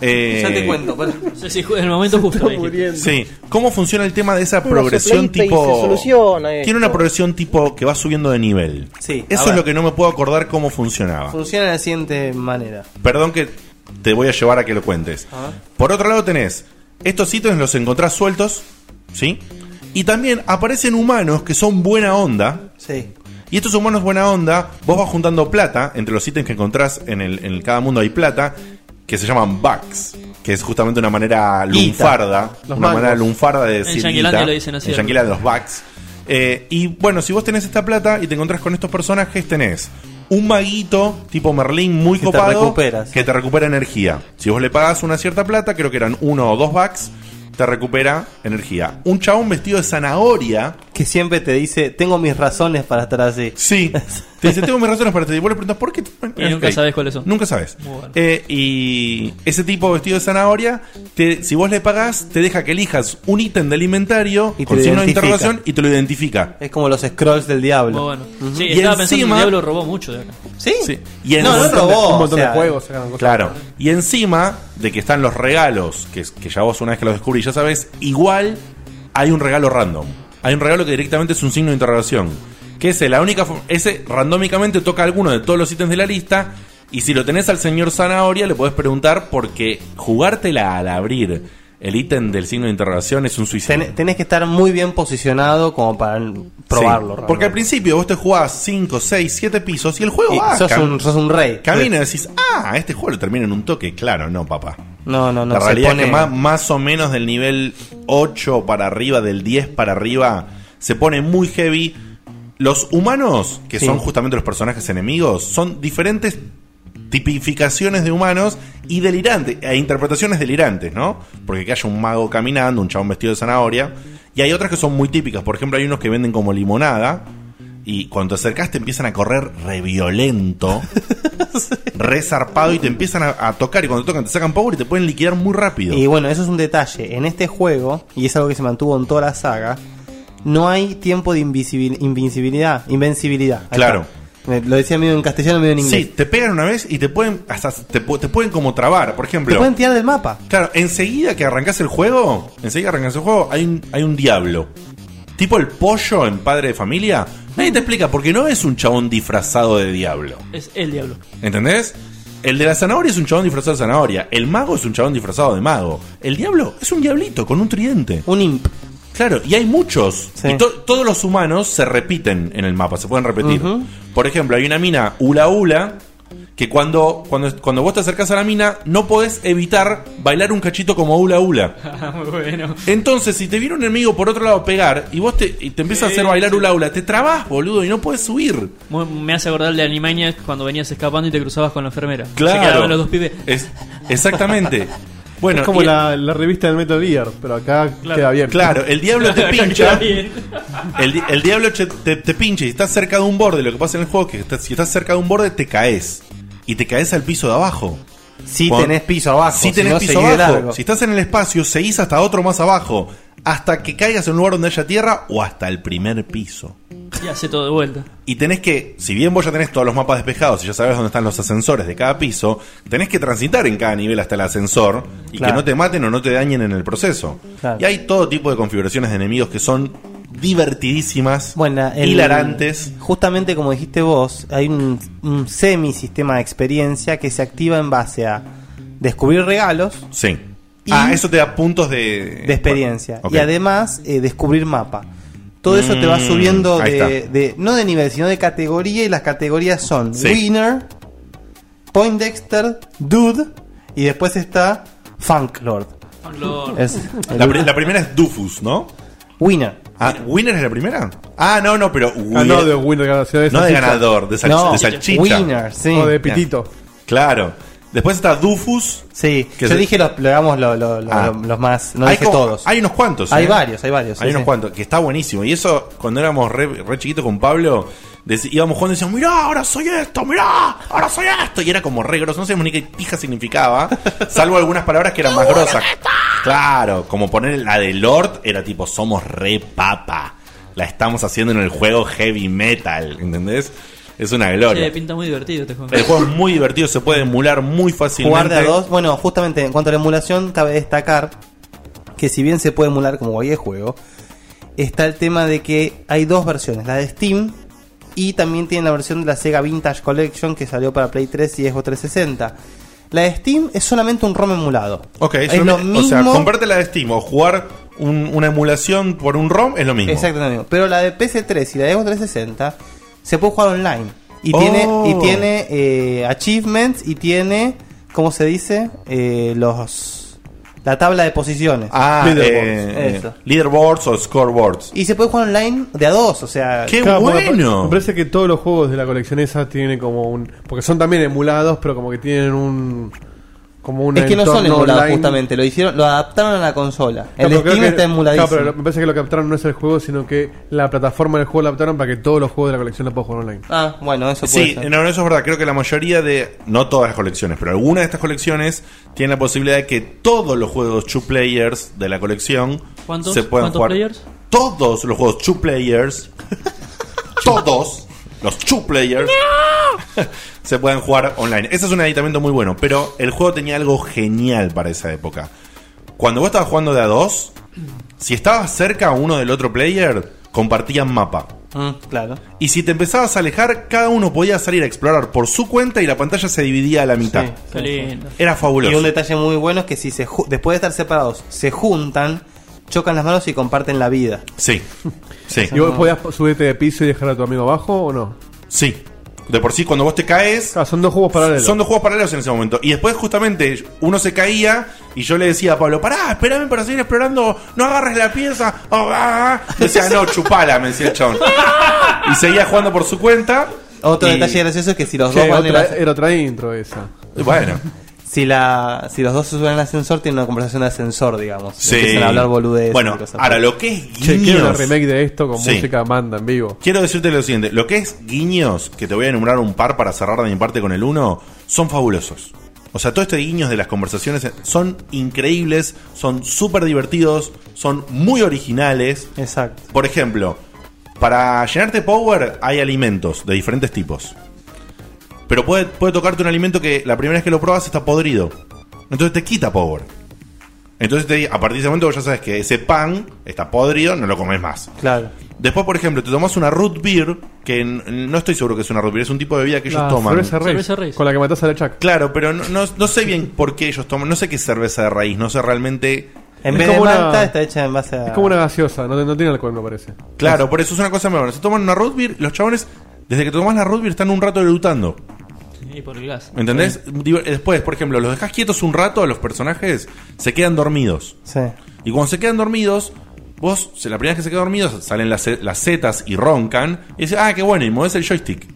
F: Eh,
I: Ya te cuento, Sí, sí, en el momento justo. dije.
F: Sí. ¿Cómo funciona el tema de esa
I: No,
F: progresión
I: se pleite y
F: tipo.
I: se soluciona
F: Tiene
I: esto.
F: una progresión tipo que va subiendo de nivel.
G: Sí, a
F: Eso es
G: ver.
F: lo que no me puedo acordar cómo funcionaba.
G: Funciona de la siguiente manera.
F: Perdón que te voy a llevar a que lo cuentes.
G: A ver.
F: Por otro lado tenés, estos ítems los encontrás sueltos, ¿sí? Y también aparecen humanos que son buena onda.
G: Sí.
F: Y estos humanos buena onda, vos vas juntando plata, entre los ítems que encontrás en, el, en cada mundo hay plata, que se llaman bucks, que es justamente una manera lunfarda,
I: Los
F: una
I: mangos.
F: manera lunfarda de
I: En
F: decir
I: Yanquilandia
F: guita.
I: lo dicen así.
F: En Yanquilandia los bucks. Eh, y bueno, si vos tenés esta plata y te encontrás con estos personajes, tenés un maguito tipo Merlín muy
G: Que te
F: copado
G: recupera,
F: que te recupera energía. Si vos le pagás una cierta plata, creo que eran uno o dos bucks, te recupera energía. Un chabón vestido de zanahoria.
G: Que siempre te dice, tengo mis razones para estar así.
F: Sí. Te dice, tengo mis razones para te vos le preguntas, ¿por qué?
I: Y nunca
F: Ok.
I: sabes cuáles son.
F: Nunca sabes.
I: Muy bueno.
F: Eh, y ese tipo vestido de zanahoria, te- si vos le pagás, te deja que elijas un ítem del inventario
G: Y te
F: con
G: lo
F: signo de
G: identifica.
F: interrogación y te lo identifica.
G: Es como los scrolls del diablo.
I: Muy bueno.
G: Ujú.
I: Sí,
F: Y
I: estaba pensando que
F: encima-
I: el Diablo robó mucho de acá.
G: ¿Sí?
F: Y en-
G: No, no robó, Un montón de o sea,
H: juegos sacaron cosas.
F: Claro. Y encima de que están los regalos, que, que ya vos una vez que los descubrís, ya sabes, igual hay un regalo random. Hay un regalo que directamente es un signo de interrogación. Que ese, la única fo- ese randómicamente toca alguno de todos los ítems de la lista. Y si lo tenés al señor Zanahoria, le podés preguntar porque jugártela al abrir el ítem del signo de interrogación es un suicidio.
G: Ten- tenés que estar muy bien posicionado como para probarlo.
F: Sí,
G: realmente.
F: porque al principio vos te jugás 5, 6, 7 pisos y el juego
G: Y
F: va.
G: sos
F: cam-
G: un- sos un rey.
F: Camina y decís, ah, este juego lo termina en un toque. Claro, no, papá.
G: No, no, no.
F: La
G: se
F: realidad
G: pone-
F: es que más, más o menos del nivel 8 para arriba, del 10 para arriba, se pone muy heavy. Los humanos, que
G: Sí.
F: son justamente los personajes enemigos, son diferentes tipificaciones de humanos y delirantes, e interpretaciones delirantes, ¿no? Porque que haya un mago caminando, un chabón vestido de zanahoria, y hay otras que son muy típicas. Por ejemplo, hay unos que venden como limonada, y cuando te acercas te empiezan a correr re violento, re zarpado, y te empiezan a, a tocar, y cuando te tocan te sacan power y te pueden liquidar muy rápido.
G: Y bueno, eso es un detalle. En este juego, y es algo que se mantuvo en toda la saga, no hay tiempo de invisibil- invincibilidad, invencibilidad. Ahí
F: Claro.
G: está. Me- Lo decía medio en castellano, medio en inglés.
F: Sí, te pegan una vez y te pueden hasta te, pu- te pueden como trabar, por ejemplo.
G: Te pueden tirar del mapa.
F: Claro, enseguida que arrancas el juego, enseguida que arrancas el juego, hay un, hay un diablo. Tipo el pollo en padre de familia. Nadie te explica, porque no es un chabón disfrazado de diablo.
I: Es el diablo.
F: ¿Entendés? El de la zanahoria es un chabón disfrazado de zanahoria. El mago es un chabón disfrazado de mago. El diablo es un diablito con un tridente.
G: Un imp.
F: Claro, y hay muchos. Y to- todos los humanos se repiten en el mapa, se pueden repetir.
G: Ujú.
F: Por ejemplo, hay una mina Ula Ula que cuando, cuando, cuando vos te acercás a la mina, no podés evitar bailar un cachito como hula hula.
I: Ah, Muy bueno.
F: Entonces, si te viene un enemigo por otro lado pegar y vos te, y te empiezas a hacer
I: Sí,
F: bailar
I: sí.
F: hula hula, te trabas, boludo, y no puedes subir.
I: Muy- me hace acordar de Animaniacs cuando venías escapando y te cruzabas con la enfermera. Se
F: Claro.
I: quedaban los dos pibes.
F: Es- exactamente. Bueno,
H: es como
F: y-
H: la, la revista del Metal Gear, pero acá queda bien.
F: Claro, el diablo te pincha.
I: bien.
F: El, di- el diablo che- te, te pincha y estás cerca de un borde. Lo que pasa en el juego es que estás- si estás cerca de un borde, te caes. Y te caes al piso de abajo.
G: Si
F: Cuando-
G: tenés piso abajo,
F: Si
G: si
F: tenés
G: no,
F: piso
G: seguís de
F: abajo.
G: largo.
F: Si estás en el espacio, seguís hasta otro más abajo. Hasta que caigas en un lugar donde haya tierra o hasta el primer piso.
I: Y hace todo de vuelta.
F: Y tenés que, si bien vos ya tenés todos los mapas despejados y ya sabés dónde están los ascensores de cada piso, tenés que transitar en cada nivel hasta el ascensor y
G: Claro.
F: que no te maten o no te dañen en el proceso.
G: Claro.
F: Y hay todo tipo de configuraciones de enemigos que son divertidísimas,
G: Bueno, el-
F: hilarantes.
G: Justamente como dijiste vos, hay un, un semi-sistema de experiencia que se activa en base a descubrir regalos
F: Sí. Ah, eso te da puntos de...
G: de experiencia
F: Eh, Bueno, ok.
G: y además eh, descubrir mapa. Todo eso te va
F: Mm,
G: subiendo
F: ahí
G: de,
F: está.
G: de- no de nivel, sino de categoría y las categorías son
F: Sí.
G: Winner, Point Dexter, Dude y después está Funk Lord. Es-
F: La, pri- la primera es Dufus, ¿no?
G: Winner.
F: Ah, ¿Winner es la primera? Ah, no, no, pero...
H: Ah, no, de winner, ganador,
F: No de
H: salchicha.
F: ganador, de, sal-
G: No,
F: de salchicha.
G: winner, sí.
H: O de pitito.
F: Claro. Después está Dufus.
G: Sí,
F: que
G: yo
F: se-
G: dije los, digamos, lo- lo- lo-
F: Ah.
G: lo- los más, no
F: hay
G: dije
F: como-
G: todos.
F: Hay unos cuantos.
G: Hay
F: ¿eh?
G: varios, hay varios.
F: Hay
G: sí,
F: unos
G: sí.
F: cuantos, que está buenísimo. Y eso, cuando éramos re, re chiquitos con Pablo, deci- íbamos jugando y decíamos, mirá, ahora soy esto, mirá, ahora soy esto. Y era como re grosso, no sabíamos ni qué pija significaba, salvo algunas palabras que eran más grosas. Claro, como poner la de Lord, era tipo, somos re papa. La estamos haciendo en el juego heavy metal, ¿entendés? Es una
I: Che,
F: gloria.
I: pinta muy divertido este juego.
F: El juego es muy divertido, se puede emular muy fácilmente.
G: Jugar de a dos. Bueno, justamente en cuanto a la emulación, cabe destacar que si bien se puede emular como cualquier juego, está el tema de que hay dos versiones, la de Steam y también tiene la versión de la Sega Vintage Collection que salió para Play 3 y Xbox 360. La de Steam es solamente un ROM emulado.
F: Ok,
G: es
F: yo-
G: lo
F: o sea,
G: mismo-
F: comprarte la de Steam o jugar un- una emulación por un ROM es lo mismo.
G: Exactamente. lo mismo. Pero la de PC3 y la de Xbox 360 se puede jugar online. Y
F: Oh.
G: tiene, y tiene eh, achievements y tiene, ¿cómo se dice? Eh, los la tabla de posiciones.
F: Ah,
G: Leaderboards.
F: eh,
G: Eso.
F: leaderboards o scoreboards.
G: Y se puede jugar online de a dos, o sea...
H: Ah, Claro, me- Me parece que todos los juegos de la colección esa tienen como un. Porque son también emulados, pero como que tienen un. Como un
G: es que no son
H: entorno
G: emulados
H: online.
G: justamente, lo hicieron, lo adaptaron a la consola.
H: Claro,
G: El
H: pero creo
G: Steam
H: que-
G: está emuladísimo.
H: claro, pero me parece que lo que adaptaron no es el juego, sino que la plataforma del juego la adaptaron para que todos los juegos de la colección los puedan jugar online.
G: Ah, bueno, eso puede
F: Sí,
G: ser.
F: no, no, eso es verdad. Creo que la mayoría de. No todas las colecciones, pero algunas de estas colecciones tienen la posibilidad de que todos los juegos two players de la colección
I: ¿Cuántos?
F: se puedan
I: ¿Cuántos
F: jugar.
I: players?
F: Todos los juegos two players. todos los two players. se pueden jugar online. Ese es un aditamento muy bueno. Pero el juego tenía algo genial para esa época. Cuando vos estabas jugando de a dos, si estabas cerca uno del otro player, compartían mapa.
G: Mm, claro.
F: Y si te empezabas a alejar, cada uno podía salir a explorar por su cuenta y la pantalla se dividía a la mitad.
I: Qué lindo.
F: Era fabuloso.
G: Y un detalle muy bueno es que si se ju- después de estar separados se juntan, chocan las manos y comparten la vida.
F: Sí. Sí.
H: ¿Y vos podías subirte de piso y dejar a tu amigo abajo o no?
F: Sí. De por sí, cuando vos te caes.
H: son dos juegos paralelos.
F: Son dos juegos paralelos en ese momento. Y después, justamente, uno se caía y yo le decía a Pablo: Pará, espérame para seguir explorando, no agarres la pieza. Oh, ah, ah". Me decía, no, chupala, me decía el chabón. y seguía jugando por su cuenta.
G: Otro
F: Y-
G: detalle gracioso es que si los
H: Che,
G: dos van en
H: otra-
G: el ascensor-
H: era otra intro esa.
F: Bueno.
G: si la si los dos se suben al ascensor tienen una conversación de ascensor, digamos.
F: Sí.
G: Empiezan a hablar boludeces.
F: Bueno,
G: y cosas
F: ahora
G: así.
F: lo que es
H: Che, quiero una
F: guiños-
H: remake de esto con
F: Sí.
H: música manda en vivo.
F: Quiero decirte lo siguiente, lo que es guiños, que te voy a enumerar un par para cerrar de mi parte con el uno, son fabulosos. O sea, todo este guiños de las conversaciones son increíbles, son súper divertidos, son muy originales.
G: Exacto.
F: Por ejemplo, para llenarte power hay alimentos de diferentes tipos. Pero puede, puede tocarte un alimento que la primera vez que lo probas está podrido. Entonces te quita power. Entonces te- a partir de ese momento vos ya sabes que ese pan está podrido, no lo comes más.
G: Claro.
F: Después, por ejemplo, te tomas una root beer, que n- no estoy seguro que es una root beer, es un tipo de bebida que ellos
H: La
F: toman.
H: Ah, cerveza Reis, Con la que matás a la Chuck.
F: Claro, pero no, no- no sé bien por qué ellos toman, no sé qué es cerveza de raíz, no sé realmente...
G: En
H: Es
G: vez de
H: como una-
G: manta está hecha en base a
H: Es como una gaseosa, no, no tiene alcohol, me parece.
F: Claro, por eso es una cosa mejor. Se toman una root beer, los chabones, desde que tomas la root beer, están un rato eructando.
I: Y por el gas.
F: ¿Entendés? Digo, Después, por ejemplo, los dejas quietos un rato, los personajes se quedan dormidos.
G: Sí.
F: Y cuando se quedan dormidos, vos, se- la primera vez que se quedan dormidos, salen las, ce- las setas y roncan. Y dices, ah, qué bueno, y mueves el joystick.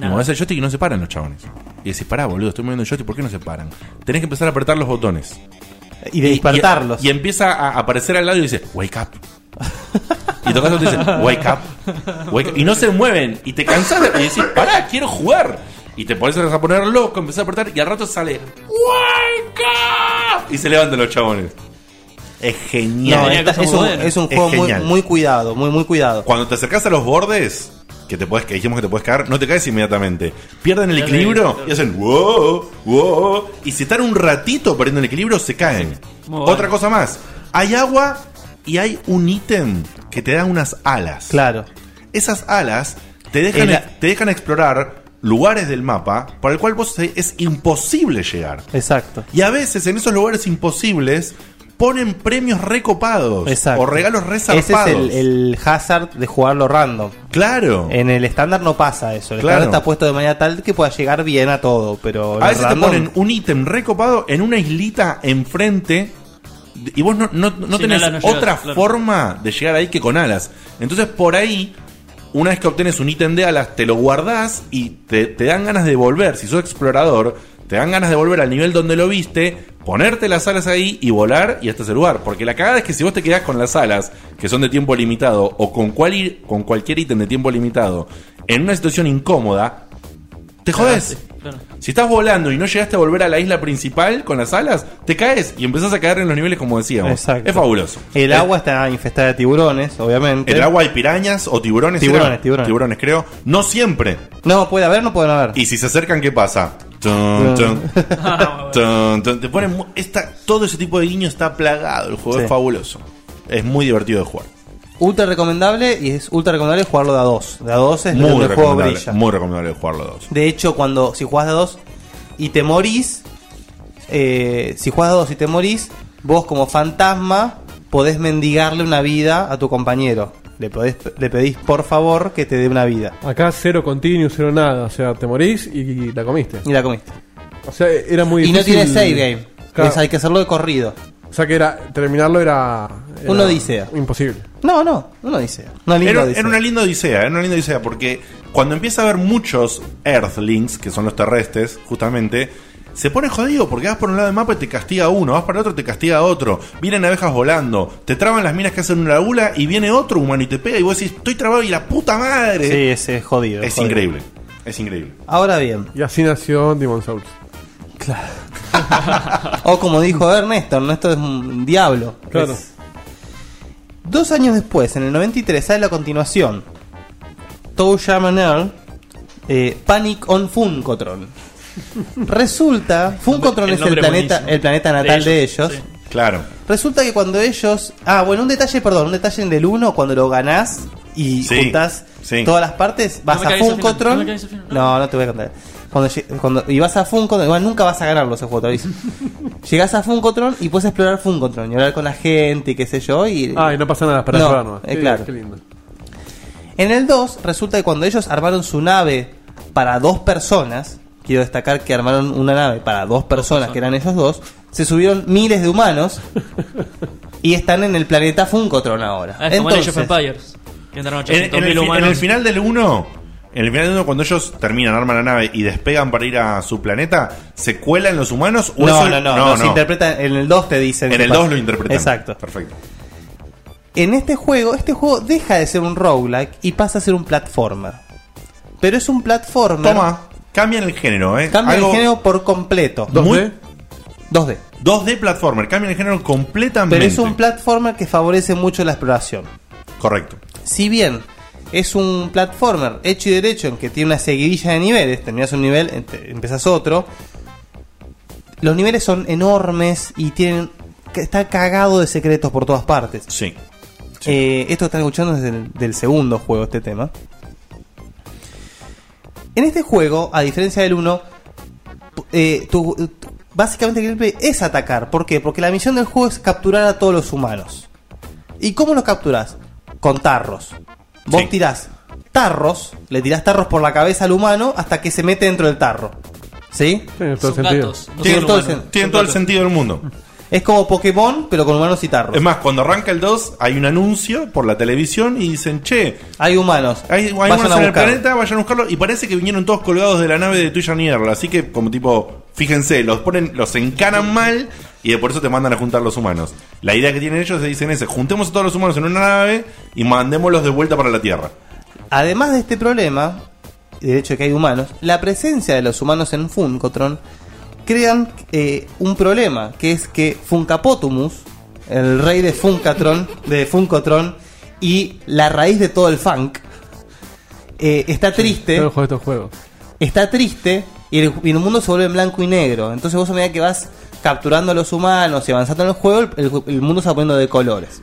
F: Y mueves el joystick y no se paran los chabones. Y decís, pará, boludo, estoy moviendo el joystick, ¿por qué no se paran? Tenés que empezar a apretar los botones.
G: Y de despertarlos.
F: Y, empieza a aparecer al lado y dices, wake up. Y tocas y te dicen, wake up, wake up. Y no se mueven. Y te cansas de- y decís, pará, quiero jugar. Y te pones a poner loco, empezás a apretar y al rato sale y se levantan los chabones. Es genial.
G: No, esta- es, un, es un juego muy,
F: genial.
G: muy cuidado, muy, muy cuidado.
F: Cuando te acercas a los bordes, que te puedes, que dijimos que te puedes caer, no te caes inmediatamente. Pierden el
G: Ya
F: equilibrio
G: sé.
F: y hacen wow, wow. Y si están un ratito perdiendo el equilibrio, se caen.
G: Muy bueno.
F: Otra cosa más, hay agua y hay un ítem que te da unas alas.
G: Claro.
F: Esas alas te dejan, e-
G: El a-
F: te dejan explorar lugares del mapa para el cual vos es imposible llegar.
G: Exacto.
F: Y a veces en esos lugares imposibles ponen premios recopados
G: Exacto.
F: Pues, o regalos
G: Ese es
F: resarpados.
G: el, el hazard de jugarlo random.
F: Claro.
G: En el estándar no pasa eso. El
F: Claro.
G: estándar está puesto de manera tal que pueda llegar bien a todo, pero en
F: A
G: el
F: veces te
G: random-
F: ponen un ítem recopado en una islita enfrente de- y vos no, no- no
G: Sin
F: tenés
G: alas no llegás,
F: otra
G: claro.
F: forma de llegar ahí que con alas. Entonces por ahí, una vez que obtienes un ítem de alas, te lo guardás y te, te dan ganas de volver. Si sos explorador, te dan ganas de volver al nivel donde lo viste, ponerte las alas ahí y volar y hasta ese lugar. Porque la cagada es que si vos te quedás con las alas, que son de tiempo limitado, o con, cual, i- con cualquier ítem de tiempo limitado, en una situación incómoda, te jodés. Si estás volando y no llegaste a volver a la isla principal con las alas, te caes y empezás a caer en los niveles como decíamos.
G: Exacto.
F: Es fabuloso.
G: El
F: Eh,
G: agua está infestada de tiburones, obviamente.
F: El agua hay pirañas o tiburones.
G: Tiburones,
F: ¿era?
G: tiburones.
F: creo. No siempre.
G: No, puede haber, no pueden haber.
F: Y si se acercan, ¿qué pasa? Tun, tun, tun, tun. Te ponen mu- está, todo ese tipo de guiño está plagado. El juego
G: Sí.
F: es fabuloso. Es muy divertido de jugar.
G: Ultra recomendable y es ultra recomendable jugarlo de a dos. De a dos es
F: Muy
G: donde el juego
F: recomendable,
G: brilla.
F: muy recomendable de jugarlo a dos.
G: De hecho, cuando si jugás de a dos y te morís, eh, si jugás de a dos y te morís, vos como fantasma podés mendigarle una vida a tu compañero. Le, podés- le pedís por favor que te dé una vida.
H: Acá cero continuo, cero nada. O sea, te morís y, la comiste.
G: Y la comiste.
H: O sea, era muy
G: Y no
H: difícil-
G: tiene save game.
H: Claro.
G: Es- hay que hacerlo de corrido.
H: O sea que era terminarlo era, era
G: Una odisea.
H: Imposible.
G: No, no, uno dice. Una linda
F: era,
G: odisea.
F: era una linda odisea, era una linda odisea, porque cuando empieza a haber muchos Earthlings, que son los terrestres, justamente, se pone jodido porque vas por un lado del mapa y te castiga uno, vas para el otro y te castiga otro, vienen abejas volando, te traban las minas que hacen una gula y viene otro humano y te pega y vos decís, estoy trabado y la puta madre.
G: Sí, ese es jodido.
F: es
G: jodido.
F: increíble, es increíble.
G: Ahora bien.
H: Y así nació Demon Souls.
G: O como dijo Ernesto, Ernesto es un diablo.
H: Claro.
G: Es- Dos años después, en el 93, sale la continuación. Toe Jam and Earl, eh, Panic on Funkotron. Resulta, Funkotron
F: El
G: es el
F: nombre
G: planeta,
F: buenísimo.
G: el planeta natal de ellos.
F: Claro.
G: Resulta que cuando ellos. Ah, bueno, un detalle, perdón, un detalle en el 1, cuando lo ganás y
F: Sí,
G: juntás
F: sí.
G: todas las partes, vas
I: me
G: a
I: cagues al final, no me
G: Funkotron.
I: cagues al final,
G: No, no te voy a contar. Cuando, lle- cuando- y vas a Funkotron, igual nunca vas a ganarlo ese juego, te aviso. Llegás a Funkotron y puedes explorar Funkotron y hablar con la gente y qué sé yo. Y,
H: Ah, y no pasa nada para
G: No,
H: jugar nomás.
G: eh,
H: Qué-
G: claro.
H: Qué lindo.
G: En el 2 resulta que cuando ellos armaron su nave para dos personas, quiero destacar que armaron una nave para dos personas, que eran ellos dos, se subieron miles de humanos y están en el planeta Funkotron ahora.
I: Ah, es como Age of Empires. Que entraron
F: En, en
I: 800.000
F: el, fi-
I: humanos.
F: en el final del 1, en el final del 1, cuando ellos terminan, arman la nave y despegan para ir a su planeta, ¿se cuelan los humanos? o
G: No,
F: eso-
G: no, no, no, se interpreta- en el 2 te dicen.
F: En
G: qué
F: el
G: pasa.
F: 2 lo interpretan.
G: Exacto.
F: Perfecto.
G: En este juego, este juego deja de ser un roguelike y pasa a ser un platformer. Pero es un platformer.
F: Toma, cambian el género, ¿eh?
G: Cambia
F: Algo
G: el género por completo.
F: muy-
G: 2D.
F: 2D platformer, cambian el género completamente.
G: Pero es un platformer que favorece mucho la exploración.
F: Correcto.
G: Si bien es un platformer hecho y derecho en que tiene una seguidilla de niveles, terminas un nivel, ent- empezás otro. Los niveles son enormes y tienen que- está cagado de secretos por todas partes. Eh,
F: Sí.
G: esto están escuchando desde el del segundo juego este tema. En este juego, a diferencia del 1, eh, tu- tu- básicamente el gameplay es atacar. ¿Por qué? Porque la misión del juego es capturar a todos los humanos. ¿Y cómo los capturás? Con tarros. Vos tirás tarros, le tirás tarros por la cabeza al humano hasta que se mete dentro del tarro. ¿Sí? Tiene
H: todo el Son sentido. gatos, no son humanos.
G: sen-
F: Tienen todo el sentido del mundo.
G: Es como Pokémon, pero con humanos y tarros.
F: Es más, cuando arranca el 2, hay un anuncio por la televisión y dicen, che,
G: hay humanos.
F: Hay,
G: Vayan
F: humanos
G: a
F: en el
G: buscar.
F: planeta, vayan a buscarlo. Y parece que vinieron todos colgados de la nave de Tuya Earl. Así que, como tipo, fíjense, los ponen, los encanan mal y de por eso te mandan a juntar los humanos. La idea que tienen ellos es dicen ese, juntemos a todos los humanos en una nave y mandémoslos de vuelta para la Tierra.
G: Además de este problema, y del hecho de que hay humanos, la presencia de los humanos en Funkotron crean eh, un problema, que es que Funkapotumus, el rey de Funkatron, de Funkotron, y la raíz de todo el funk, eh, está triste.
H: Yo no juego estos juegos.
G: Está triste y el, y el mundo se vuelve en blanco y negro. Entonces vos a medida que vas capturando a los humanos y avanzando en el juego, el- el- el mundo se va poniendo de colores.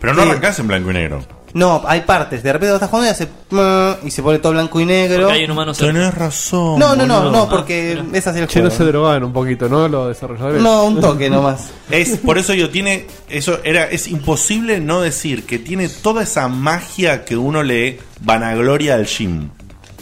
F: Pero no arrancás en blanco y negro.
G: No, hay partes. De repente vos estás jugando y hace. "Mm", Y se pone todo blanco y negro.
H: Porque hay un humano cerca. Tenés razón,
G: No, no, no,
H: boludo. Ah,
G: no, porque es así el
H: Che,
G: juego.
H: no se drogaban un poquito, ¿no? Los desarrolladores.
G: No, un toque nomás.
F: Es, por eso yo tiene, eso era, es imposible no decir que tiene toda esa magia que uno le vanagloria al gym.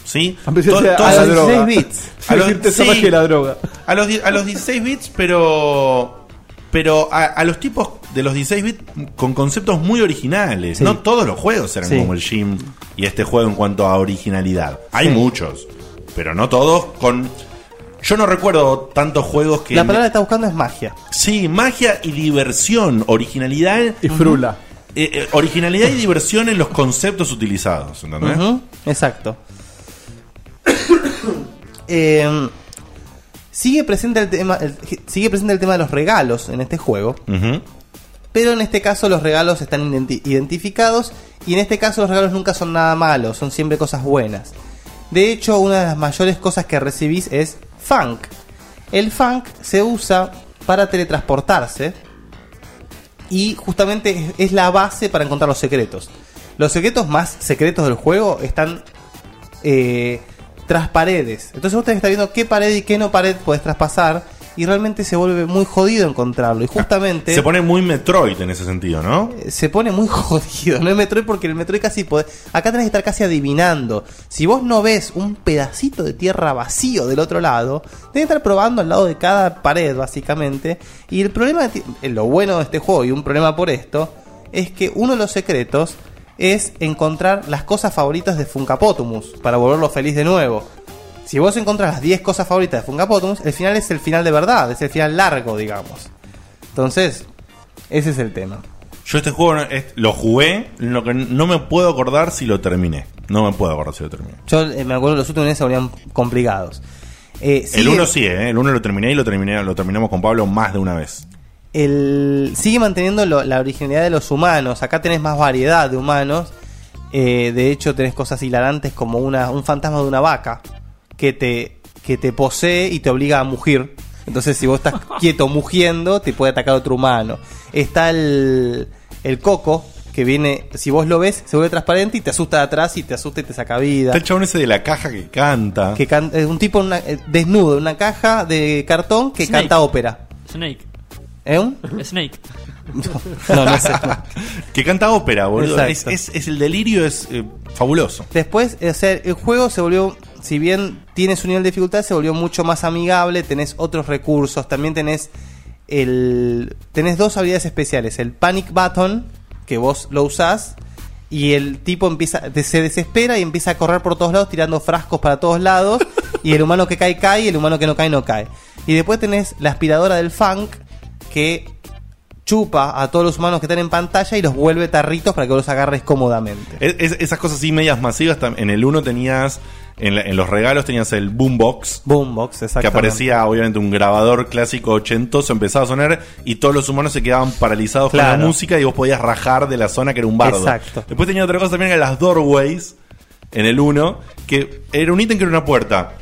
F: ¿Sí?
H: Empecé
F: To-
H: a decir,
F: todas
H: a
F: esas-
H: la droga. Sí, decirte esa magia de la droga.
F: A los, di- a los 16 bits, pero. Pero a, a los tipos de los 16 bits con conceptos muy originales. No todos los juegos eran
G: Sí.
F: como el Jim y este juego en cuanto a originalidad. Hay
G: Sí.
F: muchos, pero no todos con. Yo no recuerdo tantos juegos que.
G: La palabra que está buscando es magia.
F: Sí, magia y diversión, originalidad. Eh,
H: Y frula.
F: originalidad y diversión en los conceptos utilizados, ¿entendés?
G: Ujú, Exacto. Eh, sigue presente el tema. el- sigue presente el tema de los regalos en este juego.
F: Ujú.
G: Pero en este caso los regalos están identi- identificados y en este caso los regalos nunca son nada malos, son siempre cosas buenas. De hecho, una de las mayores cosas que recibís es funk. El funk se usa para teletransportarse y justamente es- es la base para encontrar los secretos. Los secretos más secretos del juego están eh, tras paredes. Entonces vos tenés que estar viendo qué pared y qué no pared podés traspasar y realmente se vuelve muy jodido encontrarlo. Y justamente
F: Se pone muy Metroid en ese sentido, ¿no?
G: Eh, se pone muy jodido. No es Metroid porque el Metroid casi podés. Acá tenés que estar casi adivinando. Si vos no ves un pedacito de tierra vacío del otro lado, tenés que estar probando al lado de cada pared, básicamente. Y el problema, de ti- eh, lo bueno de este juego y un problema por esto, es que uno de los secretos es encontrar las cosas favoritas de Funkapotumus para volverlo feliz de nuevo. Si vos encontrás las 10 cosas favoritas de Funkapotumus, el final es el final de verdad, es el final largo, digamos. Entonces, ese es el tema.
F: Yo este juego es- lo jugué, lo que no me puedo acordar si lo terminé. No me puedo acordar si lo terminé.
G: Yo eh, me acuerdo los últimos se habrían complicados. Eh,
F: el
G: sigue-
F: 1 sí, ¿eh? el 1 lo terminé y lo terminé, lo terminamos con Pablo más de una vez.
G: el- sigue manteniendo lo- la originalidad de los humanos. Acá tenés más variedad de humanos. Eh, de hecho, tenés cosas hilarantes como una, un fantasma de una vaca que te, que te posee y te obliga a mugir. Entonces, si vos estás quieto mugiendo, te puede atacar otro humano. Está el, el coco que viene, si vos lo ves, se vuelve transparente y te asusta de atrás y te asusta y te saca vida.
F: Está el chabón ese de la caja que canta.
G: que can- eh, un tipo en una- eh, desnudo en una caja de cartón que
I: Snake.
G: canta ópera.
I: Snake.
G: ¿Eh? un?
I: Snake.
G: No, no sé.
F: que canta ópera, boludo. Es,
G: Exacto.
F: es- es el delirio, es eh, fabuloso.
G: Después, eh, o sea, el juego se volvió, si bien tiene su nivel de dificultad, se volvió mucho más amigable, tenés otros recursos, también tenés el tenés dos habilidades especiales, el panic button que vos lo usás y el tipo empieza de- se desespera y empieza a correr por todos lados tirando frascos para todos lados y el humano que cae cae y el humano que no cae no cae. Y después tenés la aspiradora del funk que chupa a todos los humanos que están en pantalla y los vuelve tarritos para que vos los agarres cómodamente.
F: Este. Es- es- esas cosas así medias masivas. tam- En el 1 tenías, en, la- en los regalos tenías el boombox.
G: Boombox,
F: Que
G: exactamente.
F: aparecía obviamente un grabador clásico ochentoso, empezaba a sonar y todos los humanos se quedaban paralizados con la
G: Claro.
F: música y vos podías rajar de la zona que era un bardo.
G: Exacto.
F: Después tenía otra cosa también, eran las doorways en el 1, que era un ítem que era una puerta.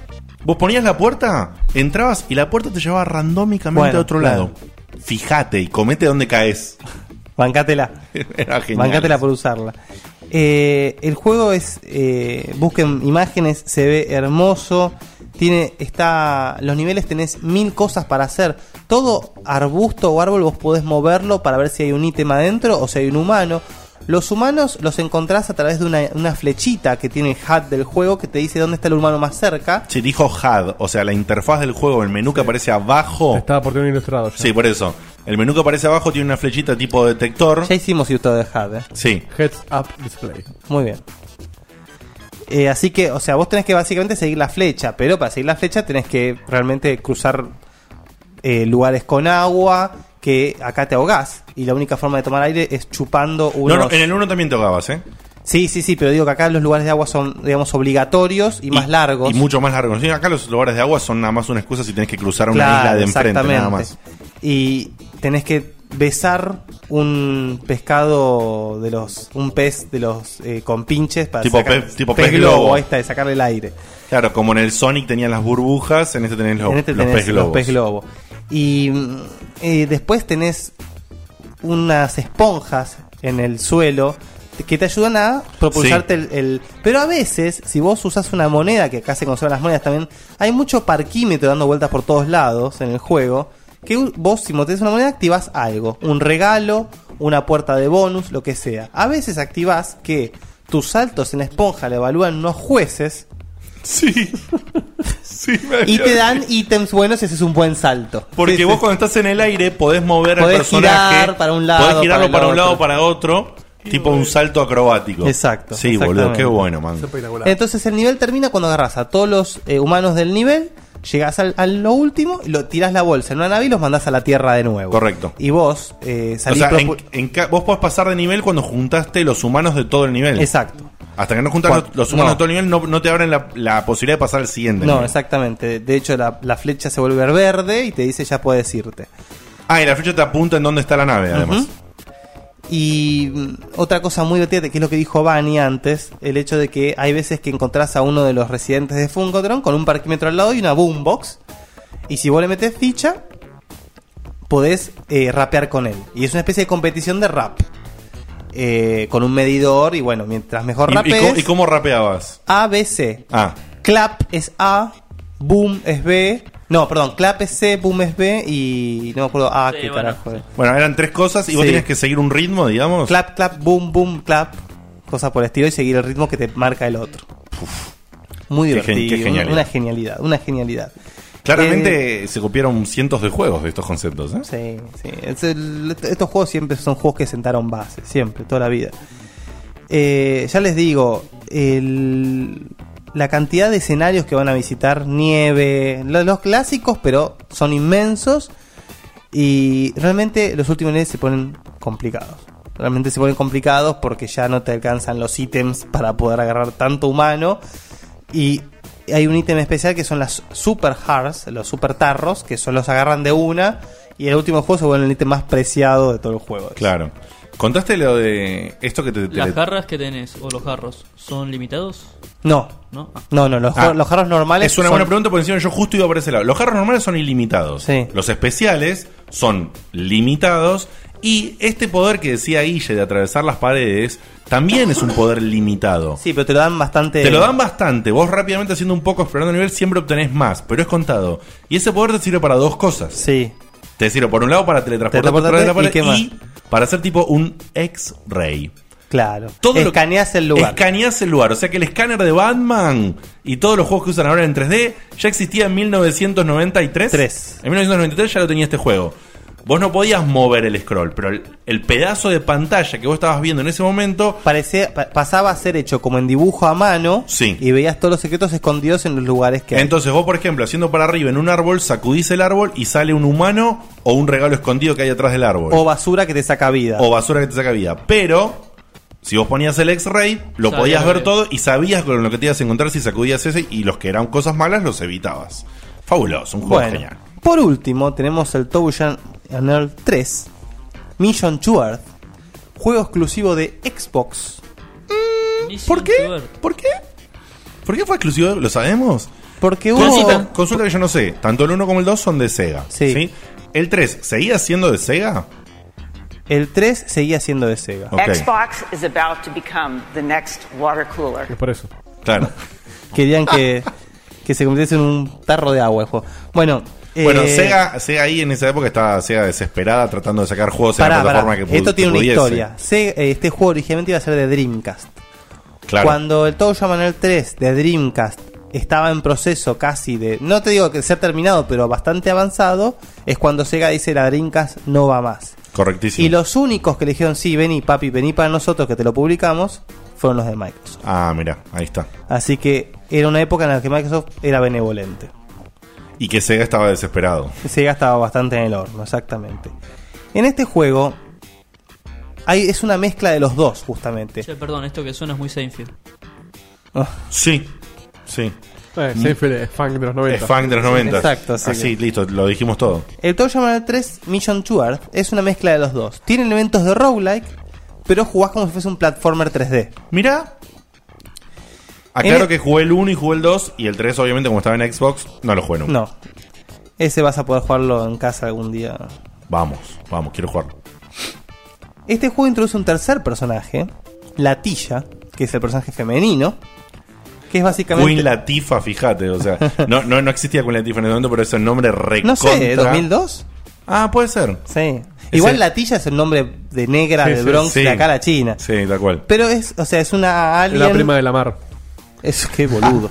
F: Vos ponías la puerta, entrabas y la puerta te llevaba randómicamente
G: Bueno,
F: a otro
G: claro.
F: lado. Fíjate y comete donde caes.
G: Bancátela.
F: era genial.
G: Bancátela por usarla. Eh, el juego es. eh, busquen imágenes, se ve hermoso. Tiene. Está. Los niveles tenés mil cosas para hacer. Todo arbusto o árbol vos podés moverlo para ver si hay un ítem adentro o si hay un humano. Los humanos los encontrás a través de una, una flechita que tiene el HUD del juego que te dice dónde está el humano más cerca.
F: Se dijo HUD, o sea, la interfaz del juego, el menú que aparece abajo. Estaba por tener ilustrado. Sí, por eso. El menú que aparece abajo tiene una flechita tipo detector.
G: Ya hicimos y todo de HUD, ¿eh?
F: Sí.
H: Heads up display.
G: Muy bien. Eh, así que, o sea, vos tenés que básicamente seguir la flecha, pero para seguir la flecha tenés que realmente cruzar eh, lugares con agua, que acá te ahogás, y la única forma de tomar aire es chupando unos...
F: No, no, en el 1 también te ahogabas, ¿eh?
G: Sí, sí, sí, pero digo que acá los lugares de agua son, digamos, obligatorios y, más largos.
F: Y mucho más largo. Sí, Acá los lugares de agua son nada más una excusa si tenés que cruzar una
G: Claro,
F: isla de enfrente, nada
G: exactamente.
F: más.
G: Y tenés que besar un pescado de los. un pez de los eh, compinches para
F: Tipo
G: sacar-
F: pez- tipo pez globo.
G: ahí está, de sacarle el aire.
F: Claro, como en el Sonic tenían las burbujas, en este tenés los,
G: En este
F: los
G: tenés
F: pez globos.
G: los pez globo. Y mm, eh, después tenés unas esponjas en el suelo que te ayudan a propulsarte el, el- Pero a veces, si vos usás una moneda, que acá se conservan las monedas también, hay mucho parquímetro dando vueltas por todos lados en el juego, que u- vos si motés una moneda activás algo, un regalo, una puerta de bonus, lo que sea. A veces activás que tus saltos en la esponja le evalúan unos jueces.
F: Sí.
G: y te dan ítems buenos si haces un buen salto.
F: Porque
G: Sí,
F: vos
G: sí.
F: cuando estás en el aire podés mover al
G: Podés
F: personaje.
G: girar para un lado,
F: Podés girarlo
G: para
F: para,
G: el
F: un
G: otro.
F: lado, para otro. Tipo un salto acrobático.
G: Exacto,
F: Sí, boludo,
G: exactamente.
F: qué bueno, man.
G: Entonces el nivel termina cuando agarras a todos los eh, humanos del nivel, llegás al, a lo último, y lo tirás la bolsa en una nave y los mandás a la Tierra de nuevo.
F: Correcto.
G: Y vos eh,
F: O
G: salís
F: sea, en-
G: propu-
F: en ca- vos podés pasar de nivel cuando juntaste los humanos de todo el nivel.
G: Exacto.
F: Hasta que no juntas
G: Cuando-
F: los, los humanos
G: no.
F: de todo el nivel, no, no te abren la, la posibilidad de pasar al siguiente.
G: No,
F: nivel.
G: exactamente. De hecho la, la flecha se vuelve verde y te dice ya puedes irte.
F: Ah, y la flecha te apunta en dónde está la nave, además.
G: Ujú. Y mm, otra cosa muy divertida, que es lo que dijo Bani antes, el hecho de que hay veces que encontrás a uno de los residentes de Funkotron con un parquímetro al lado y una boombox. Y si vos le metes ficha, podés eh, rapear con él. Y es una especie de competición de rap. Eh, con un medidor y bueno, mientras mejor
F: ¿Y- ¿Y,
G: rapees...
F: cómo, y cómo rapeabas?
G: A, B, C.
F: Ah,
G: Clap es A, boom es B. No, perdón, clap es C, boom es B y no me acuerdo A, qué carajo. es.
F: bueno, eran tres cosas y vos
G: Sí.
F: tenías que seguir un ritmo, digamos.
G: Clap, clap, boom, boom, clap. Cosas por el estilo y seguir el ritmo que te marca el otro. Muy
F: Qué gen-
G: divertido.
F: qué genialidad.
G: Una eh, genialidad, una genialidad.
F: Claramente se copiaron cientos de juegos de estos conceptos, ¿eh?
G: Sí, sí. Es el- estos juegos siempre son juegos que sentaron base, siempre, toda la vida. Eh, ya les digo, el- la cantidad de escenarios que van a visitar, nieve, lo- los, clásicos, pero son inmensos. Y realmente los últimos niveles se ponen complicados. Realmente se ponen complicados porque ya no te alcanzan los ítems para poder agarrar tanto humano. Y hay un ítem especial que son las super hearts, los super tarros, que son los agarran de una. Y el último juego se vuelve el ítem más preciado de todo el juego.
F: Claro. Contaste lo de esto que te... te-
I: ¿Las jarras que tenés o los jarros son limitados?
G: No.
I: ¿No? Ah.
G: No, no, los,
F: Ah.
G: jar- los jarros normales.
F: Es una
G: son-
F: buena pregunta por encima yo justo iba por ese lado. Los jarros normales son ilimitados. Los especiales son limitados. Y este poder que decía Guille de atravesar las paredes también es un poder limitado.
G: Sí, pero te lo dan bastante.
F: Te lo dan bastante. Vos rápidamente haciendo un poco, explorando el nivel, siempre obtenés más, pero es contado. Y ese poder te sirve para dos cosas.
G: Sí.
F: Te sirve por un lado para teletransportarte por
G: Teletransportarte
F: detrás de la
G: y qué
F: pared
G: más.
F: y, para hacer tipo un X-ray.
G: Claro.
F: Todo lo que-
G: Escaneas el lugar.
F: Escaneás el lugar. O sea que el escáner de Batman y todos los juegos que usan ahora en 3D ya existía en 1993. En 1993 ya lo tenía este juego. Vos no podías mover el scroll, pero el, el pedazo de pantalla que vos estabas viendo en ese momento.
G: Parecía, pa- pasaba a ser hecho como en dibujo a mano. Y veías todos los secretos escondidos en los lugares que hay.
F: Entonces vos, por ejemplo, haciendo para arriba en un árbol, sacudís el árbol y sale un humano o un regalo escondido que hay atrás del árbol.
G: O basura que te saca vida.
F: O basura que te saca vida. Pero, si vos ponías el X-Ray, lo
G: Sabías
F: podías
G: lo
F: ver
G: que-
F: todo y sabías con lo que te ibas a encontrar si sacudías ese y los que eran cosas malas los evitabas. Fabuloso, un juego
G: Bueno.
F: genial.
G: Por último, tenemos el Toujan Earth 3, Mission to Earth, juego exclusivo de Xbox.
I: ¿Por qué?
F: ¿Por qué? ¿Por qué fue exclusivo? ¿Lo sabemos?
G: Porque
I: hubo-
F: Consulta, consulta que yo no sé. Tanto el 1 como el 2 son de Sega. Sí. ¿El 3 seguía siendo de Sega?
G: El 3 seguía siendo de Sega.
O: Xbox is about to become the next water cooler.
G: por eso.
F: Claro.
G: Querían que, que se convirtiese en un tarro de agua el juego. Bueno,
F: Bueno,
G: Eh,
F: Sega, Sega ahí en esa época estaba Sega desesperada tratando de sacar juegos en
G: Pará,
F: la plataforma
G: pará.
F: que pu-
G: Esto tiene una
F: pudiese.
G: historia. Se- eh, este juego originalmente iba a ser de Dreamcast.
F: Claro.
G: Cuando el Toad Manel 3 de Dreamcast estaba en proceso casi de. No te digo que sea terminado, pero bastante avanzado. Es cuando Sega dice la Dreamcast no va más.
F: Correctísimo.
G: Y los únicos que le dijeron sí, vení, papi, vení para nosotros que te lo publicamos, fueron los de Microsoft.
F: Ah, mira, ahí está.
G: Así que era una época en la que Microsoft era benevolente.
F: Y que Sega estaba desesperado.
G: Se gastaba bastante en el horno, exactamente. En este juego hay, es una mezcla de los dos, justamente.
I: Che, perdón, esto que suena es muy Seinfeld.
G: Ah.
F: Sí, sí. Mm.
H: Eh, Seinfeld es fan de los 90.
F: Es fan de los 90.
G: Exacto, sí.
F: sí. Así, listo, lo dijimos todo.
G: El Toy Manel 3 Mission to Earth es una mezcla de los dos. Tiene elementos de roguelike, pero jugás como si fuese un platformer 3D.
F: Mira.
G: e-
F: Aclaro Ah, que jugué el 1 y jugué el 2 y el 3 obviamente como estaba en Xbox no lo jugué nunca.
G: No. Ese vas a poder jugarlo en casa algún día.
F: Vamos, vamos, quiero jugarlo.
G: Este juego introduce un tercer personaje, Latilla, que es el personaje femenino, que es básicamente...
F: Queen Latifa, fíjate, o sea, no, no, no existía Queen Latifa en ese momento, pero es el nombre recontra.
G: No sé, ¿2002?
F: Ah, puede ser.
G: Sí.
F: Ese-
G: Igual Latilla es el nombre de negra
F: Sí, sí,
G: del Bronx
F: sí.
G: de acá a la China.
F: Sí, tal cual.
G: Pero es, o sea, es una alien...
H: la prima de la mar.
G: Es que boludo.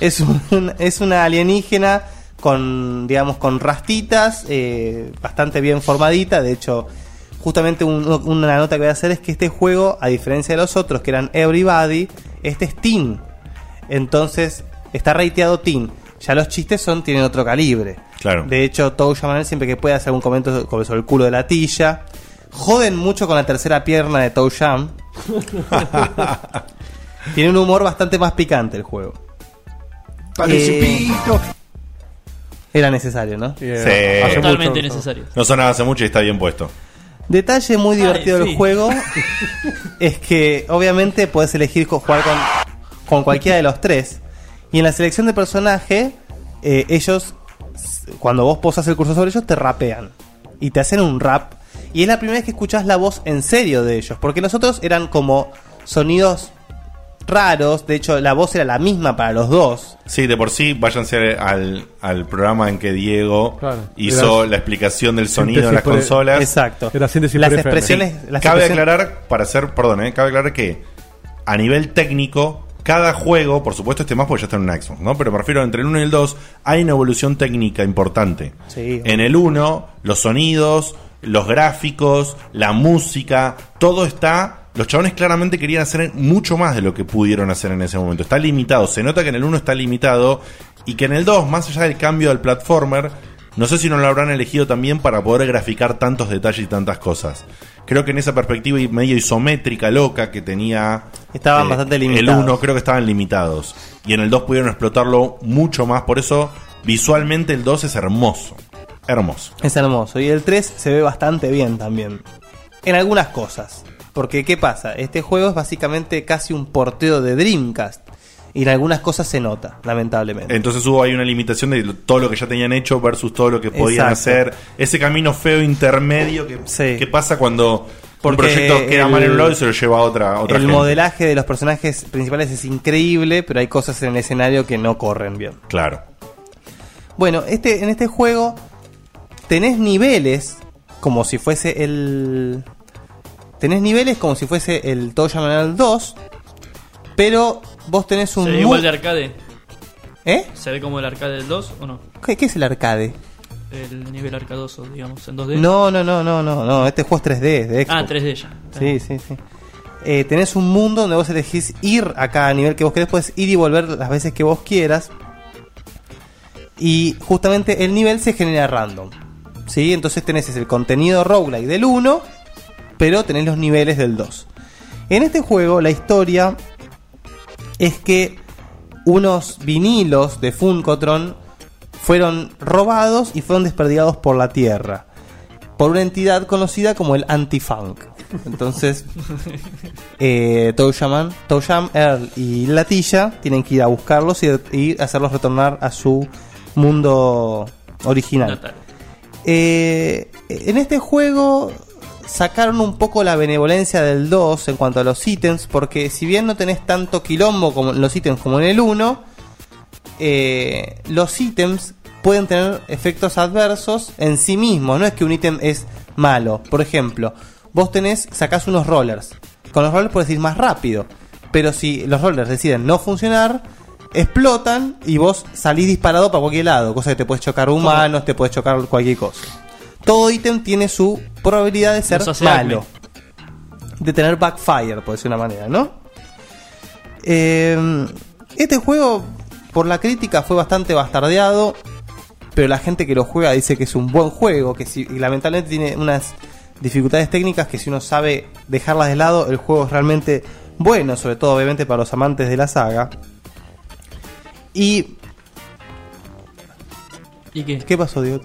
G: es, un- es una alienígena con, digamos, con rastitas, eh, bastante bien formadita. De hecho, justamente un- una nota que voy a hacer es que este juego, a diferencia de los otros que eran Everybody, este es Teen. Entonces, está rateado Teen. Ya los chistes son tienen otro calibre.
F: Claro.
G: De hecho, Tou Yamanel siempre que puede hace algún comentario sobre sobre el culo de la tilla. Joden mucho con la tercera pierna de Tou Yam. Tiene un humor bastante más picante el juego. Eh,
K: Participito.
G: Era necesario, ¿no?
F: Sí.
I: Totalmente necesario.
F: No sonaba hace mucho y está bien puesto.
G: Detalle muy divertido
I: Ay, sí.
G: del juego es que obviamente puedes elegir co- jugar con, con cualquiera de los tres. Y en la selección de personaje, eh, ellos, s- cuando vos posas el cursor sobre ellos, te rapean. Y te hacen un rap. Y es la primera vez que escuchás la voz en serio de ellos. Porque los otros eran como sonidos raros. De hecho, la voz era la misma para los dos.
F: Sí, de por sí, váyanse al, al programa en que Diego
G: Claro.
F: hizo
G: Era-
F: la explicación del sonido
G: Síntesis
F: en las
G: por-
F: consolas.
G: Exacto. Era síntesis Las por FM. expresiones- las
F: cabe
G: expresiones-
F: aclarar, para hacer, perdón, eh, cabe aclarar que a nivel técnico, cada juego, por supuesto, este más porque ya está en un Xbox, ¿no? Pero me refiero entre el 1 y el 2, hay una evolución técnica importante.
G: Sí.
F: En el 1, los sonidos, los gráficos, la música, todo está. Los chabones claramente querían hacer mucho más de lo que pudieron hacer en ese momento. Está limitado. Se nota que en el 1 está limitado. Y que en el 2, más allá del cambio del platformer, no sé si no lo habrán elegido también para poder graficar tantos detalles y tantas cosas. Creo que en esa perspectiva y- medio isométrica, loca que tenía. eh,
G: Estaban bastante
F: El
G: limitados.
F: 1 creo que estaban limitados. Y en el 2 pudieron explotarlo mucho más. Por eso, visualmente, el 2 es hermoso. Hermoso.
G: Es hermoso. Y el 3 se ve bastante bien también. En algunas cosas. Porque, ¿qué pasa? Este juego es básicamente casi un porteo de Dreamcast. Y en algunas cosas se nota, lamentablemente.
F: Entonces hubo ahí una limitación de lo- todo lo que ya tenían hecho versus todo lo que podían
G: Exacto.
F: hacer. Ese camino feo intermedio que, que pasa cuando
G: Porque
F: un proyecto queda
G: el-
F: mal en un lado y se lo lleva a otra, otra
G: el
F: gente.
G: modelaje de los personajes principales es increíble, pero hay cosas en el escenario que no corren bien.
F: Claro.
G: Bueno, este, en este juego tenés niveles como si fuese el. Tenés niveles como si fuese el Toya Manual 2, pero vos tenés un.
I: ¿Se ve
G: mu-
I: igual de arcade?
G: ¿Eh?
I: ¿Se ve como el arcade del 2 o no?
G: ¿Qué, qué es el arcade?
I: El nivel arcadoso, digamos, en 2D.
G: No, no, no, no, no, no. Este juego es 3D, es de Xbox.
I: Ah, 3D ya.
G: Sí, sí, sí. Eh, tenés un mundo donde vos elegís ir a cada nivel que vos querés, puedes ir y volver las veces que vos quieras. Y justamente el nivel se genera random. ¿Sí? Entonces tenés el contenido roguelike del 1, pero tenés los niveles del 2. En este juego, la historia es que unos vinilos de Funkotron fueron robados y fueron desperdigados por la Tierra. Por una entidad conocida como el Anti-Funk. Entonces, eh, Touyaman, Touyam, Earl y Latilla tienen que ir a buscarlos y, y hacerlos retornar a su mundo original. Eh, en este juego sacaron un poco la benevolencia del 2 en cuanto a los ítems, porque si bien no tenés tanto quilombo como en los ítems como en el 1, eh, los ítems pueden tener efectos adversos en sí mismos. No es que un ítem es malo. Por ejemplo, vos tenés, sacás unos rollers. Con los rollers puedes ir más rápido. Pero si los rollers deciden no funcionar, explotan y vos salís disparado para cualquier lado. Cosa que te puedes chocar humanos, te puedes chocar cualquier cosa. Todo ítem tiene su probabilidad de ser
I: Nos hace
G: malo. De tener backfire, por decir una manera, ¿no? Eh, este juego, por la crítica, fue bastante bastardeado. Pero la gente que lo juega dice que es un buen juego. Que si, y lamentablemente tiene unas dificultades técnicas que si uno sabe dejarlas de lado, el juego es realmente bueno. Sobre todo, obviamente, para los amantes de la saga. Y...
I: ¿Y qué?
G: pasó, Diego?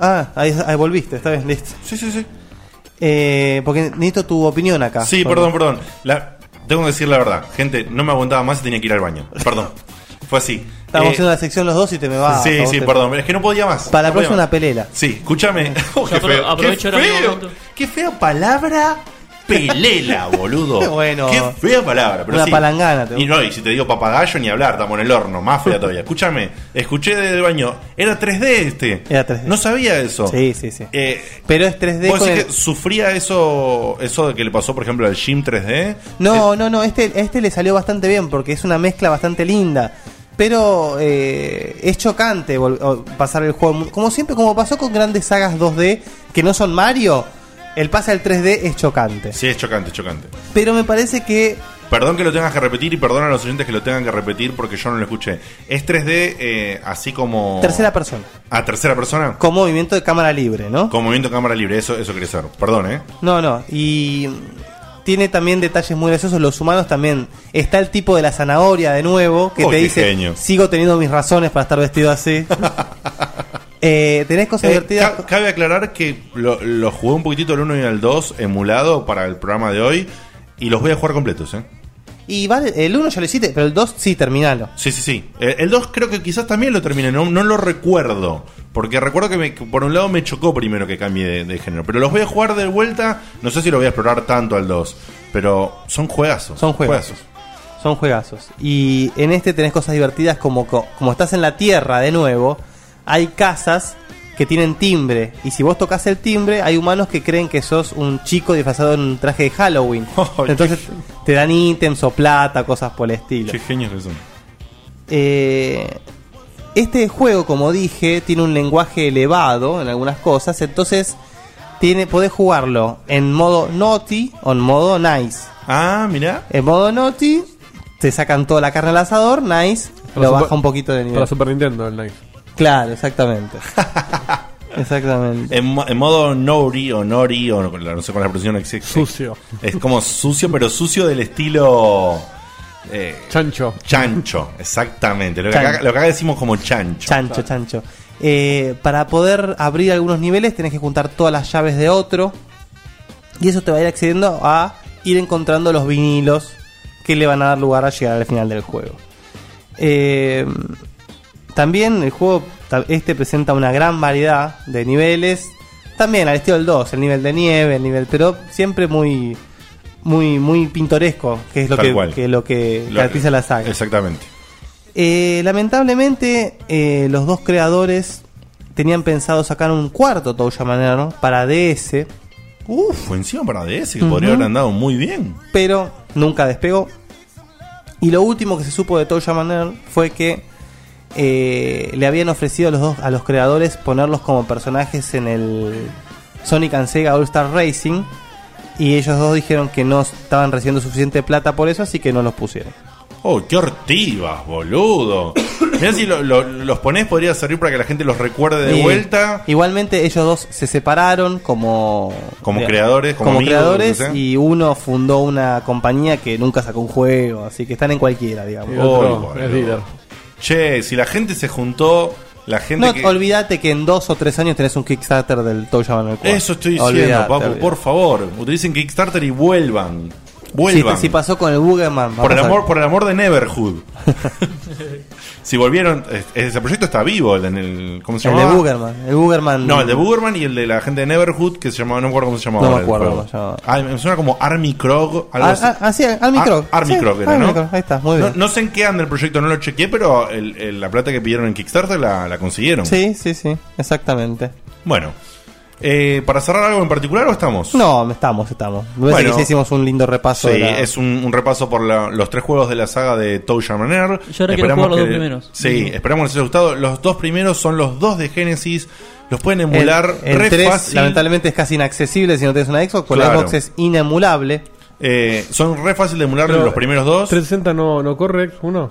G: Ah, ahí, ahí volviste, está bien, listo.
F: ¿Eh?
G: Eh,
F: Sí, sí, sí.
G: porque necesito tu opinión acá.
F: Sí, perdón, perdón. La- tengo que decir la verdad. Gente, no me aguantaba más y tenía que ir al baño. Perdón. Fue así.
G: Estamos
F: Eh,
G: haciendo la sección los dos y te me va.
F: sí,
G: a vos
F: sí,
G: te-
F: perdón. Es que no podía más.
G: Para la
F: No podía
G: próxima
F: más.
G: una pelela.
F: Sí, escúchame. Oh, qué
G: apro-
F: feo.
G: aprovecho
F: Qué
G: ahora mi
F: feo.
G: momento.
F: Qué fea palabra. Pelela, boludo.
G: Bueno.
F: Qué fea palabra. Pero
G: Una
F: sí.
G: palangana, te
F: Y no, y si te digo papagayo ni hablar, estamos en el horno, más fea todavía. Escúchame, escuché desde el baño, era 3D este.
G: Era 3D.
F: No sabía eso.
G: Sí, sí, sí.
F: Eh,
G: Pero es 3D
F: ¿Vos
G: con
F: decís
G: el-
F: que sufría eso eso de que le pasó, por ejemplo, al Gym 3D?
G: No, no, no, este, este le salió bastante bien porque es una mezcla bastante linda. Pero eh, es chocante vol- o- pasar el juego. Como siempre, como pasó con grandes sagas 2D que no son Mario, el pase al 3D es chocante.
F: Sí, es chocante, es chocante.
G: Pero me parece que
F: Perdón que lo tengas que repetir y perdón a los oyentes que lo tengan que repetir porque yo no lo escuché. Es 3D eh, así como...
G: tercera persona.
F: Ah, tercera persona.
G: Con movimiento de cámara libre, ¿no?
F: Con movimiento de cámara libre, eso, eso quería ser. Perdón, ¿eh?
G: No, no. Y tiene también detalles muy graciosos. Los humanos también. Está el tipo de la zanahoria de nuevo que
F: Uy,
G: te
F: qué
G: dice:
F: genio.
G: Sigo teniendo mis razones para estar vestido así. Eh, tenés cosas
F: Eh,
G: divertidas.
F: ca- cabe aclarar que lo, lo jugué un poquitito el 1 y el 2 emulado para el programa de hoy y los voy a jugar completos, ¿eh?
G: Y vale, el 1 ya lo hiciste, pero el 2 sí, terminalo.
F: Sí, sí, sí. Eh, El 2 creo que quizás también lo terminé, no, no lo recuerdo. Porque recuerdo que, me- que por un lado me chocó primero que cambie de, de género. Pero los voy a jugar de vuelta, no sé si lo voy a explorar tanto al 2. Pero son juegazos.
G: Son juegazos. Son juegazos. Y en este tenés cosas divertidas como, co- como estás en la tierra de nuevo, hay casas que tienen timbre. Y si vos tocas el timbre, hay humanos que creen que sos un chico disfrazado en un traje de Halloween. Entonces te dan ítems o plata, cosas por el estilo.
F: Qué genios que son.
G: Eh, este juego, como dije, tiene un lenguaje elevado en algunas cosas, entonces tiene, podés jugarlo en modo naughty o en modo nice.
F: Ah, mirá.
G: En modo naughty te sacan toda la carne al asador, nice,
H: Para
G: lo
H: Super-
G: baja un poquito de nivel.
H: Para Super Nintendo, el Night.
G: Claro, exactamente. Exactamente.
F: En, mo- en modo Nori o Nori, o no, no sé cuál es la pronunciación existe.
H: Sucio.
F: Es como sucio, pero sucio del estilo. eh,
H: chancho.
F: Chancho, exactamente. Lo que, acá,
G: Chancho.
F: lo que acá decimos como chancho.
G: Chancho, chancho. Eh, para poder abrir algunos niveles tenés que juntar todas las llaves de otro. Y eso te va a ir accediendo a ir encontrando los vinilos que le van a dar lugar a llegar al final del juego. Eh, también el juego ta- este presenta una gran variedad de niveles. También al estilo del 2, el nivel de nieve, el nivel, pero siempre muy muy muy pintoresco, que es lo
F: Tal
G: que,
F: cual.
G: que lo que
F: Lo-
G: caracteriza la saga.
F: Exactamente.
G: Eh, lamentablemente, eh, los dos creadores tenían pensado sacar un cuarto Touya Manero para DS,
F: Uf, encima para DS, que podría
G: Ujú.
F: haber andado muy bien.
G: pero nunca despegó. Y lo último que se supo de Touya Manero fue que eh, le habían ofrecido a los, dos, a los creadores ponerlos como personajes en el Sonic and Sega All Star Racing. Y ellos dos dijeron que no estaban recibiendo suficiente plata por eso, así que no los pusieron.
F: Oh, qué hortivas, boludo. Mirá si lo- lo- los ponés, podría servir para que la gente los recuerde de
G: Y
F: vuelta.
G: Eh, Igualmente ellos dos se separaron como
F: Como creadores, como amigos,
G: creadores
F: lo que sea.
G: y uno fundó una compañía que nunca sacó un juego, así que están en cualquiera, digamos.
F: Oh, boludo. Che, si la gente se juntó, la gente
G: No,
F: que-
G: olvídate que en dos o tres años tenés un Kickstarter del Toya Manuel
F: Eso estoy diciendo, papu, por favor. Utilicen Kickstarter y vuelvan. Vuelvan.
G: Si, si pasó con el Bugerman.
F: Por el, amor, por el amor de Neverhood. si volvieron, es- ese proyecto está vivo. El, en el, ¿Cómo se
G: El
F: llama?
G: de Bugerman. El Bugerman.
F: No, el de Boogerman y el de la gente de Neverhood que se llamaba, no me acuerdo cómo se llamaba.
G: No me
F: ahora el
G: acuerdo
F: juego.
G: cómo se llamaba.
F: Ah, me suena como Army Krog. algo
G: Ah,
F: así.
G: ah, ah, sí, Army
F: Ah,
G: Krog.
F: Army
G: Sí,
F: Krog era,
G: Army
F: ¿no?
G: Krog, Ahí está, muy
F: no,
G: bien.
F: no sé en qué anda el proyecto, no lo chequeé, pero el- el- la plata que pidieron en Kickstarter la, la consiguieron.
G: Sí, sí, sí, exactamente.
F: Bueno, eh, ¿para cerrar algo en particular o estamos?
G: No, estamos, estamos. Me parece
F: Bueno.
G: que sí hicimos un lindo repaso.
F: Sí,
G: de la-
F: es un, un repaso por la- los tres juegos de la saga de Toe Jam and Earl.
I: Yo ahora quiero
F: Esperamos
I: jugar los dos
F: que-
I: primeros.
F: Sí, esperamos que les haya gustado. Los dos primeros son los dos de Genesis. Los pueden
G: el-
F: emular
G: el
F: re
G: tres,
F: fácil.
G: Lamentablemente es casi inaccesible si no tienes una Xbox. Con la
F: Claro.
G: Xbox es inemulable.
F: Eh, son re fácil de emular los primeros dos.
G: 360 no, no corre X1.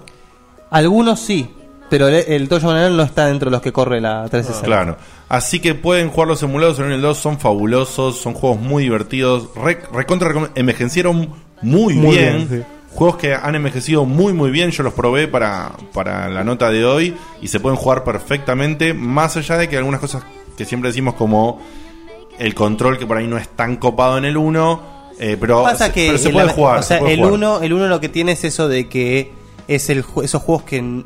G: Algunos sí, pero el, el Toyo Manuel no está dentro de los que corre la 360.
F: Claro. Así que pueden jugar los emulados en el 2, son fabulosos, son juegos muy divertidos, re- recontra recom- envejecieron muy,
G: Muy
F: bien.
G: bien,
F: Juegos que han envejecido muy muy bien, yo los probé para, para la nota de hoy y se pueden jugar perfectamente, más allá de que algunas cosas que siempre decimos como el control que por ahí no es tan copado en el 1, eh, pero,
G: Pasa
F: se-
G: que
F: pero se
G: el-
F: puede jugar.
G: o
F: se
G: sea,
F: puede
G: el
F: jugar.
G: uno, el uno lo que tiene es eso de que es el ju- esos juegos que n-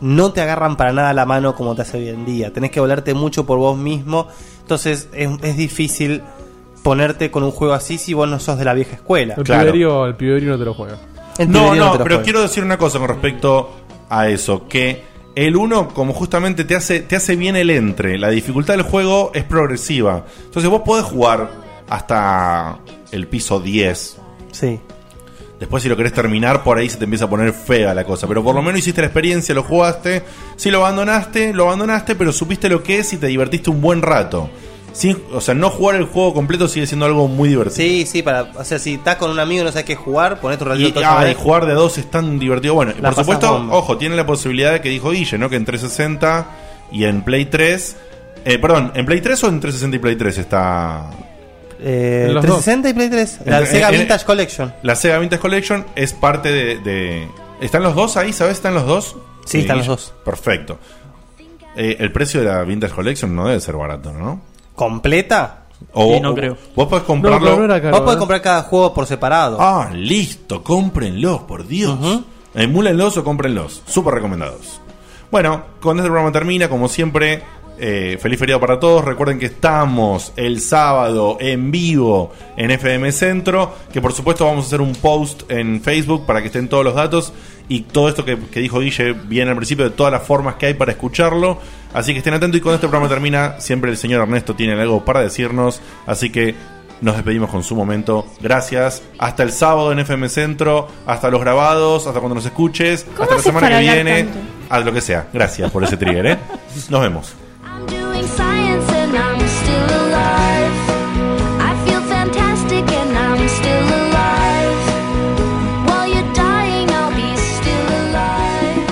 G: no te agarran para nada la mano como te hace hoy en día. Tenés que volarte mucho por vos mismo. Entonces es, es difícil ponerte con un juego así si vos no sos de la vieja escuela.
H: El, piberío, el piberío no te lo juega.
F: No, no, pero quiero decir una cosa con respecto a eso, que el 1 como justamente te hace, te hace bien el entre, la dificultad del juego es progresiva. Entonces vos podés jugar hasta el piso 10.
G: Sí.
F: Después si lo querés terminar, por ahí se te empieza a poner fea la cosa. Pero por lo menos hiciste la experiencia, lo jugaste. Si lo abandonaste, lo abandonaste, pero supiste lo que es y te divertiste un buen rato. Sin- o sea, no jugar el juego completo sigue siendo algo muy divertido.
G: Sí, sí, para, o sea, si estás con un amigo y no sabes qué jugar, ponete un ratito
F: Y,
G: Toyo
F: ah,
G: Manuel.
F: y jugar de dos es tan divertido. Bueno, y por
G: La pasás
F: supuesto,
G: bomba.
F: ojo, tiene la posibilidad de que dijo Guille, ¿no? Que en 360 y en Play 3. eh, perdón, ¿en Play 3 o en 360 y Play 3 está?
G: Eh,
F: En los
G: 360 y Play 3. La
F: En-
G: Sega
F: en- en-
G: Vintage Collection.
F: La Sega Vintage Collection es parte de. de- ¿Están los dos ahí? ¿Sabes? ¿Están los dos?
G: Sí, están los
F: dos. Perfecto. Eh, el precio de la Vintage Collection no debe ser barato, ¿no?
G: ¿Completa?
F: O,
G: Sí, no
F: o-
G: creo.
F: Vos podés comprarlo.
G: Vos
F: ¿eh?
G: podés comprar cada juego por separado.
F: Ah, listo, cómprenlos, por Dios. Emúlenlos o cómprenlos. Súper recomendados. Bueno, con este programa termina, como siempre. eh, feliz feriado para todos. Recuerden que estamos el sábado en vivo en FM Centro. Que por supuesto vamos a hacer un post en Facebook para que estén todos los datos. Y todo esto que, que dijo Guille viene al principio de todas las formas que hay para escucharlo. Así que estén atentos. Y cuando este programa termina, siempre el señor Ernesto tiene algo para decirnos. Así que nos despedimos con su momento. Gracias. Hasta el sábado en FM Centro. Hasta los grabados. Hasta cuando nos escuches. Hasta la
J: haces
F: semana
J: para
F: que
J: hablar
F: viene.
J: tanto?
F: Haz lo que sea. Gracias por ese trigger, ¿eh? Nos vemos.
E: doing science and I'm still alive. I feel fantastic and I'm still alive. While you're dying, I'll be still alive.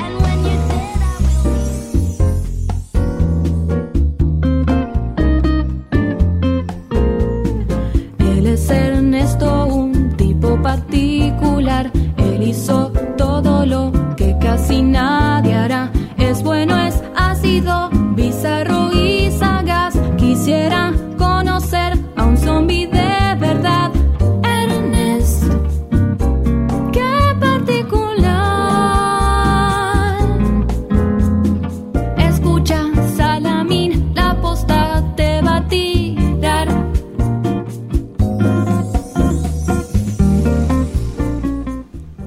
E: And when you're dead, I
P: Él es Ernesto, un tipo particular. Él hizo todo lo que casi nadie hará. Es bueno, es ácido, bizarro y sagaz. Quisiera conocer a un zombi de verdad. Ernest, qué particular. Escucha, Salamín, la posta te va a tirar.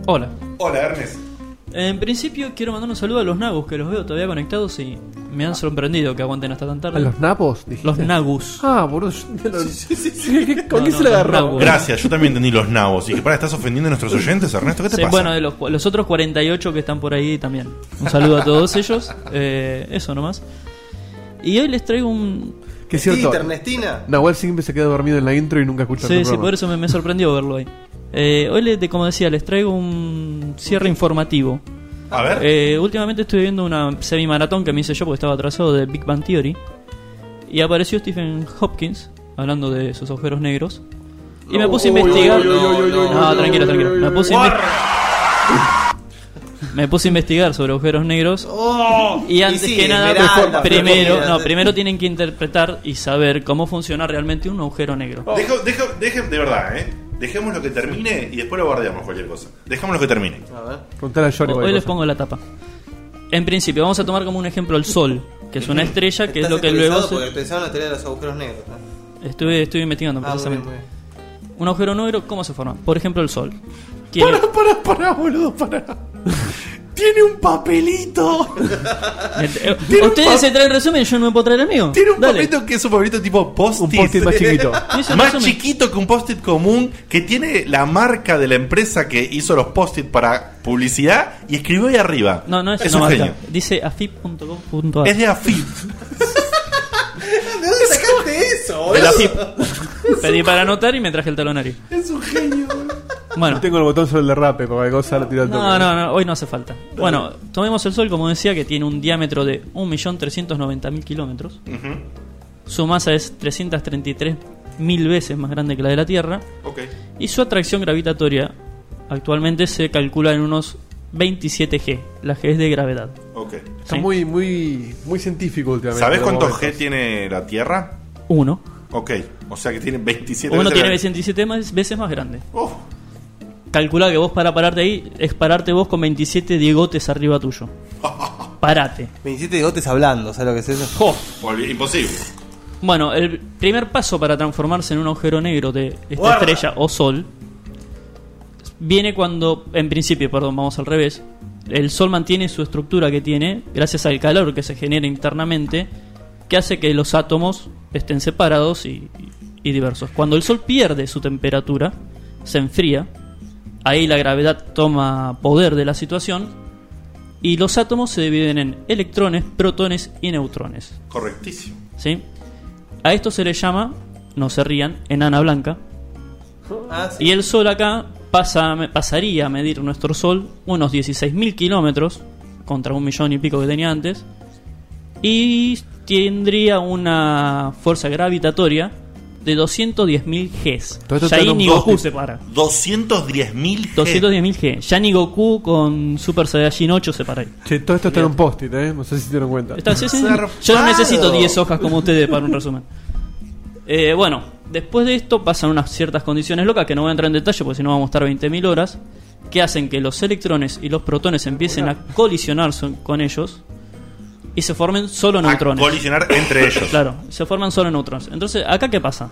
I: Hola.
F: Hola, Ernest.
I: En principio quiero mandar un saludo a los Nagus, que los veo todavía conectados y me han sorprendido que aguanten hasta tan tarde.
H: ¿A los napos?
I: Los Nagus.
H: Ah, boludo. yo- ¿Con
I: No,
H: qué
I: no,
H: se le
I: los
H: agarró?
I: nabos.
F: Gracias. Yo también entendí los nabos. Y que para, estás ofendiendo a nuestros oyentes, Ernesto. ¿Qué te
I: Sí,
F: pasa?
I: Bueno, de los, cu- los otros 48 que están por ahí también. Un saludo a todos ellos. Eh, eso nomás. Y hoy les traigo un...
H: Que es cierto.
G: Ernestina.
H: Nahuel siempre se queda dormido en la intro y nunca escucha
I: Sí,
H: el
I: sí,
H: programa.
I: por eso me, me sorprendió verlo ahí. Eh, hoy, les- de- como decía, les traigo un cierre informativo. Eh,
F: A ver.
I: últimamente estuve viendo una semi-maratón que me hice yo porque estaba atrasado de Big Bang Theory. Y apareció Stephen Hopkins hablando de sus agujeros negros. Y me puse a
K: Uy, uy,
I: investigar.
K: uy, uy, uy, uy,
I: No,
K: uy,
I: tranquilo,
K: uy,
I: tranquilo.
K: uy,
I: Me
K: uy,
I: puse a
K: uy.
I: inve- me puse a investigar sobre agujeros negros. Y antes
K: Y Oh, sí,
I: que nada,
K: Esmeralda,
I: primero,
K: Flor,
I: no, primero tienen que interpretar y saber cómo funciona realmente un agujero negro.
F: Dejo- dejo- Dejen, de verdad, ¿eh? Dejémoslo que termine y después lo bardeamos cualquier cosa. Dejémoslo que termine.
H: Contale a Johnny
I: Hoy
H: cualquier
I: les
H: cosa.
I: pongo la tapa. En principio, vamos a tomar como un ejemplo el Sol, que es una estrella, que es
G: Estás
I: lo que
G: actualizado
I: luego... se- Este
G: Porque actualizaron la teoría de los agujeros negros. ¿no?
I: Estuve, estuve investigando
G: Ah, muy bien,
I: precisamente. Un agujero negro, ¿cómo se forma? Por ejemplo, el Sol. Tiene-
K: Pará, pará, boludo, pará. Tiene un papelito.
I: Eh, Ustedes se traen resumen, yo no me puedo traer el mío.
F: Tiene un papelito que es un papelito tipo post-it. Un
I: post-it más chiquito. Eso
F: más
I: resume.
F: chiquito que un post-it común que tiene la marca de la empresa que hizo los post-it para publicidad y escribió ahí arriba.
I: No, no es,
F: es
I: una
F: un
I: marca.
F: genio.
I: Dice afip.com.ar.
F: Es de AFIP.
G: ¿De dónde sacaste eso?
I: De la
G: boludo?
I: FIP. Pedí para anotar y me traje el talonario.
G: Es un genio.
I: Bueno.
H: Tengo el botón sobre el derrape, porque hay cosa la tira al
I: No,
H: toque.
I: no, no, hoy no hace falta. Bueno, tomemos el Sol, como decía, que tiene un diámetro de 1.390.000 kilómetros. Su masa es 333.000 veces más grande que la de la Tierra.
F: Ok.
I: Y su atracción gravitatoria actualmente se calcula en unos 27 G. La G es de gravedad.
F: Ok.
H: Está
I: Sí.
H: muy, muy, muy científico últimamente.
F: ¿Sabes cuántos
H: G?
F: G tiene la Tierra?
I: Uno.
F: Ok. O sea que tiene 27
I: Uno
F: veces Oh.
I: tiene
F: la-
I: 27 más- veces más grande. Calcula que vos para pararte ahí es pararte vos con 27 diegotes arriba tuyo. Parate.
G: 27 bigotes hablando, ¿sabes lo que es eso?
F: Olvi- Imposible.
I: Bueno, el primer paso para transformarse en un agujero negro de esta
F: Guarda.
I: estrella o sol viene cuando, en principio, perdón, vamos al revés. El sol mantiene su estructura que tiene gracias al calor que se genera internamente, que hace que los átomos estén separados y, y diversos. Cuando el sol pierde su temperatura, se enfría, ahí la gravedad toma poder de la situación y los átomos se dividen en electrones, protones y neutrones.
F: Correctísimo.
I: ¿sí? A esto se le llama, no se rían, enana blanca.
G: Ah, sí.
I: Y el Sol acá pasa, pasaría a medir nuestro Sol unos 16.000 kilómetros contra un millón y pico que tenía antes. Y tendría una fuerza gravitatoria de 210.000 Gs.
F: Todo esto
I: Ya
F: está en
I: ahí
F: un
I: ni Goku
F: post-it.
I: se para.
F: 210.000 G.
I: 210.000 G. Ya ni Goku con Super Saiyajin 8 se para ahí.
H: Che, todo esto está en un post-it, ¿eh? No sé si se dieron cuenta.
I: Está- sí, sí, yo no necesito 10 hojas como ustedes para un resumen. Eh, bueno, después de esto pasan unas ciertas condiciones locas que no voy a entrar en detalle porque si no vamos a estar 20.000 horas, que hacen que los electrones y los protones empiecen a colisionar son- con ellos y se formen solo neutrones.
F: colisionar entre ellos.
I: Claro, se forman solo neutrones. Entonces, ¿acá qué pasa?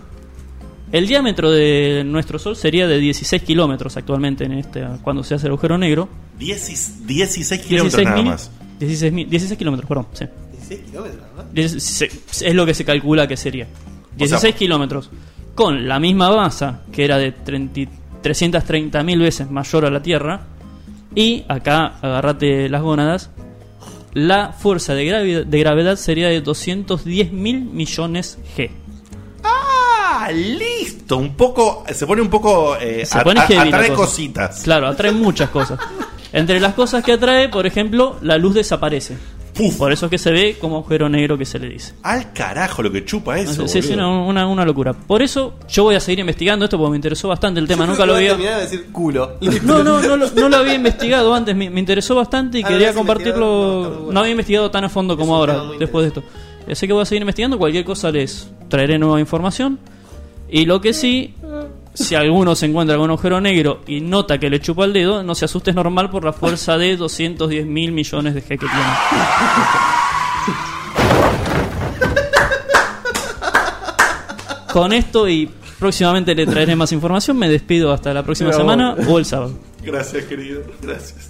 I: El diámetro de nuestro Sol sería de 16 kilómetros actualmente en este, cuando se hace el agujero negro.
F: 10 16 kilómetros nada
I: 16.000,
F: más.
I: 16.000, 16 kilómetros, perdón, sí.
G: 16 kilómetros, ¿no?
I: Diez- se- es lo que se calcula que sería. 16 kilómetros. Con la misma masa, que era de 30 330.000 veces mayor a la Tierra. Y acá, agarrate las gónadas. La fuerza de gravedad, de gravedad sería de 210.000 millones G.
F: Ah, listo. Un poco. Se pone un poco. Eh,
I: Se
F: a-
I: pone
F: a-
I: heavy la
F: atrae
I: cosa.
F: cositas.
I: Claro, atrae muchas cosas. Entre las cosas que atrae, por ejemplo, la luz desaparece. Por eso es que se ve como agujero negro que se le dice.
F: Al carajo lo que chupa Ah, eso.
I: Sí, sí,
F: boludo.
I: una, una- una locura. Por eso yo voy a seguir investigando esto porque me interesó bastante el tema. Nunca lo había.
G: Terminaba de decir culo.
I: No, no, no, lo- no lo había investigado antes. Me, me interesó bastante y
G: Ah,
I: quería
G: ¿lo habías
I: compartirlo. No, había investigado tan a fondo como ahora, después de esto. Así que voy a seguir investigando. Cualquier cosa les traeré nueva información. Y lo que sí, si alguno se encuentra con un agujero negro y nota que le chupa el dedo, no se asuste, es normal por la fuerza de 210 mil millones de G que tiene. Con esto y próximamente le traeré más información, me despido hasta la próxima
F: Mira vos.
I: semana o el sábado.
F: Gracias, querido. Gracias.